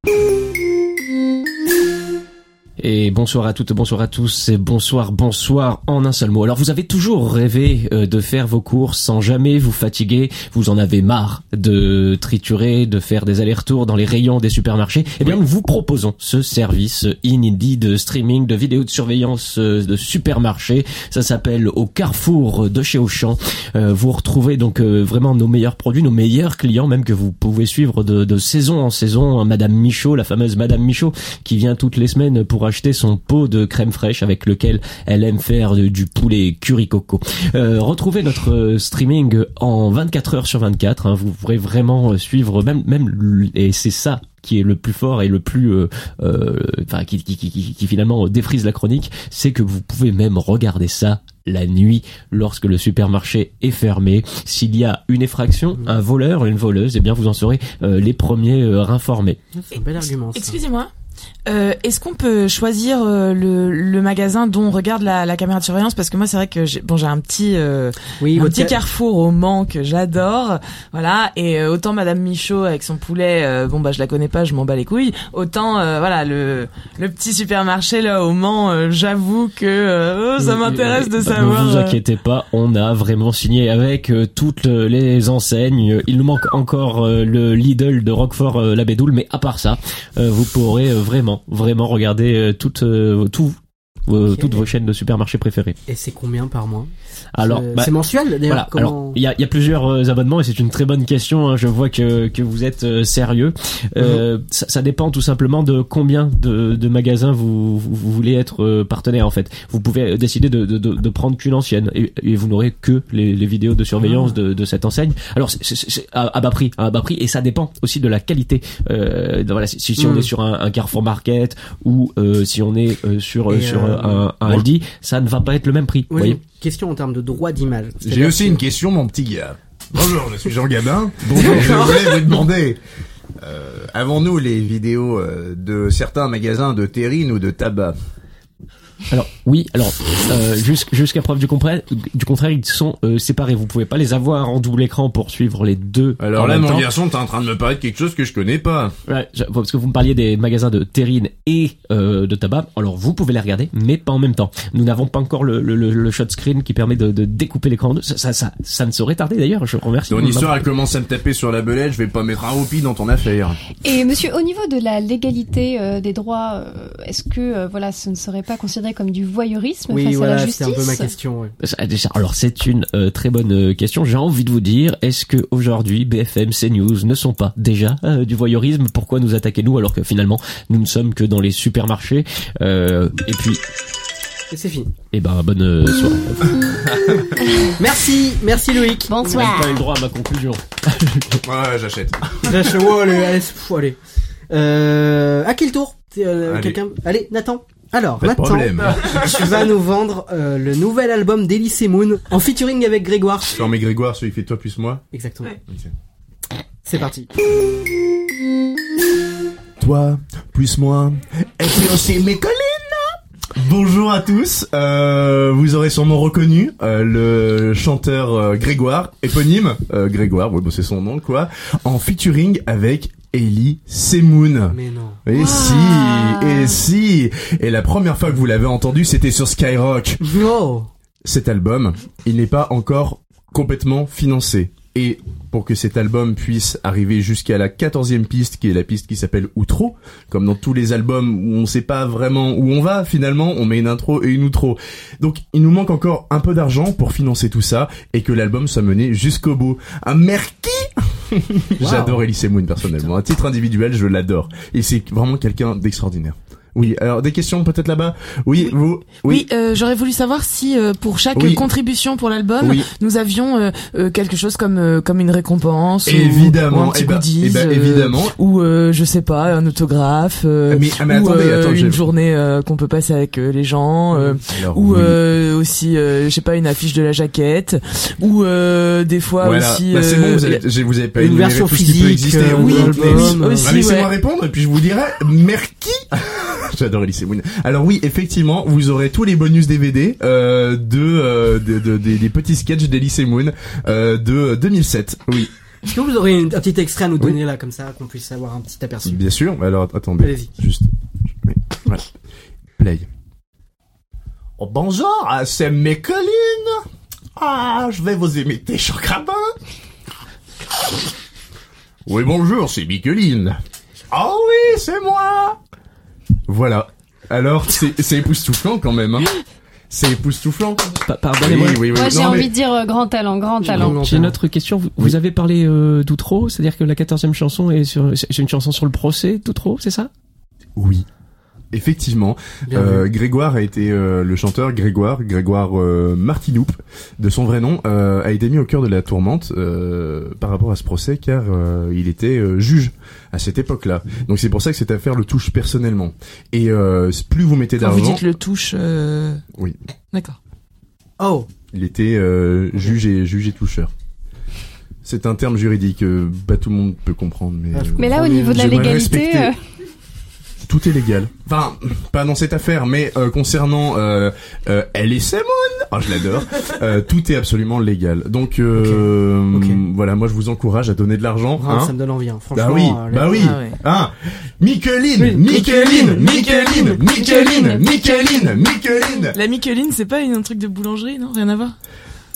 E: Et bonsoir à toutes, bonsoir à tous, et bonsoir, bonsoir en un seul mot. Alors vous avez toujours rêvé euh, de faire vos courses sans jamais vous fatiguer, vous en avez marre de triturer, de faire des allers-retours dans les rayons des supermarchés. Eh bien nous vous proposons ce service inédit de streaming, de vidéos de surveillance euh, de supermarché. Ça s'appelle au carrefour de chez Auchan. Euh, vous retrouvez donc euh, vraiment nos meilleurs produits, nos meilleurs clients, même que vous pouvez suivre de, de saison en saison. hein, Madame Michaud, la fameuse Madame Michaud, qui vient toutes les semaines pour acheter son pot de crème fraîche avec lequel elle aime faire du, du poulet curry coco. Euh, retrouvez notre euh, streaming en 24 heures sur 24. hein. vous pourrez vraiment euh, suivre même même l- et c'est ça qui est le plus fort et le plus euh, euh, enfin qui, qui, qui, qui- qui finalement défrise la chronique, c'est que vous pouvez même regarder ça la nuit lorsque le supermarché est fermé. S'il y a une effraction, un voleur, une voleuse, eh bien vous en serez euh, les premiers euh, informés.
A: C'est un bel argument. ça.
H: Excusez-moi. Euh, Est-ce qu'on peut choisir euh, le, le magasin dont on regarde la, la caméra de surveillance parce que moi c'est vrai que j'ai bon j'ai un petit euh,
A: Oui,
H: un
A: votre
H: petit
A: ca-
H: carrefour au Mans que j'adore voilà et euh, autant Madame Michaud avec son poulet euh, bon bah je la connais pas je m'en bats les couilles autant euh, voilà le le petit supermarché là au Mans euh, j'avoue que euh, oh, ça m'intéresse de savoir
E: Bah, Ne vous
H: euh,
E: inquiétez pas, on a vraiment signé avec euh, toutes euh, les enseignes. Il nous manque encore euh, le Lidl de Roquefort euh, la Bédoule, mais à part ça, euh, vous pourrez euh, vraiment, vraiment regarder euh, toutes, euh, tout, euh,
A: Ok.
E: toutes vos chaînes de supermarchés préférées.
A: Et c'est combien par mois
E: Alors,
A: C'est-
E: bah,
A: c'est mensuel
E: Voilà.
A: d'ailleurs.
E: Alors, il y a, il y a plusieurs euh, abonnements et c'est une très bonne question. hein. Je vois que, que vous êtes euh, sérieux. Euh,
A: Mhm.
E: ça, ça dépend tout simplement de combien de, de magasins vous, vous, vous voulez être euh, partenaire en fait. Vous pouvez euh, décider de, de, de, de prendre qu'une ancienne et, et vous n'aurez que les, les vidéos de surveillance
A: Ah.
E: de, de cette enseigne. Alors, c'est- c'est c'est à, à bas prix, hein, à bas prix et ça dépend aussi de la qualité. Euh, de- voilà, si, si on
A: Mhm.
E: est sur un, un Carrefour Market ou euh, si on est euh, sur
A: Et,
E: sur
A: euh,
E: un, un Aldi, ça ne va pas être le même prix. vous
A: Oui,
E: voyez.
A: question en termes de droit d'image.
G: J'ai
A: C'est-à-dire
G: aussi
A: que-
G: une question, mon petit gars. Bonjour, je suis Jean Gabin. Bonjour. Je voulais vous demander, euh, avons-nous les vidéos euh, de certains magasins de terrine ou de tabac
E: Alors oui, alors euh, jus- jusqu'à preuve du, compra- du contraire, ils sont euh, séparés. Vous pouvez pas les avoir en double écran pour suivre les deux.
G: Alors
E: en
G: là,
E: même
G: mon
E: temps.
G: garçon, t'es en train de me parler de quelque chose que je connais pas.
E: Ouais, je- parce que vous me parliez des magasins de terrine et euh, de tabac. Alors vous pouvez les regarder, mais pas en même temps. Nous n'avons pas encore le, le, le- le shot screen qui permet de, de découper l'écran en deux. Ça, ça, ça, ça ne saurait tarder d'ailleurs. Je vous remercie.
G: Ton
E: de
G: histoire, elle commence à me taper sur la belette, je vais pas mettre un roupie dans ton affaire.
F: Et monsieur, au niveau de la légalité euh, des droits, euh, est-ce que euh, voilà, ce ne serait pas considéré comme du voyeurisme
A: Oui,
F: face à la
A: voilà, c'était
F: justice
A: un peu ma question. ouais.
E: Ça, déjà, Alors c'est une euh, très bonne euh, question. J'ai envie de vous dire, est-ce que aujourd'hui BFM, CNews ne sont pas déjà euh, du voyeurisme Pourquoi nous attaquer nous alors que finalement nous ne sommes que dans les supermarchés Euh, Et puis,
A: Et c'est fini.
E: eh ben bonne euh, soirée.
A: Merci, merci Loïc.
E: J'ai pas eu le droit à ma conclusion.
G: Ouais, j'achète.
A: Lâche- oh, allez, allez, c'est fou, allez. Euh, à quel tour C'est, euh,
G: Allez.
A: Quelqu'un Allez, Nathan. Alors,
G: Pas de
A: Nathan,
G: problème.
A: tu vas nous vendre euh, le nouvel album d'Elysée Moon en featuring avec Grégoire.
G: Sur mes Grégoire, celui qui fait toi plus moi.
A: Exactement. C'est parti.
G: Toi, plus moi. Et puis aussi mes collines Bonjour à tous, euh, vous aurez sûrement reconnu euh, le chanteur euh, Grégoire, éponyme euh, Grégoire, oui, bon, c'est son nom quoi, en featuring avec Ellie Semoun.
A: Ah, Mais non.
G: Et si, et si, et la première fois que vous l'avez entendu, c'était sur Skyrock.
A: Oh
G: Cet album, il n'est pas encore complètement financé. Et pour que cet album puisse arriver jusqu'à la quatorzième piste, qui est la piste qui s'appelle Outro, comme dans tous les albums où on sait pas vraiment où on va, finalement, on met une intro et une outro. Donc, il nous manque encore un peu d'argent pour financer tout ça et que l'album soit mené jusqu'au bout. Un merki! J'adore Elise Moon personnellement. À titre individuel, je l'adore. Et c'est vraiment quelqu'un d'extraordinaire. Oui, alors des questions peut-être là-bas Oui, vous
H: Oui, euh, j'aurais voulu savoir si euh, pour chaque
G: Oui.
H: contribution pour l'album,
G: Oui.
H: nous avions euh, euh, quelque chose comme euh, comme une récompense, ou-
G: Évidemment,
H: ou un petit
G: eh ben-
H: goodies,
G: eh ben,
H: euh,
G: évidemment.
H: ou euh, je sais pas, un autographe, euh,
G: Mais- ah, mais
H: ou
G: attendez,
H: euh,
G: attends, j'ai-
H: une journée euh, qu'on peut passer avec euh, les gens, euh,
G: Alors,
H: ou
G: oui.
H: euh, aussi, euh, je sais pas, une affiche de la jaquette, ou euh, des fois
G: Voilà.
H: aussi.
G: Bah, c'est bon,
H: euh,
G: vous avez, j'ai- vous avez pas
A: une
G: énuméré
A: version
G: tout ce qui peut
A: physique,
G: exister.
A: euh,
G: oui,
A: de
G: mais-
A: l'album.
G: mais
H: Aussi,
G: laissez-moi
H: ouais.
G: répondre et puis je vous dirai merci. J'adore Elise Moon. Alors oui, effectivement, vous aurez tous les bonus DVD euh, de, euh, de- de- des- des petits sketchs d'Elise Moon euh, de euh, 2007. Oui,
A: Est-ce que vous aurez une- un petit extrait à nous donner là, comme ça, qu'on puisse avoir un petit aperçu
G: bien sûr. Alors attendez,
A: Allez-y.
G: juste oui, voilà. play. Oh, bonjour, ah, c'est mes collines. Ah, je vais vous imiter Jean Crabin. Oui, bonjour, c'est Micheline. Oh oui, c'est moi. Voilà. Alors, c'est c'est époustouflant quand même. Hein. C'est époustouflant.
E: Pa- Pardonnez-moi.
G: oui,
F: Moi, j'ai
G: Non, mais-
F: envie de dire euh, grand talent, grand talent.
A: Non,
E: J'ai
A: non.
E: une autre question. Vous, vous avez parlé euh, d'Outreau, c'est-à-dire que la quatorzième chanson est sur, c'est une chanson sur le procès d'Outreau, c'est ça
G: Oui. Effectivement,
A: Bien
G: Euh, Grégoire a été euh, le chanteur Grégoire Grégoire euh, Martiloup de son vrai nom euh, a été mis au cœur de la tourmente euh, par rapport à ce procès car euh, il était euh, juge à cette époque-là. Donc c'est pour ça que cette affaire le touche personnellement. Et euh, plus vous mettez
H: quand vous
G: d'argent,
H: dites le touche. euh,
G: Oui.
H: D'accord.
A: Oh
G: il était euh, juge et juge et toucheur. C'est un terme juridique, euh, pas tout le monde peut comprendre, mais
A: Ah, je
G: euh,
F: Mais là, au niveau de la
G: J'aimerais
F: légalité,
G: respecter.
F: euh,
G: tout est légal. Enfin, pas dans cette affaire, mais euh, concernant euh, euh, Elle et Simon, oh, je l'adore, euh, tout est absolument légal. Donc euh,
A: Ok. Ok.
G: voilà, moi je vous encourage à donner de l'argent.
A: Ah,
G: hein.
A: ça me donne envie, hein.
G: Bah
A: franchement.
G: oui,
A: euh, les-
G: bah oui,
A: Ah ouais.
G: hein. Micheline, Micheline, Micheline, Micheline, Micheline, Micheline.
H: La Micheline, c'est pas une- un truc de boulangerie, non Rien à voir.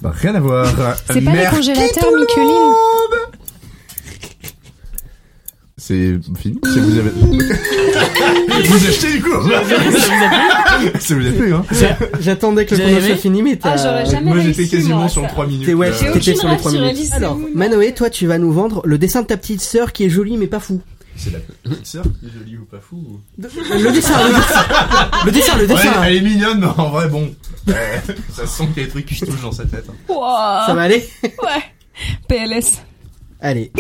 G: Bah, rien à voir.
F: C'est pas les
G: Merci.
F: congélateurs Micheline
G: C'est fini. Si vous avez, vous achetez du coup. Ça vous a plu, hein.
A: J'a- J'attendais que le
H: Vous
A: chrono
H: avez
A: soit
H: aimé
A: fini, mais t'as- euh,
F: Ah, j'aurais jamais
G: Moi j'étais
F: réussi,
G: quasiment
F: moi,
G: sur
F: ça.
G: 3 minutes.
A: T'es ouais,
G: euh,
F: J'ai
A: t'étais
F: aucune
A: sur les
F: rage
A: trois
F: sur
A: minutes.
F: Elise
A: Alors,
F: Moon.
A: Manoé, toi, tu vas nous vendre le dessin de ta petite sœur qui est jolie mais pas fou.
G: C'est la petite sœur qui est jolie ou pas fou ou-
A: Le dessin, le dessin, le dessin, le
G: Ouais,
A: dessin.
G: elle est mignonne, mais en vrai, bon. Euh, ça sent qu'il y a des trucs qui se touchent dans sa tête. hein.
F: Wouah.
A: Ça va aller
F: Ouais. PLS.
A: Allez.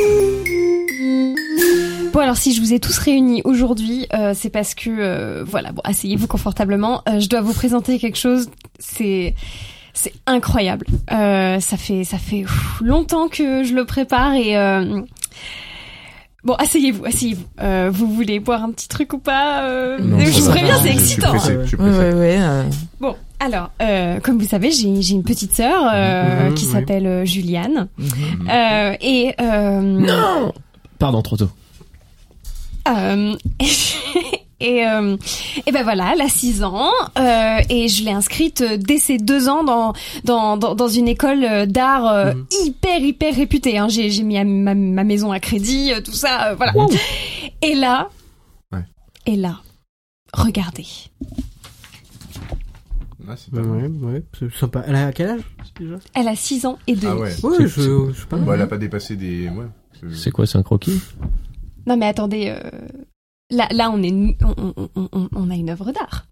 F: Bon alors si je vous ai tous réunis aujourd'hui, euh, c'est parce que euh, voilà, bon, asseyez-vous confortablement. Euh, je dois vous présenter quelque chose. C'est c'est incroyable. Euh, ça fait ça fait ouf, longtemps que je le prépare et euh, bon asseyez-vous, asseyez-vous. Euh, vous voulez boire un petit truc ou pas Euh,
G: Non,
F: Je
G: ça
F: vous
G: va,
F: préviens,
G: je-
F: c'est
G: je suis
F: excitant.
G: pressé, je suis
H: Ouais,
G: pressé.
H: ouais, ouais. euh,
F: Bon, alors, euh, comme vous savez, j'ai j'ai une petite sœur euh,
A: Mhm,
F: qui
A: oui.
F: s'appelle euh, Juliane.
G: Mhm.
F: Euh, et euh,
E: Pardon, trop tôt.
F: euh, et, euh, et ben voilà, elle a 6 ans euh, et je l'ai inscrite euh, dès ses 2 ans dans, dans, dans, dans une école euh, d'art euh,
G: Mhm.
F: hyper, hyper réputée. Hein. J'ai j'ai mis à ma, ma maison à crédit, euh, tout ça, euh, voilà. Et là,
G: Ouais.
F: et là, regardez.
G: Ah, c'est pas
A: Bah Ouais,
G: mal.
A: ouais, c'est sympa. Elle a quel âge déjà
F: Elle a 6 ans et 2.
G: Ah ouais.
A: Ouais, je, je sais pas.
G: Bon, elle a pas dépassé des. Ouais. Euh,
E: C'est quoi, c'est un croquis
F: Non mais attendez, euh, là, là on, est, on, on- on- on- on a une œuvre d'art.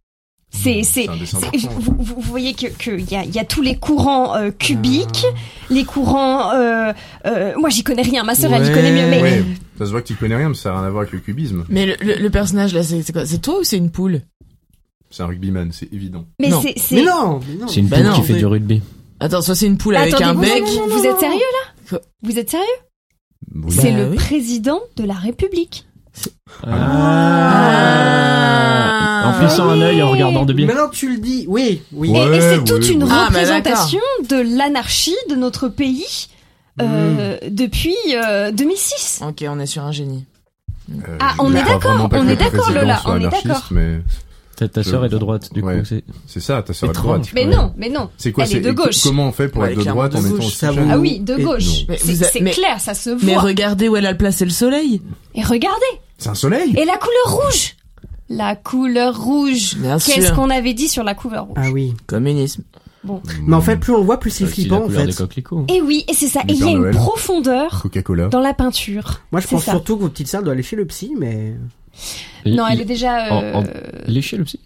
F: C'est, c'est,
G: C'est un dessin
F: c'est-
G: d'enfant.
F: vous, vous- vous voyez que que y, a, y a tous les courants euh, cubiques,
A: Ah.
F: les courants. euh, euh, moi j'y connais rien, ma sœur elle y
H: Ouais.
F: connaît mieux. Mais
G: Ouais, ça se voit que tu connais rien, mais ça a rien à voir avec le cubisme.
H: Mais le, le- le personnage là, c'est c'est quoi C'est toi ou c'est une poule
G: C'est un rugbyman, c'est évident.
F: mais
H: Non.
F: c'est, c'est.
A: Mais non, mais non.
E: C'est une
H: Bah
E: poule
H: non,
E: qui fait
A: mais-
E: du rugby.
H: Attends, soit c'est une poule avec
F: attendez,
H: un
F: vous,
H: bec.
F: vous êtes sérieux là
H: Quoi
F: Vous êtes sérieux
G: Oui.
F: C'est
H: Bah
F: le
H: oui.
F: président de la République.
H: Ah.
E: En plissant un œil en regardant de bien.
A: Maintenant que tu le dis, oui, oui.
F: Et- et,
G: Ouais,
F: c'est
G: ouais,
F: toute une
G: ouais.
H: Ah, mais
F: représentation de l'anarchie de notre pays
H: Hmm.
F: euh, depuis euh, 2006.
H: Ok, on est sur un génie.
G: Euh,
F: Ah,
G: je
F: on
G: ne
F: est
G: crois
F: d'accord,
G: vraiment pas
F: on
G: que
F: est
G: le
F: d'accord,
G: président
F: Lola,
G: soit
F: on est
G: anarchiste,
F: d'accord.
G: Mais
E: Ta, ta sœur est de droite, du
G: Ouais.
E: coup. C'est
G: c'est ça, ta sœur est de
E: Étrange.
G: droite.
F: Mais
G: Ouais.
F: non, mais non.
G: C'est quoi
F: Elle est
G: c'est
F: de gauche.
G: Comment on fait pour
H: Ouais,
G: être de
H: clairement
G: droite
H: de
G: en étant
H: gauche,
G: aussi
A: ça
G: jeune
A: vaut.
F: Ah oui, de
A: Et-
F: gauche.
H: Mais
F: C'est
H: vous a-
F: c'est
H: mais-
F: clair, ça se
H: Mais
F: voit.
H: regardez où elle a placé le soleil.
F: Et regardez,
G: C'est un soleil
F: et la couleur rouge. La couleur rouge.
H: Bien
F: Qu'est-ce
H: sûr.
F: qu'on avait dit sur la couleur rouge
A: Ah oui.
H: Communisme.
A: Mais en fait, plus on le voit, plus c'est
E: aussi la
A: flippant en
E: couleur
A: fait.
E: des coquelicots.
F: Et Eh oui, et c'est ça.
G: Du
F: Et il y a
G: Père
F: une
G: Noël.
F: profondeur
G: Coca-Cola.
F: dans la peinture.
A: Moi, je
F: C'est
A: pense
F: ça.
A: surtout que votre petite sœur doit aller chez le psy, mais
E: Et
F: Non,
E: il-
F: elle est déjà. euh,
E: en- en- Lécher le psy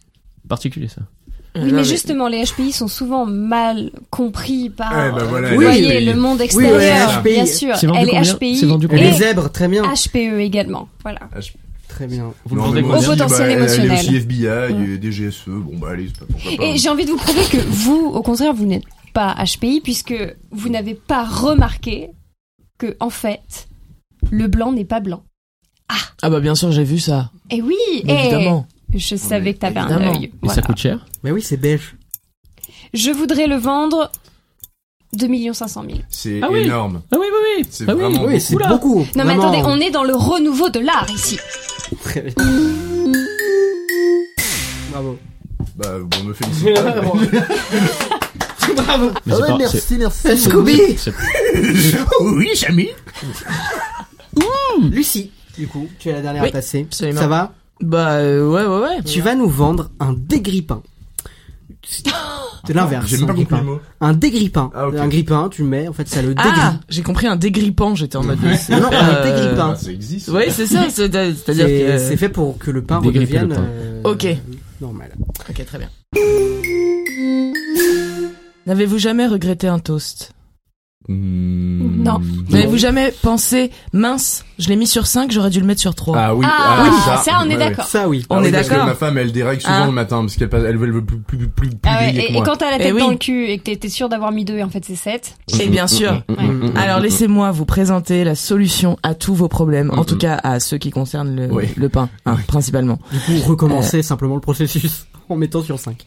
E: Particulier, ça.
A: Ah,
F: Oui, mais justement, les HPI sont souvent mal compris par. euh,
G: Eh ben voilà,
F: vous
A: bah les
F: voyez,
G: HPI.
F: le monde
A: Oui, ouais,
F: extérieur,
A: HPI.
F: bien sûr.
E: C'est vendu
F: Elle est
E: combien
F: HPI
E: C'est vendu
A: et les
E: combien
F: et
A: zèbres, très bien,
F: HPE également. Voilà.
A: très bien.
E: Vous
G: Non,
E: le
G: mais
E: vendez
G: moi,
F: Au
G: je
E: combien
G: dis,
F: potentiel
G: bah, elle-
F: émotionnel.
G: Elle est aussi FBI, et DGSE, bon bah allez, c'est pas- pourquoi pas.
F: Et j'ai envie de vous prouver que vous, au contraire, vous n'êtes pas HPI puisque vous n'avez pas remarqué que, en fait, le blanc n'est pas blanc.
H: Ah bah bien sûr, j'ai vu ça.
F: Et oui,
H: Eh.
F: et
H: Évidemment.
F: je savais que t'avais un
H: Évidemment.
F: œil.
E: Et
F: Voilà.
E: ça coûte cher
A: Mais oui, c'est beige.
F: Je voudrais le vendre 2 500 000.
G: C'est
E: Ah oui.
G: énorme.
E: Ah oui, oui, oui.
G: C'est
E: Ah oui.
G: vraiment
A: Oui, c'est
E: Oula.
A: beaucoup.
F: Non mais
A: vraiment.
F: attendez, on est dans le renouveau de l'art ici.
A: Très bien. Bravo.
G: Bah, on me félicite. pas, mais-
A: Bravo. Euh,
E: Mais
I: Ah ouais,
E: c'est pas- c'est-
I: merci, merci.
A: Scooby,
E: c'est-
G: Oh oui, Jamie
A: Lucie. Du coup, tu es la dernière à
H: Oui,
A: passer.
H: absolument.
A: Ça va
H: Bah euh, ouais, ouais, ouais.
A: Tu vas nous vendre un dégrippin. C'est l'inverse.
G: J'ai même
A: un
G: pas compris
A: grippin.
G: le mot.
A: Un dégrippin.
G: Ah, ok.
A: Un grippin, tu le mets, en fait, ça le dégrippe.
H: Ah, j'ai compris un dégrippant, j'étais en mode.
A: non, un
H: Euh,
A: dégrippin.
G: Ah, ça existe.
H: Ouais, c'est ça, c'est- c'est-à-dire
A: C'est
H: que.
A: c'est fait pour que le pain
E: dégripper le
A: redevienne
E: pain.
A: euh,
H: Ok.
A: normal.
H: Ok, très bien. N'avez-vous jamais regretté un toast
G: Hmm.
F: Non.
H: N'avez-vous jamais pensé, mince, je l'ai mis sur 5, j'aurais dû le mettre sur 3
G: Ah oui,
F: Ah,
G: ah,
F: oui,
G: ça,
F: ça, on est
G: ouais,
F: d'accord.
A: Ça oui.
H: On
G: Ah
H: est
G: oui, parce que
H: d'accord.
G: Ma femme, elle dérègle souvent
H: Ah.
G: le matin parce qu'elle passe- elle veut le plus, plus, plus, plus, plus
F: Ah ouais,
G: grillé que
F: et, et
G: moi.
F: quand t'as la
H: Eh
F: tête
H: oui.
F: dans le cul et que t'es- t'es sûr d'avoir mis deux, et en fait c'est 7.
H: Et Eh bien sûr.
G: Mm,
H: Alors laissez-moi vous présenter la solution à tous vos problèmes, en tout cas à ceux qui concernent le,
G: Oui.
H: le pain, hein, principalement.
A: Du coup,
H: Euh.
A: recommencer simplement le processus en mettant sur 5.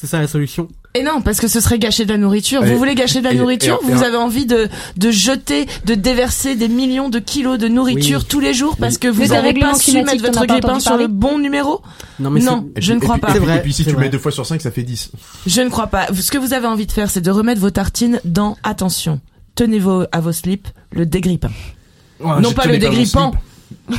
A: C'est ça la solution
H: Et non, parce que ce serait gâcher de la nourriture.
G: Et-
H: vous voulez gâcher de la
G: et-
H: nourriture
G: et-
H: Vous
G: et-
H: avez envie de, de jeter, de déverser des millions de kilos de nourriture
A: Oui.
H: tous les jours parce que vous
F: Le
H: n'avez
F: dérèglement
H: pas su
F: climatique,
H: mettre
F: t'en
H: votre
F: as pas
H: grille-pain
F: entendu
H: sur le
F: parler
H: bon numéro
A: Non, mais
H: Non,
G: Et
H: je
G: puis-
H: ne
G: et
H: crois
G: puis-
H: pas.
A: C'est
G: Et puis,
A: vrai,
G: et puis si
A: c'est
G: tu
A: vrai.
G: mets deux fois sur 5, ça fait 10.
H: Je ne crois pas. Ce que vous avez envie de faire, c'est de remettre vos tartines dans attention. Tenez-vous à vos slips, le dégrippin.
G: Ah,
H: non pas le dégrippant.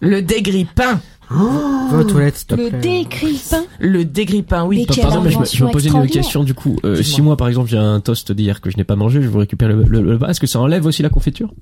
H: le dégrippin.
A: Va aux toilettes, s'il te
F: Le
A: plaît.
F: décripin.
H: Le dégrippin, oui.
F: Mais quelle
E: Par exemple, je me- je
F: invention
E: me posais une
F: extraordinaire.
E: question du coup. Euh,
H: Dis-moi.
E: si moi, par exemple, j'ai un toast d'hier que je n'ai pas mangé, je vous récupère le, le, le bas. Est-ce que ça enlève aussi la confiture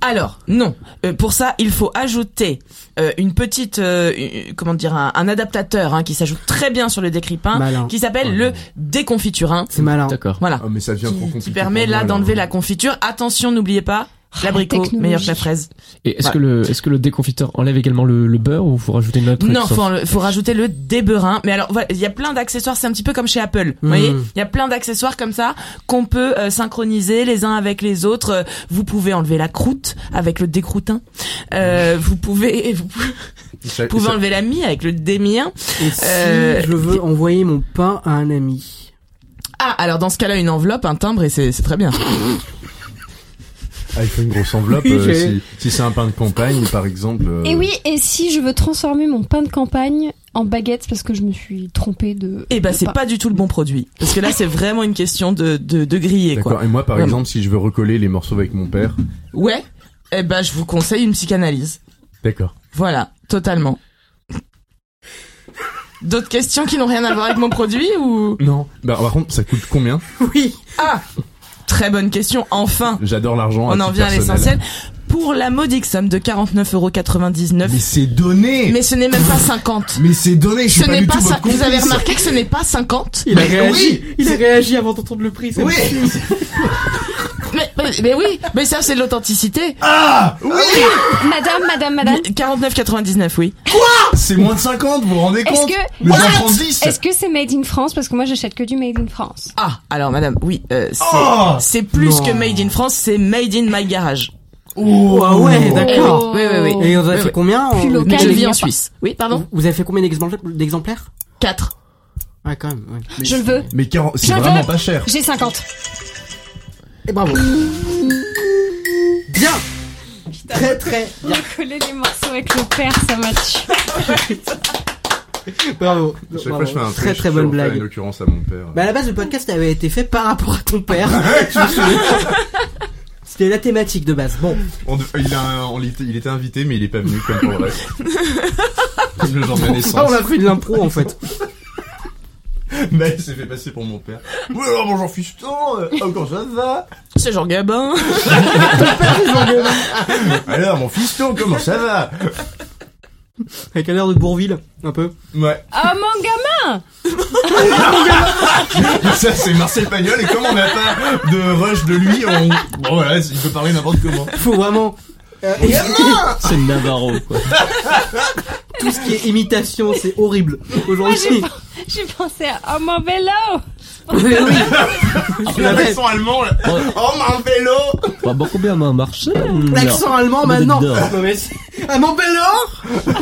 H: Alors, non. Euh, pour ça, il faut ajouter euh, une petite, euh, euh, comment dire, un, un adaptateur hein, qui s'ajoute très bien sur le
F: hein.
H: dégrippin,
A: Malin.
H: qui s'appelle le déconfiturin.
A: C'est malin.
E: D'accord.
H: Voilà.
G: Ah, mais ça vient trop
H: qui,
G: compliqué.
H: qui permet
G: pour moi,
H: là
G: là.
H: d'enlever la confiture. Attention, n'oubliez pas, l'abricot
F: Ah, technologie.
H: meilleur que la fraise.
E: Et est-ce que le est-ce que le déconfiteur enlève également le, le beurre ou faut rajouter une autre
H: Non,
E: sauce
H: faut, en- faut rajouter le déberin. Mais alors, voilà, il y a plein d'accessoires. C'est un petit peu comme chez Apple.
A: Mm.
H: Vous voyez, il y a plein d'accessoires comme ça qu'on peut euh, synchroniser les uns avec les autres. Euh, Vous pouvez enlever la croûte avec le décroutin. Euh, vous pouvez, vous pouvez
G: Et ça- et
H: pouvez
G: ça-
H: enlever l'ami avec le démien.
A: Et si
H: Euh,
A: je veux envoyer mon pain à un ami
H: Ah, alors dans ce cas-là, une enveloppe, un timbre, et c'est c'est très bien.
G: Ah, il faut une grosse enveloppe.
A: Oui,
G: euh,
A: j'ai-
G: si si c'est un pain de campagne, par exemple. euh,
H: Eh
F: Et oui, et si je veux transformer mon pain de campagne en baguette parce que je me suis trompée de.
H: Et ben,
F: de
H: c'est
F: pain.
H: pas du tout le bon produit. Parce que là, c'est vraiment une question de, de, de griller, quoi.
G: D'accord. Et moi, par
H: Vraiment.
G: exemple, si je veux recoller les morceaux avec mon père.
H: Ouais. Eh ben, je vous conseille une psychanalyse.
G: D'accord.
H: Voilà. Totalement. D'autres questions qui n'ont rien à voir avec mon produit ou?
G: Non. Bah, par contre, ça coûte combien
A: Oui
H: Ah! Très bonne question. Enfin.
G: J'adore l'argent.
H: On en
G: titre
H: vient à
G: personnel.
H: l'essentiel. Pour la modique somme de 49,99€.
G: Mais c'est donné
H: Mais ce n'est même pas 50.
G: Mais c'est donné, je suis
H: Ce
G: pas
H: n'est
G: du
H: pas,
G: tout
H: ça.
G: votre
H: Vous avez
G: complice.
H: remarqué que ce n'est pas 50?
A: Il a
G: Mais
A: réagi
G: oui
A: Il a réagi avant d'entendre le prix, c'est
G: Oui
H: Mais, mais, mais oui, mais ça c'est de l'authenticité.
G: Ah Oui
F: Madame, madame, madame.
H: 49,99 oui.
G: C'est moins de 50, vous vous rendez
F: Est-ce
G: compte
F: que-
G: Mais
F: What
G: j'en prends 10
F: Est-ce que c'est made in France Parce que moi j'achète que du made in France.
H: Ah, alors madame, oui, euh, c'est
G: Oh
H: c'est plus
A: Non.
H: que made in France, c'est made in my garage. Eh
A: Oh, ah ouais, d'accord.
H: Oui, oui,
F: Oh.
H: oui.
A: Et vous avez
H: Oui,
A: fait
H: oui.
A: combien en-
F: Plus local.
H: Oh, Mais
F: Car
H: je
F: il n'y
H: vis
F: a
H: en
F: pas-
H: Suisse. Oui, pardon.
A: Vous avez fait combien d'exempla- d'exemplaires
H: 4.
A: Ah quand même, ouais.
F: Je le veux.
G: Mais 40, c'est
F: Je veux.
G: vraiment pas cher.
F: J'ai 50.
A: Et bravo. Bien Très très bien.
F: Coller les morceaux avec le père, ça m'a tué.
A: Bravo.
G: Chaque
A: Bravo.
G: fois, je fais un
A: très
G: truc,
A: très
G: je
A: bonne
G: fais En
A: blague.
G: l'occurrence, à mon père.
A: Bah à la base le podcast avait été fait par rapport à ton père. Je me souviens. C'était la thématique de base. Bon,
G: On dev- il, a un- on l'était- il était invité, mais il est pas venu comme pour le reste. comme le genre de
A: ça
G: naissance.
A: Ah, on a fait de l'impro en fait.
G: Mais il s'est fait passer pour mon père. Oui, alors bonjour, fiston. euh, Oh, comment ça va
H: C'est Jean Gabin.
G: Alors, mon fiston, comment ça va
A: Avec l'air de Bourville, un peu.
G: Ouais.
F: Oh mon gamin
G: Ça, c'est Marcel Pagnol. Et comme on n'a pas de rush de lui, on... bon, voilà, il peut parler n'importe comment.
A: Faut vraiment. euh,
E: C'est Navarro. Quoi.
A: tout ce qui est imitation, c'est horrible
F: J'ai
A: aujourd'hui.
F: pen- J'ai pensé à Oh mon vélo
A: Je l'avais.
G: L'accent allemand, là. Oh, mon vélo
E: Bah, bon, combien m'a marché
A: L'accent allemand
E: Comment
A: maintenant.
E: dites donc
A: Non, mais c'est- À mon vélo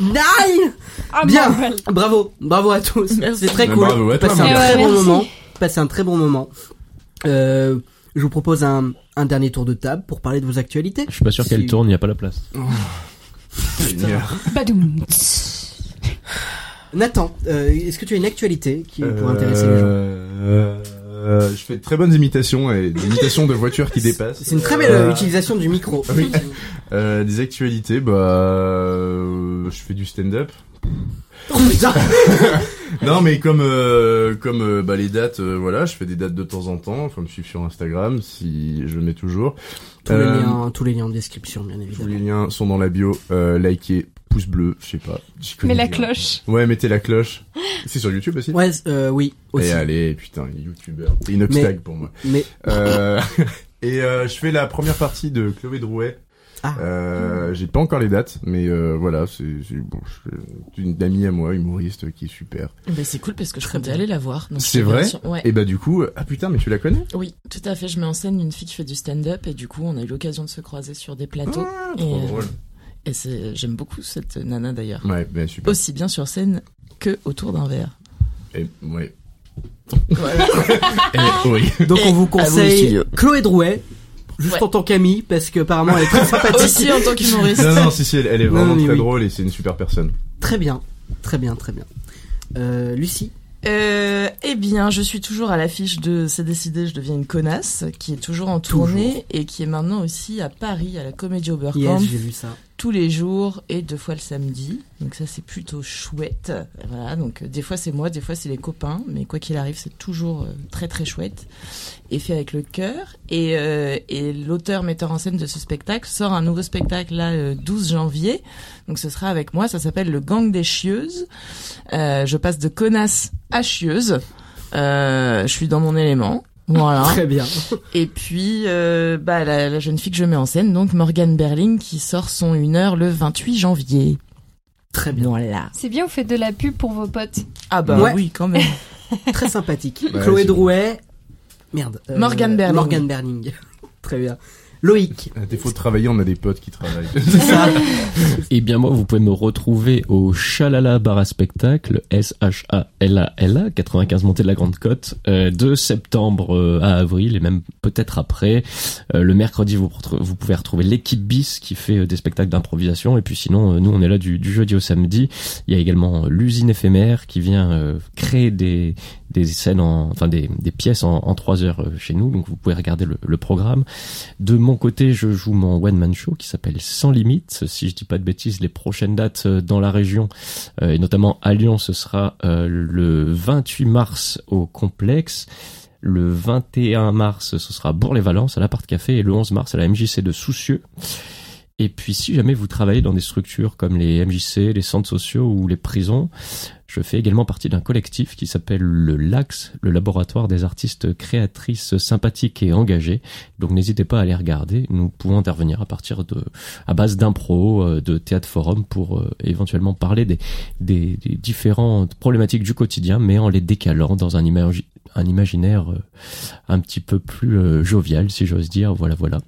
A: Nine
F: Ah,
A: Bien,
F: mon vélo.
A: bravo, bravo à tous.
H: Merci.
A: C'est très
G: Mais
A: cool.
G: bravo à toi,
A: Passez un
F: mon gars.
A: très bon
F: Ouais, merci.
A: moment. Passez un très bon moment. Euh, je vous propose un, un dernier tour de table pour parler de vos actualités.
E: Je suis pas sûr
A: Si-
E: qu'elle tourne, il n'y a pas la place.
G: Seigneur.
F: Badoum
A: Nathan, euh, est-ce que tu as une actualité qui pourrait intéresser les gens
G: Euh, euh, je fais de très bonnes imitations et des imitations de voitures qui dépassent.
A: C'est une très belle euh,
G: Euh,
A: utilisation du micro.
G: Oui. euh, des actualités, bah, euh, je fais du stand-up.
A: Oh, putain.
G: Non, mais comme euh, comme euh, bah, les dates, euh, voilà, je fais des dates de temps en temps. Faut me suivre sur Instagram si je mets toujours.
A: tous,
G: Euh,
A: les liens, tous les liens en description, bien
G: Tous les
A: évidemment.
G: liens sont dans la bio. Euh, likez, pouce bleu, je sais pas. j'y connais
F: Mets la
G: rien.
F: cloche.
G: Ouais, mettez la cloche. C'est sur YouTube aussi
A: Ouais, euh, oui, aussi.
G: Et allez, putain, il est youtubeur. C'est une
A: Mais-
G: obstacle pour moi.
A: mais-
G: Euh, et euh, je fais la première partie de Chloé Drouet.
A: Ah.
G: Euh, j'ai pas encore les dates, mais euh, voilà, c'est c'est- bon, je- c'est une amie à moi, humoriste, qui est super.
H: Bah, c'est cool parce que je comptais aller la voir. donc
G: C'est
H: j'étais
G: vrai
H: bien sûre. Ouais.
G: Et bah du coup, euh, ah putain, mais tu la connais
H: Oui, tout à fait. Je mets en scène une fille qui fait du stand-up et du coup, on a eu l'occasion de se croiser sur des plateaux. et
G: Ah, trop
H: euh,
G: Oh, drôle.
H: et c'est- j'aime beaucoup cette nana d'ailleurs.
G: Ouais, bah super.
H: Aussi bien sur scène que autour d'un verre.
G: Et, ouais. Et, oui.
A: Donc on vous
H: à vous
A: conseille
H: aussi.
A: Chloé Drouet, juste
H: Ouais.
A: en tant qu'amie, parce que apparemment elle est très sympathique.
H: Aussi en tant qu'humoriste.
G: Non, non, si, si, elle, elle est
A: Non,
G: vraiment
A: non, mais
G: très
A: oui.
G: drôle et c'est une super personne.
A: Très bien, très bien, très bien. Euh, Lucie,
H: Euh, eh bien, je suis toujours à l'affiche de C'est décidé, je deviens une connasse, qui est toujours en tournée et qui est maintenant aussi à Paris, à la Comédie Oberkampf.
A: yes, j'ai vu ça.
H: tous les jours et deux fois le samedi. Donc ça c'est plutôt chouette. Voilà, donc euh, des fois c'est moi, des fois c'est les copains, mais quoi qu'il arrive c'est toujours euh, très très chouette et fait avec le cœur. Et, euh, et l'auteur metteur en scène de ce spectacle sort un nouveau spectacle là euh, 12 janvier. Donc ce sera avec moi, ça s'appelle Le Gang des Chieuses. Euh, je passe de connasse à chieuse. Euh, je suis dans mon élément. Voilà.
A: Très bien.
H: Et puis, euh, bah, la, la jeune fille que je mets en scène, donc Morgane Berling, qui sort son 1h le 28 janvier.
A: Très bien.
H: Voilà.
F: C'est bien, vous faites de la pub pour vos potes.
H: Ah bah
A: Ouais.
H: oui, quand même.
A: Très sympathique.
G: Ouais,
A: Chloé
G: c'est
A: Drouet, merde. euh,
H: Morgane Berling.
A: Morgane Berling. Très bien. Loïc,
G: À défaut de travailler, on a des potes qui travaillent.
A: c'est ça.
E: Eh bien moi, vous pouvez me retrouver au Chalala Bar à Spectacle, S-H-A-L-A-L-A, 95 montée de la Grande Côte, euh, de septembre euh, à avril et même peut-être après. Euh, le mercredi, vous, retr- vous pouvez retrouver l'équipe bis qui fait euh, des spectacles d'improvisation. Et puis sinon, euh, nous, on est là du, du jeudi au samedi. Il y a également euh, l'usine éphémère qui vient euh, créer des, des scènes, en, enfin des, des pièces en, en 3 heures euh, chez nous. Donc vous pouvez regarder le- le programme. De mon côté, je joue mon one man show qui s'appelle Sans limite. Si je dis pas de bêtises, les prochaines dates euh, dans la région euh, et notamment à Lyon, ce sera euh, le 28 mars au complexe. Le 21 mars, ce sera Bourg-les-Valences à l'appart café et le 11 mars à la MJC de Soucieux. Et puis si jamais vous travaillez dans des structures comme les MJC, les centres sociaux ou les prisons, je fais également partie d'un collectif qui s'appelle le LAX, le laboratoire des artistes créatrices sympathiques et engagées. Donc n'hésitez pas à aller regarder. Nous pouvons intervenir à partir de, à base d'impro, euh, de théâtre forum pour euh, éventuellement parler des, des, des différentes problématiques du quotidien, mais en les décalant dans un, imagi- un imaginaire euh, un petit peu plus euh, jovial, si j'ose dire. Voilà, voilà.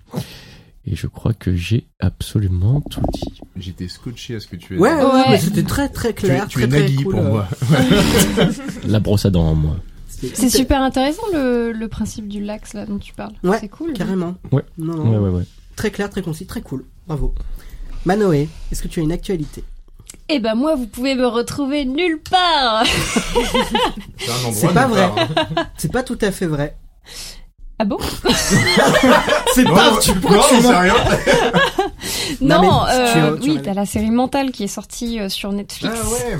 E: Et je crois que j'ai absolument tout dit.
G: J'étais scotché à ce que tu es.
A: Ouais, ouais,
F: Ouais.
A: mais c'était très très
G: tu es,
A: clair,
G: tu es
A: très très
G: Nagui
A: cool.
G: pour
A: euh,
G: moi.
E: La brosse à dents en moi.
A: c'était-
F: C'est super intéressant le, le principe du lax là dont tu parles.
A: Ouais,
F: c'est cool.
A: Carrément.
E: Ouais.
A: Non, non.
E: Ouais, ouais, ouais.
A: Très clair, très concis, très cool. Bravo. Manoé, est-ce que tu as une actualité
F: Et ben moi, vous pouvez me retrouver nulle part.
G: C'est un endroit
A: C'est pas
G: nulle
A: vrai.
G: part, hein.
A: C'est pas tout à fait vrai.
F: Ah bon
A: C'est
G: Non,
A: pas.
G: non,
A: Tu
G: non, j'en sais rien.
A: Non,
F: Non,
A: mais si tu
F: euh,
A: as- tu en
F: oui,
A: as-
F: t'as la série Mentale qui est sortie euh, sur Netflix
G: Ah ouais, j'ai
F: euh,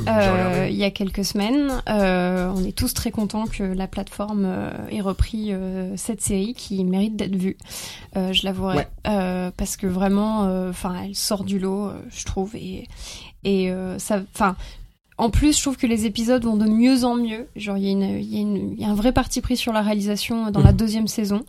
G: regardé.
F: il y a quelques semaines. Euh, on est tous très contents que la plateforme euh, ait repris euh, cette série qui mérite d'être vue. Euh, je l'avouerai
A: Ouais.
F: Euh, parce que vraiment, euh, enfin, elle sort du lot, euh, je trouve, et et euh, ça, enfin. En plus, je trouve que les épisodes vont de mieux en mieux. Genre, il y, a une- il y a une- il y a un vrai parti pris sur la réalisation
G: Mmh.
F: dans la deuxième saison.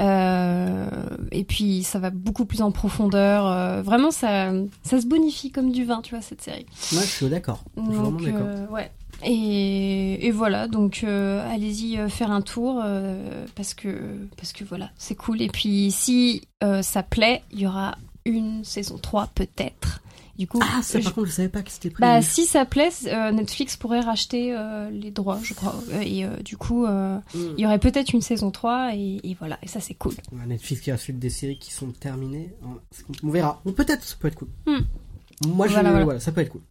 F: Euh, et puis ça va beaucoup plus en profondeur. Euh, vraiment, ça, ça se bonifie comme du vin, tu vois, cette série.
A: Moi, je suis d'accord. Je suis vraiment
F: Donc,
A: d'accord.
F: euh, ouais. Et, et voilà, donc euh, allez-y euh, faire un tour euh, parce que parce que voilà, c'est cool. Et puis si euh, ça plaît, il y aura une saison 3 peut-être. Du coup,
A: Ah, ça,
F: je-
A: par contre, je savais pas que c'était prévu.
F: bah, si ça plaît, euh, Netflix pourrait racheter euh, les droits, je crois. Et euh, du coup, euh,
A: Mm.
F: il y aurait peut-être une saison 3 et, et voilà, et ça c'est cool.
A: Ouais, Netflix qui insulte des séries qui sont terminées. hein, c'est compliqué. On verra. Ou Peut-être ça peut être cool.
F: Hmm.
A: Moi, je,
F: Voilà, voilà.
A: voilà, ça peut être cool.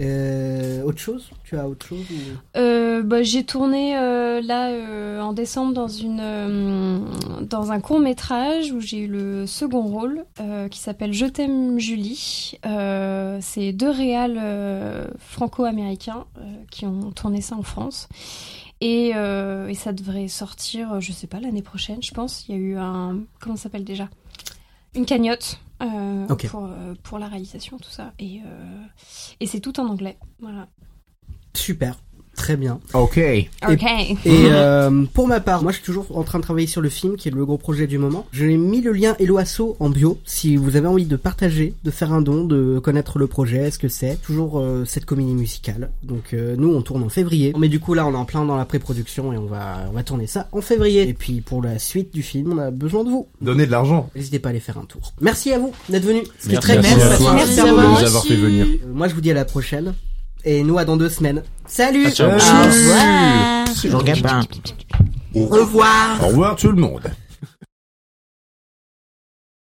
A: Euh, autre chose Tu as autre chose ou-
F: Euh, bah, j'ai tourné euh, là euh, en décembre dans une euh, dans un court métrage où j'ai eu le second rôle euh, qui s'appelle Je t'aime Julie. Euh, c'est deux réals euh, franco-américains euh, qui ont tourné ça en France. Et, euh, et ça devrait sortir, euh, je sais pas, l'année prochaine, je pense. Il y a eu un. Comment ça s'appelle déjà Une cagnotte. euh,
A: Ok.
F: pour, euh, pour la réalisation, tout ça. Et, euh, et c'est tout en anglais. Voilà.
A: Super. Très bien.
G: Ok.
F: Ok. Mhm.
A: Et euh, pour ma part, moi je suis toujours en train de travailler sur le film qui est le gros projet du moment. J'ai mis le lien Hello Asso en bio si vous avez envie de partager, de faire un don, de connaître le projet, ce que c'est. Toujours euh, cette comédie musicale. Donc euh, nous on tourne en février. Mais du coup là on est en plein dans la pré-production et on va on va tourner ça en février. Et puis pour la suite du film, on a besoin de vous.
G: Donnez de l'argent.
A: N'hésitez pas à aller faire un tour. Merci à vous d'être venus. C'était
G: Merci
A: très
G: à
A: bien.
G: toi.
A: Merci,
G: Merci
A: à
G: à
A: vous.
G: vous de nous avoir fait venir.
A: Euh, Moi je vous dis à la prochaine et nous à dans deux semaines. Salut.
G: Ah, ciao.
A: Au revoir.
G: Au revoir tout le monde.